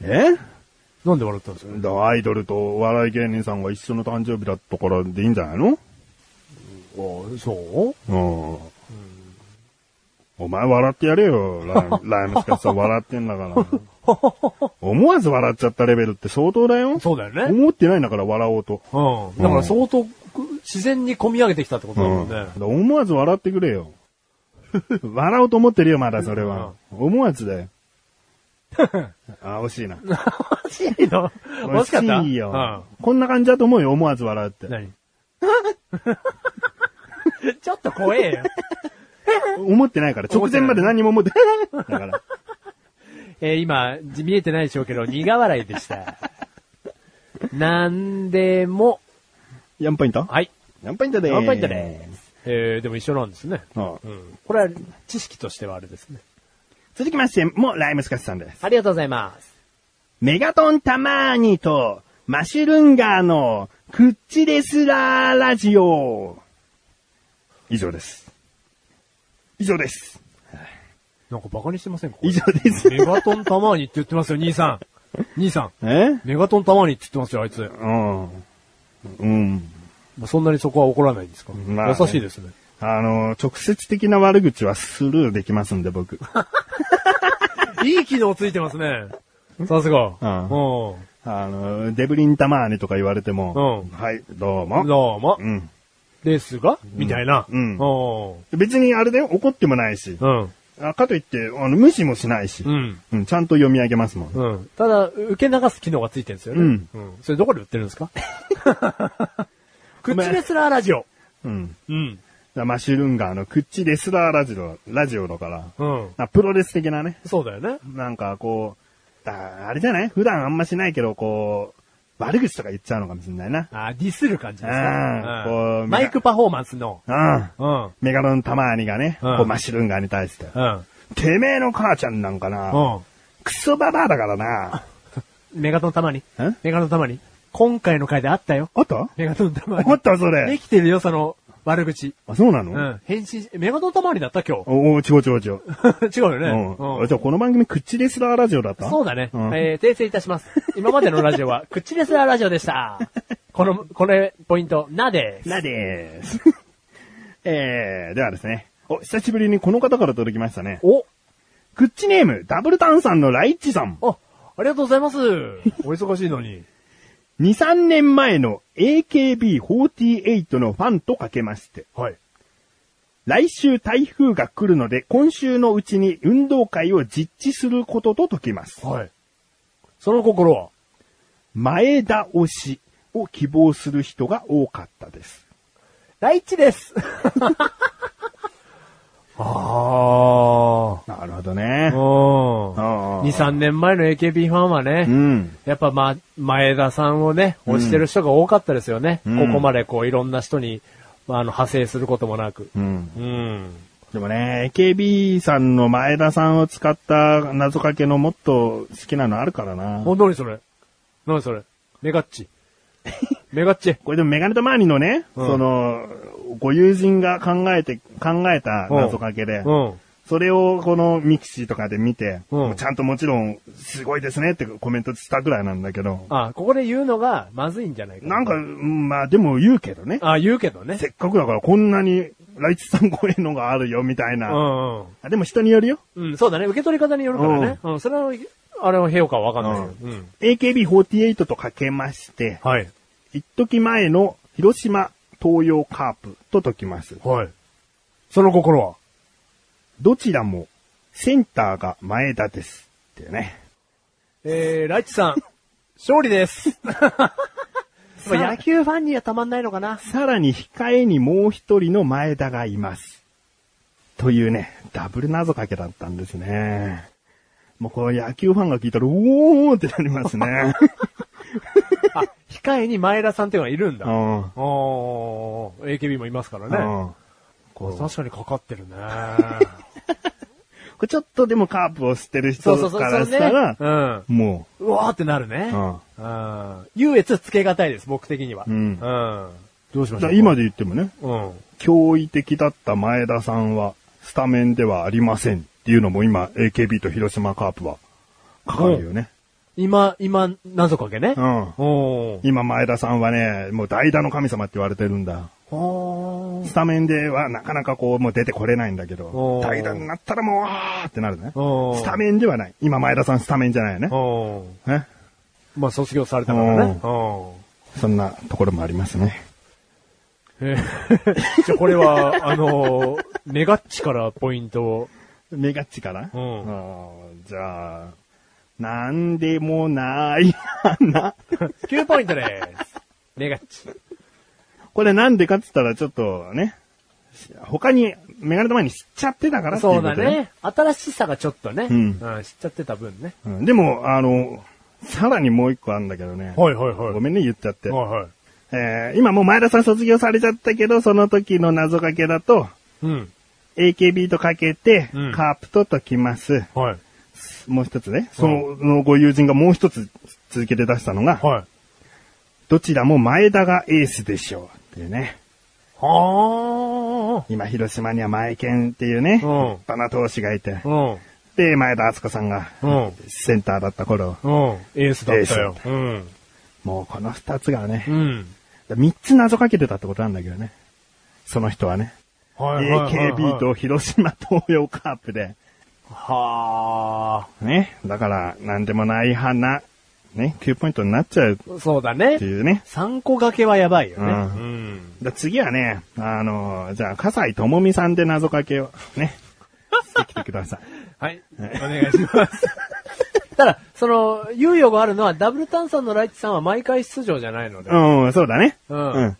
Speaker 2: え
Speaker 1: なんで笑ったんですか
Speaker 2: だアイドルとお笑い芸人さんが一緒の誕生日だったからでいいんじゃないの
Speaker 1: そう
Speaker 2: うん。お前笑ってやれよ。ラ
Speaker 1: (laughs)
Speaker 2: イムライムスカスさん笑ってんだから。思わず笑っちゃったレベルって相当だよ。
Speaker 1: そうだよね。
Speaker 2: 思ってないんだから笑おうと。
Speaker 1: うん。だから相当、自然に込み上げてきたってことだもんね。(laughs)
Speaker 2: だから思わず笑っ
Speaker 1: (laughs)
Speaker 2: てくれよ。笑おうと思ってるよ、まだそれは。思わずだよ。あー、惜しいな。
Speaker 1: 欲 (laughs) しいの欲しかった
Speaker 2: 惜しいよ。こんな感じだと思うよ、思わず笑うっ
Speaker 1: う
Speaker 2: て
Speaker 1: ん。。何 (laughs) ちょっと怖えよ。
Speaker 2: 思ってないから、直前まで何も思って、 (laughs) だから。
Speaker 1: えー今、じ見えてないでしょうけど、苦笑いで (laughs) した。なんでも、
Speaker 2: ヤンポイント
Speaker 1: はい。
Speaker 2: ヤンポイントでーす。
Speaker 1: ワンパイントでーす。えーでも一緒なんですね。
Speaker 2: は
Speaker 1: う
Speaker 2: い
Speaker 1: ん。これは、知識としてはあれですね。
Speaker 2: 続きまして、もうライムスカスさんです。
Speaker 1: ありがとうございます。
Speaker 2: メガトンたまーにと、マシュルンガーの、クッチレスラーラジオ。以上です。以上です。
Speaker 1: なんかバカにしてませんか
Speaker 2: 以上です。
Speaker 1: メガトンたまにって言ってますよ、兄さ (laughs) ん。兄さん。
Speaker 2: (laughs) え
Speaker 1: メガトンたまにって言ってますよ、あいつ。
Speaker 2: うん。うん。
Speaker 1: まあそんなにそこは怒らないんですか、
Speaker 2: まあね
Speaker 1: 優しいですね。
Speaker 2: あの、直接的な悪口はスルーできますんで、 (laughs) 僕。
Speaker 1: いい機能ついてますね。さすが。
Speaker 2: うん
Speaker 1: うん。
Speaker 2: あの、デブリンたまーにとか言われても、
Speaker 1: うん
Speaker 2: はい、どうも。
Speaker 1: どうも
Speaker 2: う。ん。
Speaker 1: ですが、みたいな。
Speaker 2: うん
Speaker 1: うん。
Speaker 2: 別にあれだよ、怒ってもないし、
Speaker 1: うん。
Speaker 2: あかといって、あの、無視もしないし、
Speaker 1: うん。
Speaker 2: うんちゃんと読み上げますもん。
Speaker 1: うん。ただ、受け流す機能がついてるんですよね。
Speaker 2: うん
Speaker 1: それどこで売ってるんです (laughs) か口レスラーラジオ。
Speaker 2: うん。
Speaker 1: うん。
Speaker 2: マシュルンガーのクッチレスラーラジオ、ラジオだから、
Speaker 1: うん。
Speaker 2: あプロレス的なね、
Speaker 1: そうだよね。
Speaker 2: なんかこう、ああれじゃない普段あんましないけど、こう、悪口とか言っちゃうのかもしれないな。
Speaker 1: あーディスる感じですね。
Speaker 2: あー
Speaker 1: うん
Speaker 2: こう
Speaker 1: マイクパフォーマンスの。
Speaker 2: うん。
Speaker 1: うん。
Speaker 2: メガロンたまーにがね、
Speaker 1: うん
Speaker 2: こうマシュルンガーに対して、
Speaker 1: うん。
Speaker 2: てめえの母ちゃんなんかな、
Speaker 1: うん。
Speaker 2: クソババアだからな、
Speaker 1: メガトンたまに
Speaker 2: え。
Speaker 1: メガトンたまに。今回の回であったよ。
Speaker 2: あった
Speaker 1: メガトンたまに
Speaker 2: あ。ったそ
Speaker 1: で
Speaker 2: れ。
Speaker 1: きてるよ、その、悪口。
Speaker 2: あ、そうなの、
Speaker 1: うん。返信し、メガトンたまにだった今日。
Speaker 2: おお、違う違う違う。
Speaker 1: 違うよ
Speaker 2: う
Speaker 1: ね。
Speaker 2: ん。じゃあこの番組、クッチレスラーラジオだった
Speaker 1: そうだね。
Speaker 2: うん
Speaker 1: えー、訂正いたします。今までのラジオ
Speaker 2: (laughs)
Speaker 1: は、口レスラーラジオでした。この、これ、ポイント、なです。
Speaker 2: なでーす。 (laughs) えー、ではですね。お、久しぶりにこの方から届きましたね。
Speaker 1: お
Speaker 2: クッチネーム、ダブルタンさんのライッチさん。
Speaker 1: あ、ありがとうござい
Speaker 2: (laughs)
Speaker 1: ます。お忙しいのに。
Speaker 2: 2、3年前の AKB48 のファンとかけまして。
Speaker 1: はい。
Speaker 2: 来週台風が来るので、今週のうちに運動会を実地することと解きます。 (laughs)
Speaker 1: はい。その心は
Speaker 2: 前倒しを希望する人が多かったです。
Speaker 1: ライチ
Speaker 2: (laughs)
Speaker 1: です。あ
Speaker 2: なるほど
Speaker 1: あ。
Speaker 2: ね
Speaker 1: う。ん。2、
Speaker 2: あー
Speaker 1: 3年前の AKB ファンはね、
Speaker 2: うん。
Speaker 1: やっぱまあ、前田さんをね、推してる人が多かったですよね。
Speaker 2: うん
Speaker 1: ここまでこう、いろんな人に、まあ、あの、派生することもなく。
Speaker 2: うん。
Speaker 1: うん。
Speaker 2: でもね、AKB さんの前田さんを使った謎かけのもっと好きなのあるからな。
Speaker 1: お、何それ何それメガッ
Speaker 2: (laughs)
Speaker 1: チ。メガッチ。
Speaker 2: これでもメガネとマーニのね、
Speaker 1: うん
Speaker 2: その、ご友人が考えて、考えた謎かけで、
Speaker 1: うん。
Speaker 2: それをこのミキシーとかで見て、
Speaker 1: うん
Speaker 2: ちゃんともちろん、すごいですねってコメントしたぐらいなんだけど、
Speaker 1: あ、ここで言うのがまずいんじゃないか
Speaker 2: なんか、うんまあでも言うけどね、
Speaker 1: あ、言うけどね。
Speaker 2: せっかくだからこんなにライチさん超えのがあるよみたいうな、
Speaker 1: んうん。
Speaker 2: あでも人によるよ。
Speaker 1: うん、そうだね。受け取り方によるからね。うん、それは、あれは評価はわかんないけど。うん。
Speaker 2: AKB48 とかけまして、
Speaker 1: はい。
Speaker 2: 一時前の広島東洋カープと解きます。
Speaker 1: はい。その心は
Speaker 2: どちらもセンターが前田です。ってね。
Speaker 1: えー、ライチさん、 (laughs) 勝利 (laughs) です。
Speaker 2: さ
Speaker 1: 野球ファンにはたまんないのかな。
Speaker 2: さらに控えにもう一人の前田がいます。というね、ダブル謎かけだったんですね。もうこれ野球ファンが聞いたら、おーってなりま
Speaker 1: (laughs)
Speaker 2: すね。
Speaker 1: (laughs) あ、控えに前田さんっていうのがいるんだ。
Speaker 2: う
Speaker 1: あ
Speaker 2: ん。
Speaker 1: あ、AKB もいますから
Speaker 2: う
Speaker 1: ね。
Speaker 2: ん。こう
Speaker 1: 確かにかかってるね。
Speaker 2: これちょっとでもカープを知って
Speaker 1: (laughs)
Speaker 2: る
Speaker 1: そ
Speaker 2: 人
Speaker 1: うそうそう。
Speaker 2: か
Speaker 1: そ
Speaker 2: ら
Speaker 1: う
Speaker 2: し
Speaker 1: ね
Speaker 2: たら、
Speaker 1: うん。
Speaker 2: も
Speaker 1: うわーってなるね。うん。優越つけがたいです、僕的には。
Speaker 2: うん
Speaker 1: うん。どうし
Speaker 2: う、
Speaker 1: まし
Speaker 2: じ
Speaker 1: ょ
Speaker 2: ゃあ
Speaker 1: う。
Speaker 2: 今で言ってもね、
Speaker 1: うん。
Speaker 2: 驚異的だった前田さんは、スタメンではありませんっていうのも今、AKB と広島カープは、かかるよね。
Speaker 1: 今、今、謎かけね。
Speaker 2: うん。
Speaker 1: おー
Speaker 2: 今、前田さんはね、もう代打の神様って言われてるんだ。
Speaker 1: おー
Speaker 2: スタメンではなかなかこう、もう出てこれないんだけど
Speaker 1: お、ー
Speaker 2: 代打になったらもう、あーってなるね。
Speaker 1: おー
Speaker 2: スタメンではない。今、前田さんスタメンじゃないよね。
Speaker 1: おー
Speaker 2: ね
Speaker 1: まあ、卒業されたからね。おー
Speaker 2: そんなところもありますね。
Speaker 1: えー (laughs) じゃあこれは、あのー、メガッチからポイントを。
Speaker 2: メガッチかな
Speaker 1: うん
Speaker 2: あーじゃあ、なんでもない (laughs) 花。
Speaker 1: 9ポイントです。ネガ (laughs) チ。
Speaker 2: これなんでかって言ったらちょっとね、他にメガネ玉に知っちゃってたからっていう
Speaker 1: そ
Speaker 2: こ
Speaker 1: う
Speaker 2: と
Speaker 1: だね。新しさがちょっとね、
Speaker 2: うん
Speaker 1: うん知っちゃってた分ね。
Speaker 2: うんでも、あの、さらにもう一個あるんだけどね。
Speaker 1: いはいは
Speaker 2: ごめんね、言っちゃって。
Speaker 1: はいはい。
Speaker 2: えー今もう前田さん卒業されちゃったけど、その時の謎かけだと、
Speaker 1: うん。
Speaker 2: AKB とかけて、
Speaker 1: うん
Speaker 2: カープと解きます。
Speaker 1: はい。
Speaker 2: もう一つね。そのそのご友人がもう一つ続けて出したのが、
Speaker 1: はい。
Speaker 2: どちらも前田がエースでしょう。っていうね。
Speaker 1: は
Speaker 2: 今、広島には前健っていうね、立
Speaker 1: うん
Speaker 2: 派な投手がいて
Speaker 1: あ。、うん。
Speaker 2: で、前田敦子さんが、
Speaker 1: うん。
Speaker 2: センターだった頃、
Speaker 1: うん。エースだった
Speaker 2: エー
Speaker 1: よ
Speaker 2: ス。
Speaker 1: うん。
Speaker 2: もうこの二つがね
Speaker 1: う、ん。
Speaker 2: 三つ謎かけてたってことなんだけどね。その人はね。
Speaker 1: は
Speaker 2: AKB。と広島東洋カープで。
Speaker 1: は
Speaker 2: ね。だから、なんでもない花。ね。9ポイントになっちゃうっ
Speaker 1: あ。そうだね
Speaker 2: て。いうね。
Speaker 1: 3個掛けはやばいよね。
Speaker 2: う
Speaker 1: うん。
Speaker 2: だ次はね、あのーじゃあ、笠井智美さんで謎かけを、ね。してきてください。 (laughs)
Speaker 1: はい。お願いします。 (laughs) ただ、その、猶予があるのは、ダブル炭酸のライチさんは毎回出場じゃないので、
Speaker 2: うん、そうだね。
Speaker 1: うん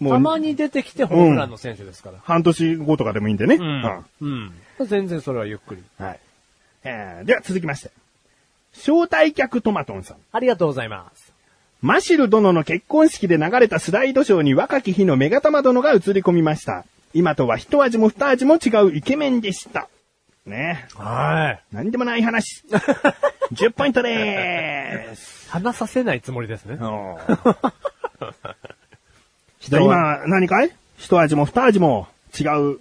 Speaker 2: も
Speaker 1: た
Speaker 2: う、
Speaker 1: まに出てきてホームランの選手ですから。
Speaker 2: 半年後とかでもいいんでね。うん
Speaker 1: うん。全然それはゆっくり。
Speaker 2: はい。えー、では続きまして。招待客トマトンさん。
Speaker 1: ありがとうございます。
Speaker 2: マシル殿の結婚式で流れたスライドショーに若き日のメガタマ殿が映り込みました。今とは一味も二味も違うイケメンでした。ねえ。
Speaker 1: はい。
Speaker 2: なんでもない
Speaker 1: (laughs)
Speaker 2: 話。10ポイントでーす。
Speaker 1: 話させないつもりですね。
Speaker 2: おーじゃあ今、何かい一味も二味も違う。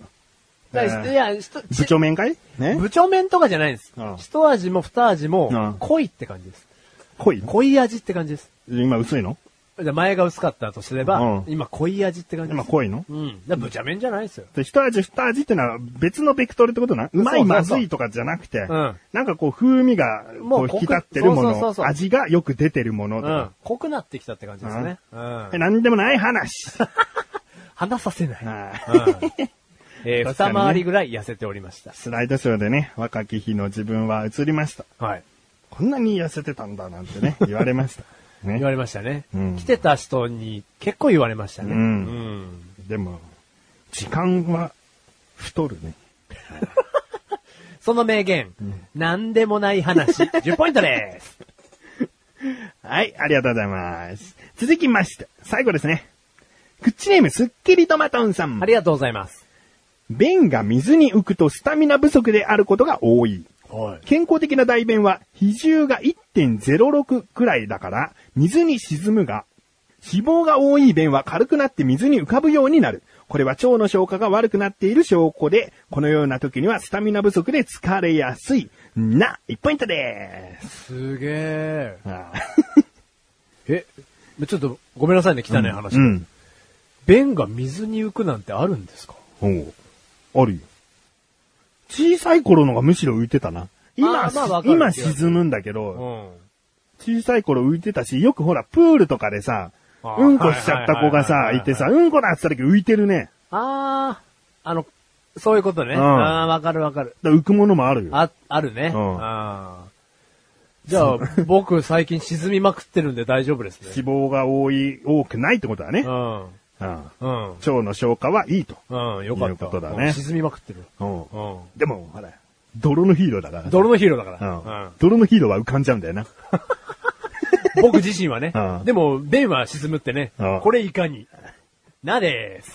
Speaker 1: だから
Speaker 2: え
Speaker 1: いや、ひと
Speaker 2: ー部長面会ね
Speaker 1: 部長面とかじゃないんです
Speaker 2: うん。
Speaker 1: 一味も二味
Speaker 2: うん
Speaker 1: も、濃いって感じです。
Speaker 2: 濃い
Speaker 1: 濃い味って感じです。
Speaker 2: 今薄いの
Speaker 1: じゃあ前が薄かったとすれ
Speaker 2: うん
Speaker 1: ば、今濃い味って感じで
Speaker 2: 今
Speaker 1: す。
Speaker 2: 濃いの
Speaker 1: うん。だから部長面じゃないですよ。
Speaker 2: で一味二味ってのは別のベクトルってことな。うま
Speaker 1: そう
Speaker 2: い
Speaker 1: そう
Speaker 2: ま
Speaker 1: そう
Speaker 2: ずいとかじゃなくて、
Speaker 1: ん
Speaker 2: なんかこう風味が
Speaker 1: も
Speaker 2: こ
Speaker 1: う
Speaker 2: う引
Speaker 1: 濃
Speaker 2: き
Speaker 1: く
Speaker 2: 立ってる
Speaker 1: そ
Speaker 2: も
Speaker 1: うそうそうそ
Speaker 2: の、
Speaker 1: う
Speaker 2: 味がよく出てるものと
Speaker 1: う
Speaker 2: か
Speaker 1: ん。。濃くなってきたって感じですね。うん
Speaker 2: え。なんでもない (laughs) 話。
Speaker 1: 話させない。
Speaker 2: はい
Speaker 1: うんえー
Speaker 2: 確かにね
Speaker 1: 二回りぐらい痩せておりました。
Speaker 2: スライドショーでね、若き日の自分は映りました。
Speaker 1: はい。
Speaker 2: こんなに痩せてたんだなんて (laughs) ね、言われました。
Speaker 1: 言
Speaker 2: ね。
Speaker 1: われましたね
Speaker 2: うん。
Speaker 1: 来てた人に結構言われましたね。
Speaker 2: う
Speaker 1: うんん。
Speaker 2: でも、時間は太るね。
Speaker 1: その名言、なんでもない話、10ポイン (laughs) トです。
Speaker 2: はい、ありがとうございます。続きまして、最後ですね。クッチネームすっきりトマトンさん
Speaker 1: あ。りがとうございます。
Speaker 2: 便が水に浮くとスタミナ不足であることが多い。
Speaker 1: はい。
Speaker 2: 健康的な大便は比重が1.06くらいだから水に沈むが、脂肪が多い便は軽くなって水に浮かぶようになる。これは腸の消化が悪くなっている証拠で、このような時にはスタミナ不足で疲れやすい。な、1ポイントでーす。
Speaker 1: すげえ。
Speaker 2: あ
Speaker 1: え、ちょっとごめんなさいね、汚い
Speaker 2: ー
Speaker 1: 話。
Speaker 2: うん。
Speaker 1: 便が水に浮くなんてあるんですか
Speaker 2: おうあるよ。小さい頃のがむしろ浮いてたな。今、
Speaker 1: あーまあわかる
Speaker 2: 今沈むんだけど、
Speaker 1: うん。
Speaker 2: 小さい頃浮いてたし、よくほら、プールとかでさ
Speaker 1: あ、ー
Speaker 2: うんこしちゃった子
Speaker 1: は
Speaker 2: が
Speaker 1: い
Speaker 2: さ、
Speaker 1: はいはいはい
Speaker 2: いてさ、うんこだって言った時浮いてるね。
Speaker 1: あー、あの、そういうことね。
Speaker 2: うん
Speaker 1: あー、わかるわかる。
Speaker 2: だから浮くものもあるよ。
Speaker 1: あ、あるね。
Speaker 2: うん
Speaker 1: あーじゃあ、 (laughs) 僕最近沈みまくってるんで大丈夫ですね。
Speaker 2: 脂肪が多い、多くないってことだね。
Speaker 1: う
Speaker 2: うん
Speaker 1: ん。うん。
Speaker 2: 腸の消化はいいと。
Speaker 1: うん、よかった。
Speaker 2: いうことだね
Speaker 1: うん沈みまくってる。うん。
Speaker 2: でも、ほら、泥のヒーローだから。
Speaker 1: 泥のヒーローだか
Speaker 2: う
Speaker 1: ら。
Speaker 2: ん。泥のヒーローは浮かんじゃうんだよな。
Speaker 1: 僕自身はね
Speaker 2: うん。
Speaker 1: でも、便は沈むってね
Speaker 2: うん。
Speaker 1: これいかに。なです。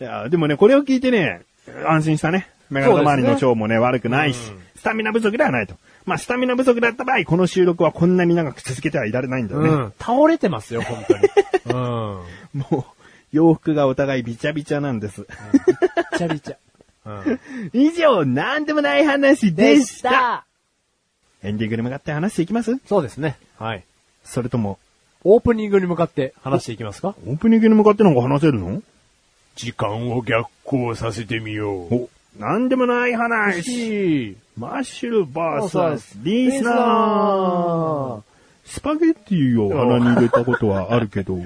Speaker 2: いやでもね、これを聞いてね、安心したね。メガネ周りの腸もね、悪くないし、スタミナ不足ではないと。まあ、スタミナ不足だった場合、この収録はこんなに長く続けてはいられないんだよ
Speaker 1: う
Speaker 2: ね。
Speaker 1: ん。倒れてますよ、本当に。うん。
Speaker 2: もう、洋服がお互いびちゃびちゃなんです。
Speaker 1: びちゃびちゃ。うん。
Speaker 2: 以上、なんでもない話で
Speaker 1: で
Speaker 2: し
Speaker 1: し
Speaker 2: た
Speaker 1: た
Speaker 2: エンディングに向かって話していきます
Speaker 1: そうですね。はい。
Speaker 2: それとも、
Speaker 1: オープニングに向かって話していきますか
Speaker 2: オープニングに向かってなんか話せるの
Speaker 1: 時間を逆行させてみよう。
Speaker 2: お、なんでもない話
Speaker 1: し
Speaker 2: マッシュルバー
Speaker 1: そう
Speaker 2: サ
Speaker 1: そ
Speaker 2: ス
Speaker 1: う
Speaker 2: リーナースパゲッティを鼻に入れたことはあるけど、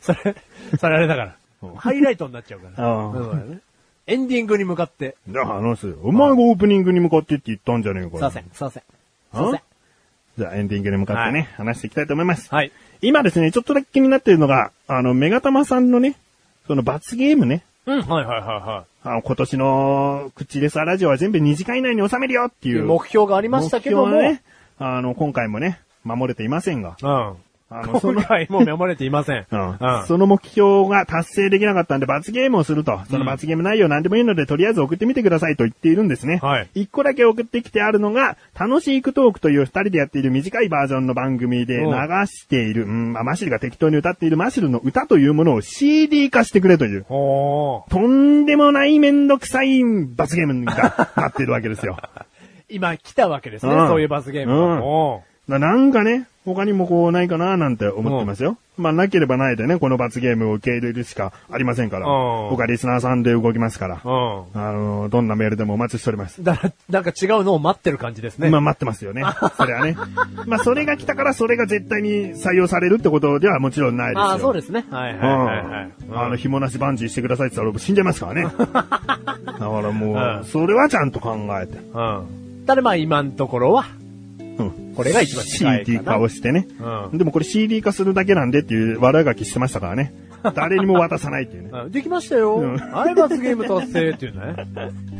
Speaker 1: それ、それあれだから。ハイライトになっちゃうか
Speaker 2: う
Speaker 1: ら。
Speaker 2: ん
Speaker 1: そうだよね。エンディングに向かって。
Speaker 2: じゃあ話すよ。お前がオープニングに向かってって言ったんじゃねえか
Speaker 1: すい
Speaker 2: よ
Speaker 1: ません、すいません。すいません。
Speaker 2: じゃあエンディングに向かってね、
Speaker 1: はい
Speaker 2: 話していきたいと思います。
Speaker 1: はい。
Speaker 2: 今ですね、ちょっとだけ気になっているのが、あの、メガタマさんのね、その罰ゲームね、
Speaker 1: うん、はいはいは
Speaker 2: あの今年の口レサラジオは全部2時間以内に収めるよって
Speaker 1: い
Speaker 2: い
Speaker 1: は
Speaker 2: う。
Speaker 1: い。目標がありましたけども、
Speaker 2: 目標はね、あの、今回もね、守れていませんが、
Speaker 1: うん。
Speaker 2: あのその
Speaker 1: 今回も読まれていません。
Speaker 2: うん
Speaker 1: うん。
Speaker 2: その目標が達成できなかったんで罰ゲームをすると、その罰ゲーム内容何でもいいのでとりあえず送ってみてくださいと言っているんですね。
Speaker 1: はい
Speaker 2: 一個だけ送ってきてあるのが、楽しいクトークという二人でやっている短いバージョンの番組で流
Speaker 1: うん
Speaker 2: している、うん、まあマシルが適当に歌っているマシルの歌というものを CD 化してくれという、
Speaker 1: おー
Speaker 2: とんでもないめんどくさい罰ゲームがなっているわけで
Speaker 1: (laughs)
Speaker 2: すよ。
Speaker 1: 今来たわけですね、
Speaker 2: うん
Speaker 1: そういう罰ゲーム
Speaker 2: うん
Speaker 1: が。おー
Speaker 2: ななんかね、他にもこうないかななんて思ってますよ。まあなければないでね、この罰ゲームを受け入れるしかありませんから。
Speaker 1: うん
Speaker 2: 僕はリスナーさんで動きますから。
Speaker 1: う
Speaker 2: あの、どんなメールでもお待ちしております。
Speaker 1: ん。だから、なんか違うのを待ってる感じですね。
Speaker 2: 今待って
Speaker 1: (laughs)
Speaker 2: ますよね。それはね。まあそれが来たからそれが絶対に採用されるってことではもちろんないですよ。。
Speaker 1: ああ、そうですすね。はいはいはいはい。
Speaker 2: うん、あの、紐なしバンジーしてくださいって言ったら僕死んじゃいます
Speaker 1: (laughs)
Speaker 2: からね。だからも
Speaker 1: う
Speaker 2: う、
Speaker 1: ん
Speaker 2: それはちゃんと考えて。
Speaker 1: うん。ただまあ今のところは、
Speaker 2: うん。
Speaker 1: これが一番近いかな
Speaker 2: CD 化をしてね。
Speaker 1: う
Speaker 2: でもこれ CD 化するだけなんでっていう悪あがきしてましたからね。誰にも渡さないっていうね。
Speaker 1: できましたよ。
Speaker 2: うん
Speaker 1: はい、罰ゲーム達成っていうね。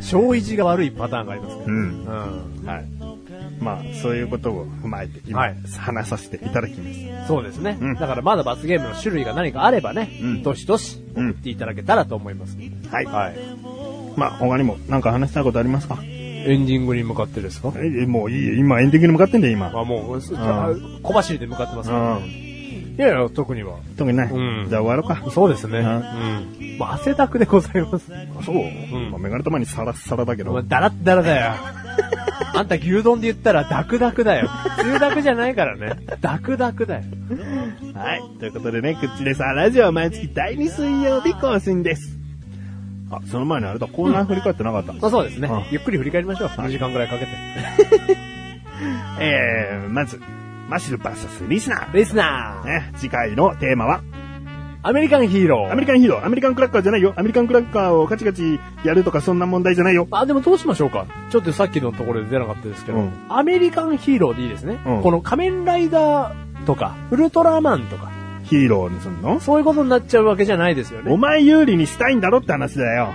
Speaker 1: 超意地が悪いパターンがありますね。
Speaker 2: うん。
Speaker 1: うん。
Speaker 2: はい。まあ、そういうことを踏まえて、今、
Speaker 1: はい
Speaker 2: 話させていただきます。
Speaker 1: そうですね。
Speaker 2: うん
Speaker 1: だからまだ罰ゲームの種類が何かあればね、
Speaker 2: うん
Speaker 1: どしどし
Speaker 2: うん
Speaker 1: 送っていただけたらと思います。
Speaker 2: はい。
Speaker 1: はい。
Speaker 2: まあ、他にも何か話したいことありますか
Speaker 1: エンディングに向かってですか
Speaker 2: え、えもういいよ今、エンディングに向かってんだよ、今。
Speaker 1: あ、もう、あ小走りで向かってますね。
Speaker 2: う
Speaker 1: い
Speaker 2: ん。
Speaker 1: やいや、特には。
Speaker 2: 特にない。
Speaker 1: うん
Speaker 2: じゃあ終わろうか。
Speaker 1: そうですね。
Speaker 2: う
Speaker 1: うんん。まあ、汗だくでございます。
Speaker 2: そう。うん。まあ、メガネ玉にサラッサラだけ
Speaker 1: お前、
Speaker 2: ど。
Speaker 1: だらッだら (laughs) だよ。あんた牛丼で言ったらダクダクだよ。つゆダクじゃないからね。ダクダクだよ。
Speaker 2: はい。ということでね、クッチレさん、ラジオは毎月第2水曜日更新です。あ、その前にあれだ、コーナー振り返ってなかった。
Speaker 1: そうそうですね
Speaker 2: うん。
Speaker 1: ゆっくり振り返りましょう。2時間くらいかけて。
Speaker 2: えー、まず、マシュルバスリスナー。
Speaker 1: リスナー、
Speaker 2: ね、次回のテーマは、
Speaker 1: アメリカンヒーロー。
Speaker 2: アメリカンヒーロー、アメリカンクラッカーじゃないよ。アメリカンクラッカーをカチカチやるとかそんな問題じゃないよ。
Speaker 1: あ、でもどうしましょうか。ちょっとさっきのところで出なかったですけど、
Speaker 2: うん
Speaker 1: アメリカンヒーローでいいですね。
Speaker 2: うん
Speaker 1: この仮面ライダーとか、ウルトラマンとか、
Speaker 2: ヒーローにすんの
Speaker 1: そういうことになっちゃうわけじゃないですよね。
Speaker 2: お前有利にしたいんだろって話だよ。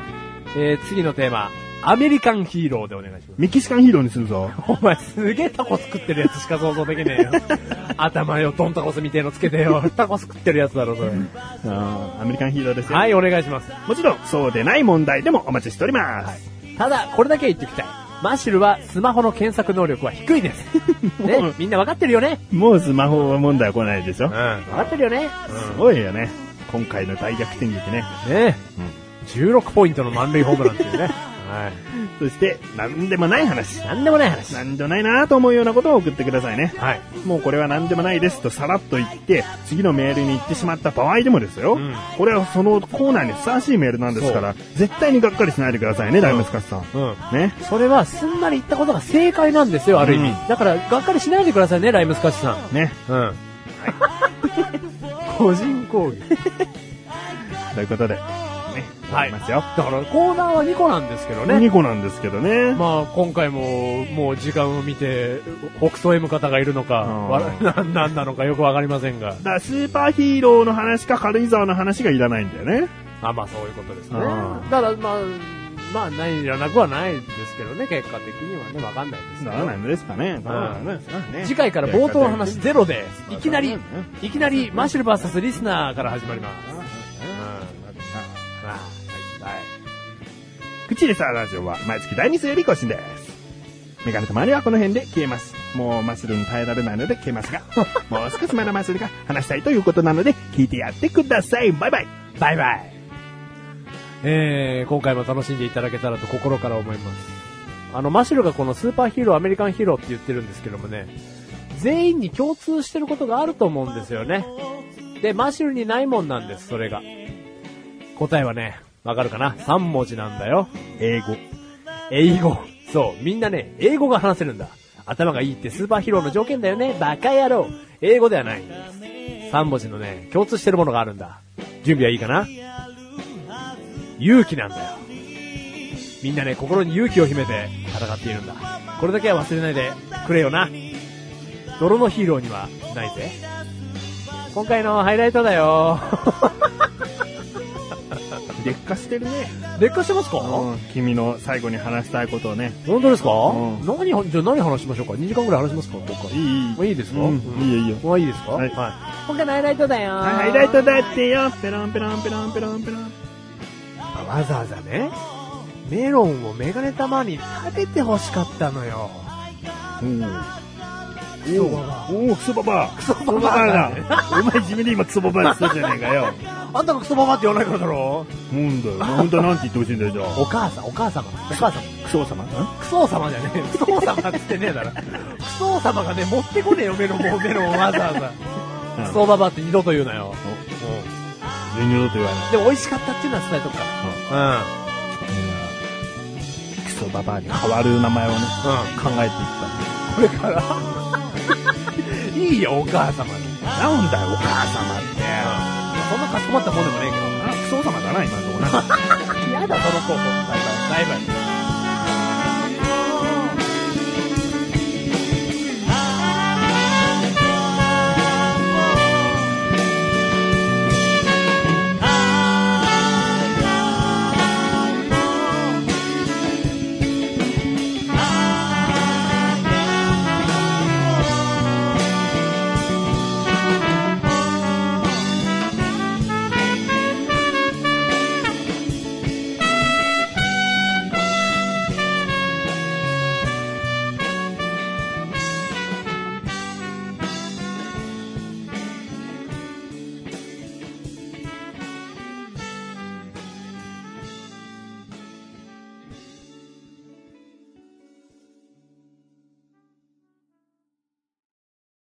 Speaker 1: えー、次のテーマ、アメリカンヒーローでお願いします。
Speaker 2: メキシカンヒーローにする (laughs) ぞ。
Speaker 1: お前すげえタコス食ってるやつしか想像できねえ
Speaker 2: (laughs)
Speaker 1: よ。頭よ、ドンタコスみてえのつけてよ。タコス食ってるやつだろ、それ。
Speaker 2: あーアメリカンヒーローですよ。
Speaker 1: はい、お願いします。
Speaker 2: もちろん、そうでない問題でもお待ちしております。
Speaker 1: ただ、これだけは言っておきたい。マッシュルはスマホの検索能力は低い (laughs) です。ね、みんなわかってるよね。
Speaker 2: もうスマホ問題は来ないでしょ。
Speaker 1: わかってるよね。
Speaker 2: すごいよね。今回の大逆転劇ね。
Speaker 1: ね16ポイントの満塁ホームランっていうね。 (laughs) はい。
Speaker 2: そして、なんでもない話。
Speaker 1: なんでもない話。
Speaker 2: なんでもないなと思うようなことを送ってくださいね。
Speaker 1: はい。
Speaker 2: もうこれは何でもないですとさらっと言って、次のメールに行ってしまった場合でもですよ。
Speaker 1: うん
Speaker 2: これはそのコーナーにふさわしいメールなんですから、絶対にがっかりしないでくださいね、ダイムスカッシュさ
Speaker 1: う
Speaker 2: ん。
Speaker 1: ん。
Speaker 2: ね。
Speaker 1: それはすんなり言ったことが正解なんですよ、ある意味。
Speaker 2: うん
Speaker 1: だから、がっかりしないでくださいね、ライムスカッシュさ
Speaker 2: ね。
Speaker 1: ん。うん。 (laughs) 個人講義。
Speaker 2: ということで、ね。
Speaker 1: はい
Speaker 2: いますよ。
Speaker 1: だから、コーナーは2個なんですけどね。
Speaker 2: 2個なんですけどね。
Speaker 1: まあ、今回も、もう時間を見て、北総 M 方がいるのか、
Speaker 2: うん
Speaker 1: わな、なんなのかよくわかりませんが。
Speaker 2: だからスーパーヒーローの話か軽井沢の話がいらないんだよね。
Speaker 1: あ、まあそういうことですね。だ
Speaker 2: うん
Speaker 1: からまあ、まあないじゃなくはないですけどね、結果的にはね、わかんないですけど
Speaker 2: ならないのですかね。ならないのですかね
Speaker 1: 次回から冒頭の話ゼロで、いきな
Speaker 2: う
Speaker 1: り
Speaker 2: ん、
Speaker 1: いきなり、マッシュルバーサスリスナーから始まります。
Speaker 2: 口でさラジオは毎月第2水曜日更新です。メガネとマリはこの辺で消えます。もうマッシュルに耐えられないので消えますが、 (laughs) もう少しまだマッシュルが話したいということなので、聞いてやってください。バイバイ。
Speaker 1: バイバイ。えー、今回も楽しんでいただけたらと心から思います。あの、マッシュルがこのスーパーヒーロー、アメリカンヒーローって言ってるんですけどもね、全員に共通してることがあると思うんですよね。で、マッシュルにないもんなんです、それが。答えはね、わかるかな ?3 文字なんだよ。
Speaker 2: 英語。
Speaker 1: 英語。そう、みんなね、英語が話せるんだ。頭がいいってスーパーヒーローの条件だよね。バカ野郎。英語ではないんです。3文字のね、共通してるものがあるんだ。準備はいいかな勇気なんだよ。みんなね、心に勇気を秘めて戦っているんだ。これだけは忘れないでくれよな。泥のヒーローにはないぜ。今回のハイライトだよ。 (laughs)
Speaker 2: 劣化してるね。
Speaker 1: 劣化してますか、
Speaker 2: うん。君の最後に話したいことをね。
Speaker 1: 本当ですか、
Speaker 2: うん
Speaker 1: 何、じゃあ何話しましょうか ?2 時間ぐらい話しますか僕は。い
Speaker 2: いい、
Speaker 1: いいですか、
Speaker 2: うんいいよいいよ
Speaker 1: まあいいですか
Speaker 2: はい
Speaker 1: 今回のハイライトだよ
Speaker 2: ハイライトだってよ。ペロンペロンペロンペロンペロン。
Speaker 1: わざわざね、メロンをメガネ玉に食べて欲しかったのよ。
Speaker 2: おおおおクソババアクソ
Speaker 1: ババアだね
Speaker 2: バアだお前自分で今クソババアって言ったじゃねえかよ。
Speaker 1: あんたがクソババアって言わないからだろ
Speaker 2: なんだよ。本当はなんて言ってほしいんだよ、じゃ
Speaker 1: お母さん、お母様、お母様。
Speaker 2: あ。クソ様
Speaker 1: クソ様じゃねえよ。クソ様っつってねえだろ。クソ様がね、持ってこねえよ、メロン、もうメロンをわざわざ。
Speaker 2: うん
Speaker 1: クソババアって二度と言うなよ。
Speaker 2: 全然だと言わ
Speaker 1: でも美味しかったっていうのは伝えとくかうん。
Speaker 2: ない。クソババアに変わる名前をね、
Speaker 1: う
Speaker 2: 考えていった
Speaker 1: ん。これから。いいよ、お母様に。
Speaker 2: んだよ。なんだよ、お母様って。
Speaker 1: そんなかしこまったもんでもねえけど。
Speaker 2: (laughs) あ、クソ様だな、今のとこな。
Speaker 1: 嫌だ、その子。バイバイ。バイバイ。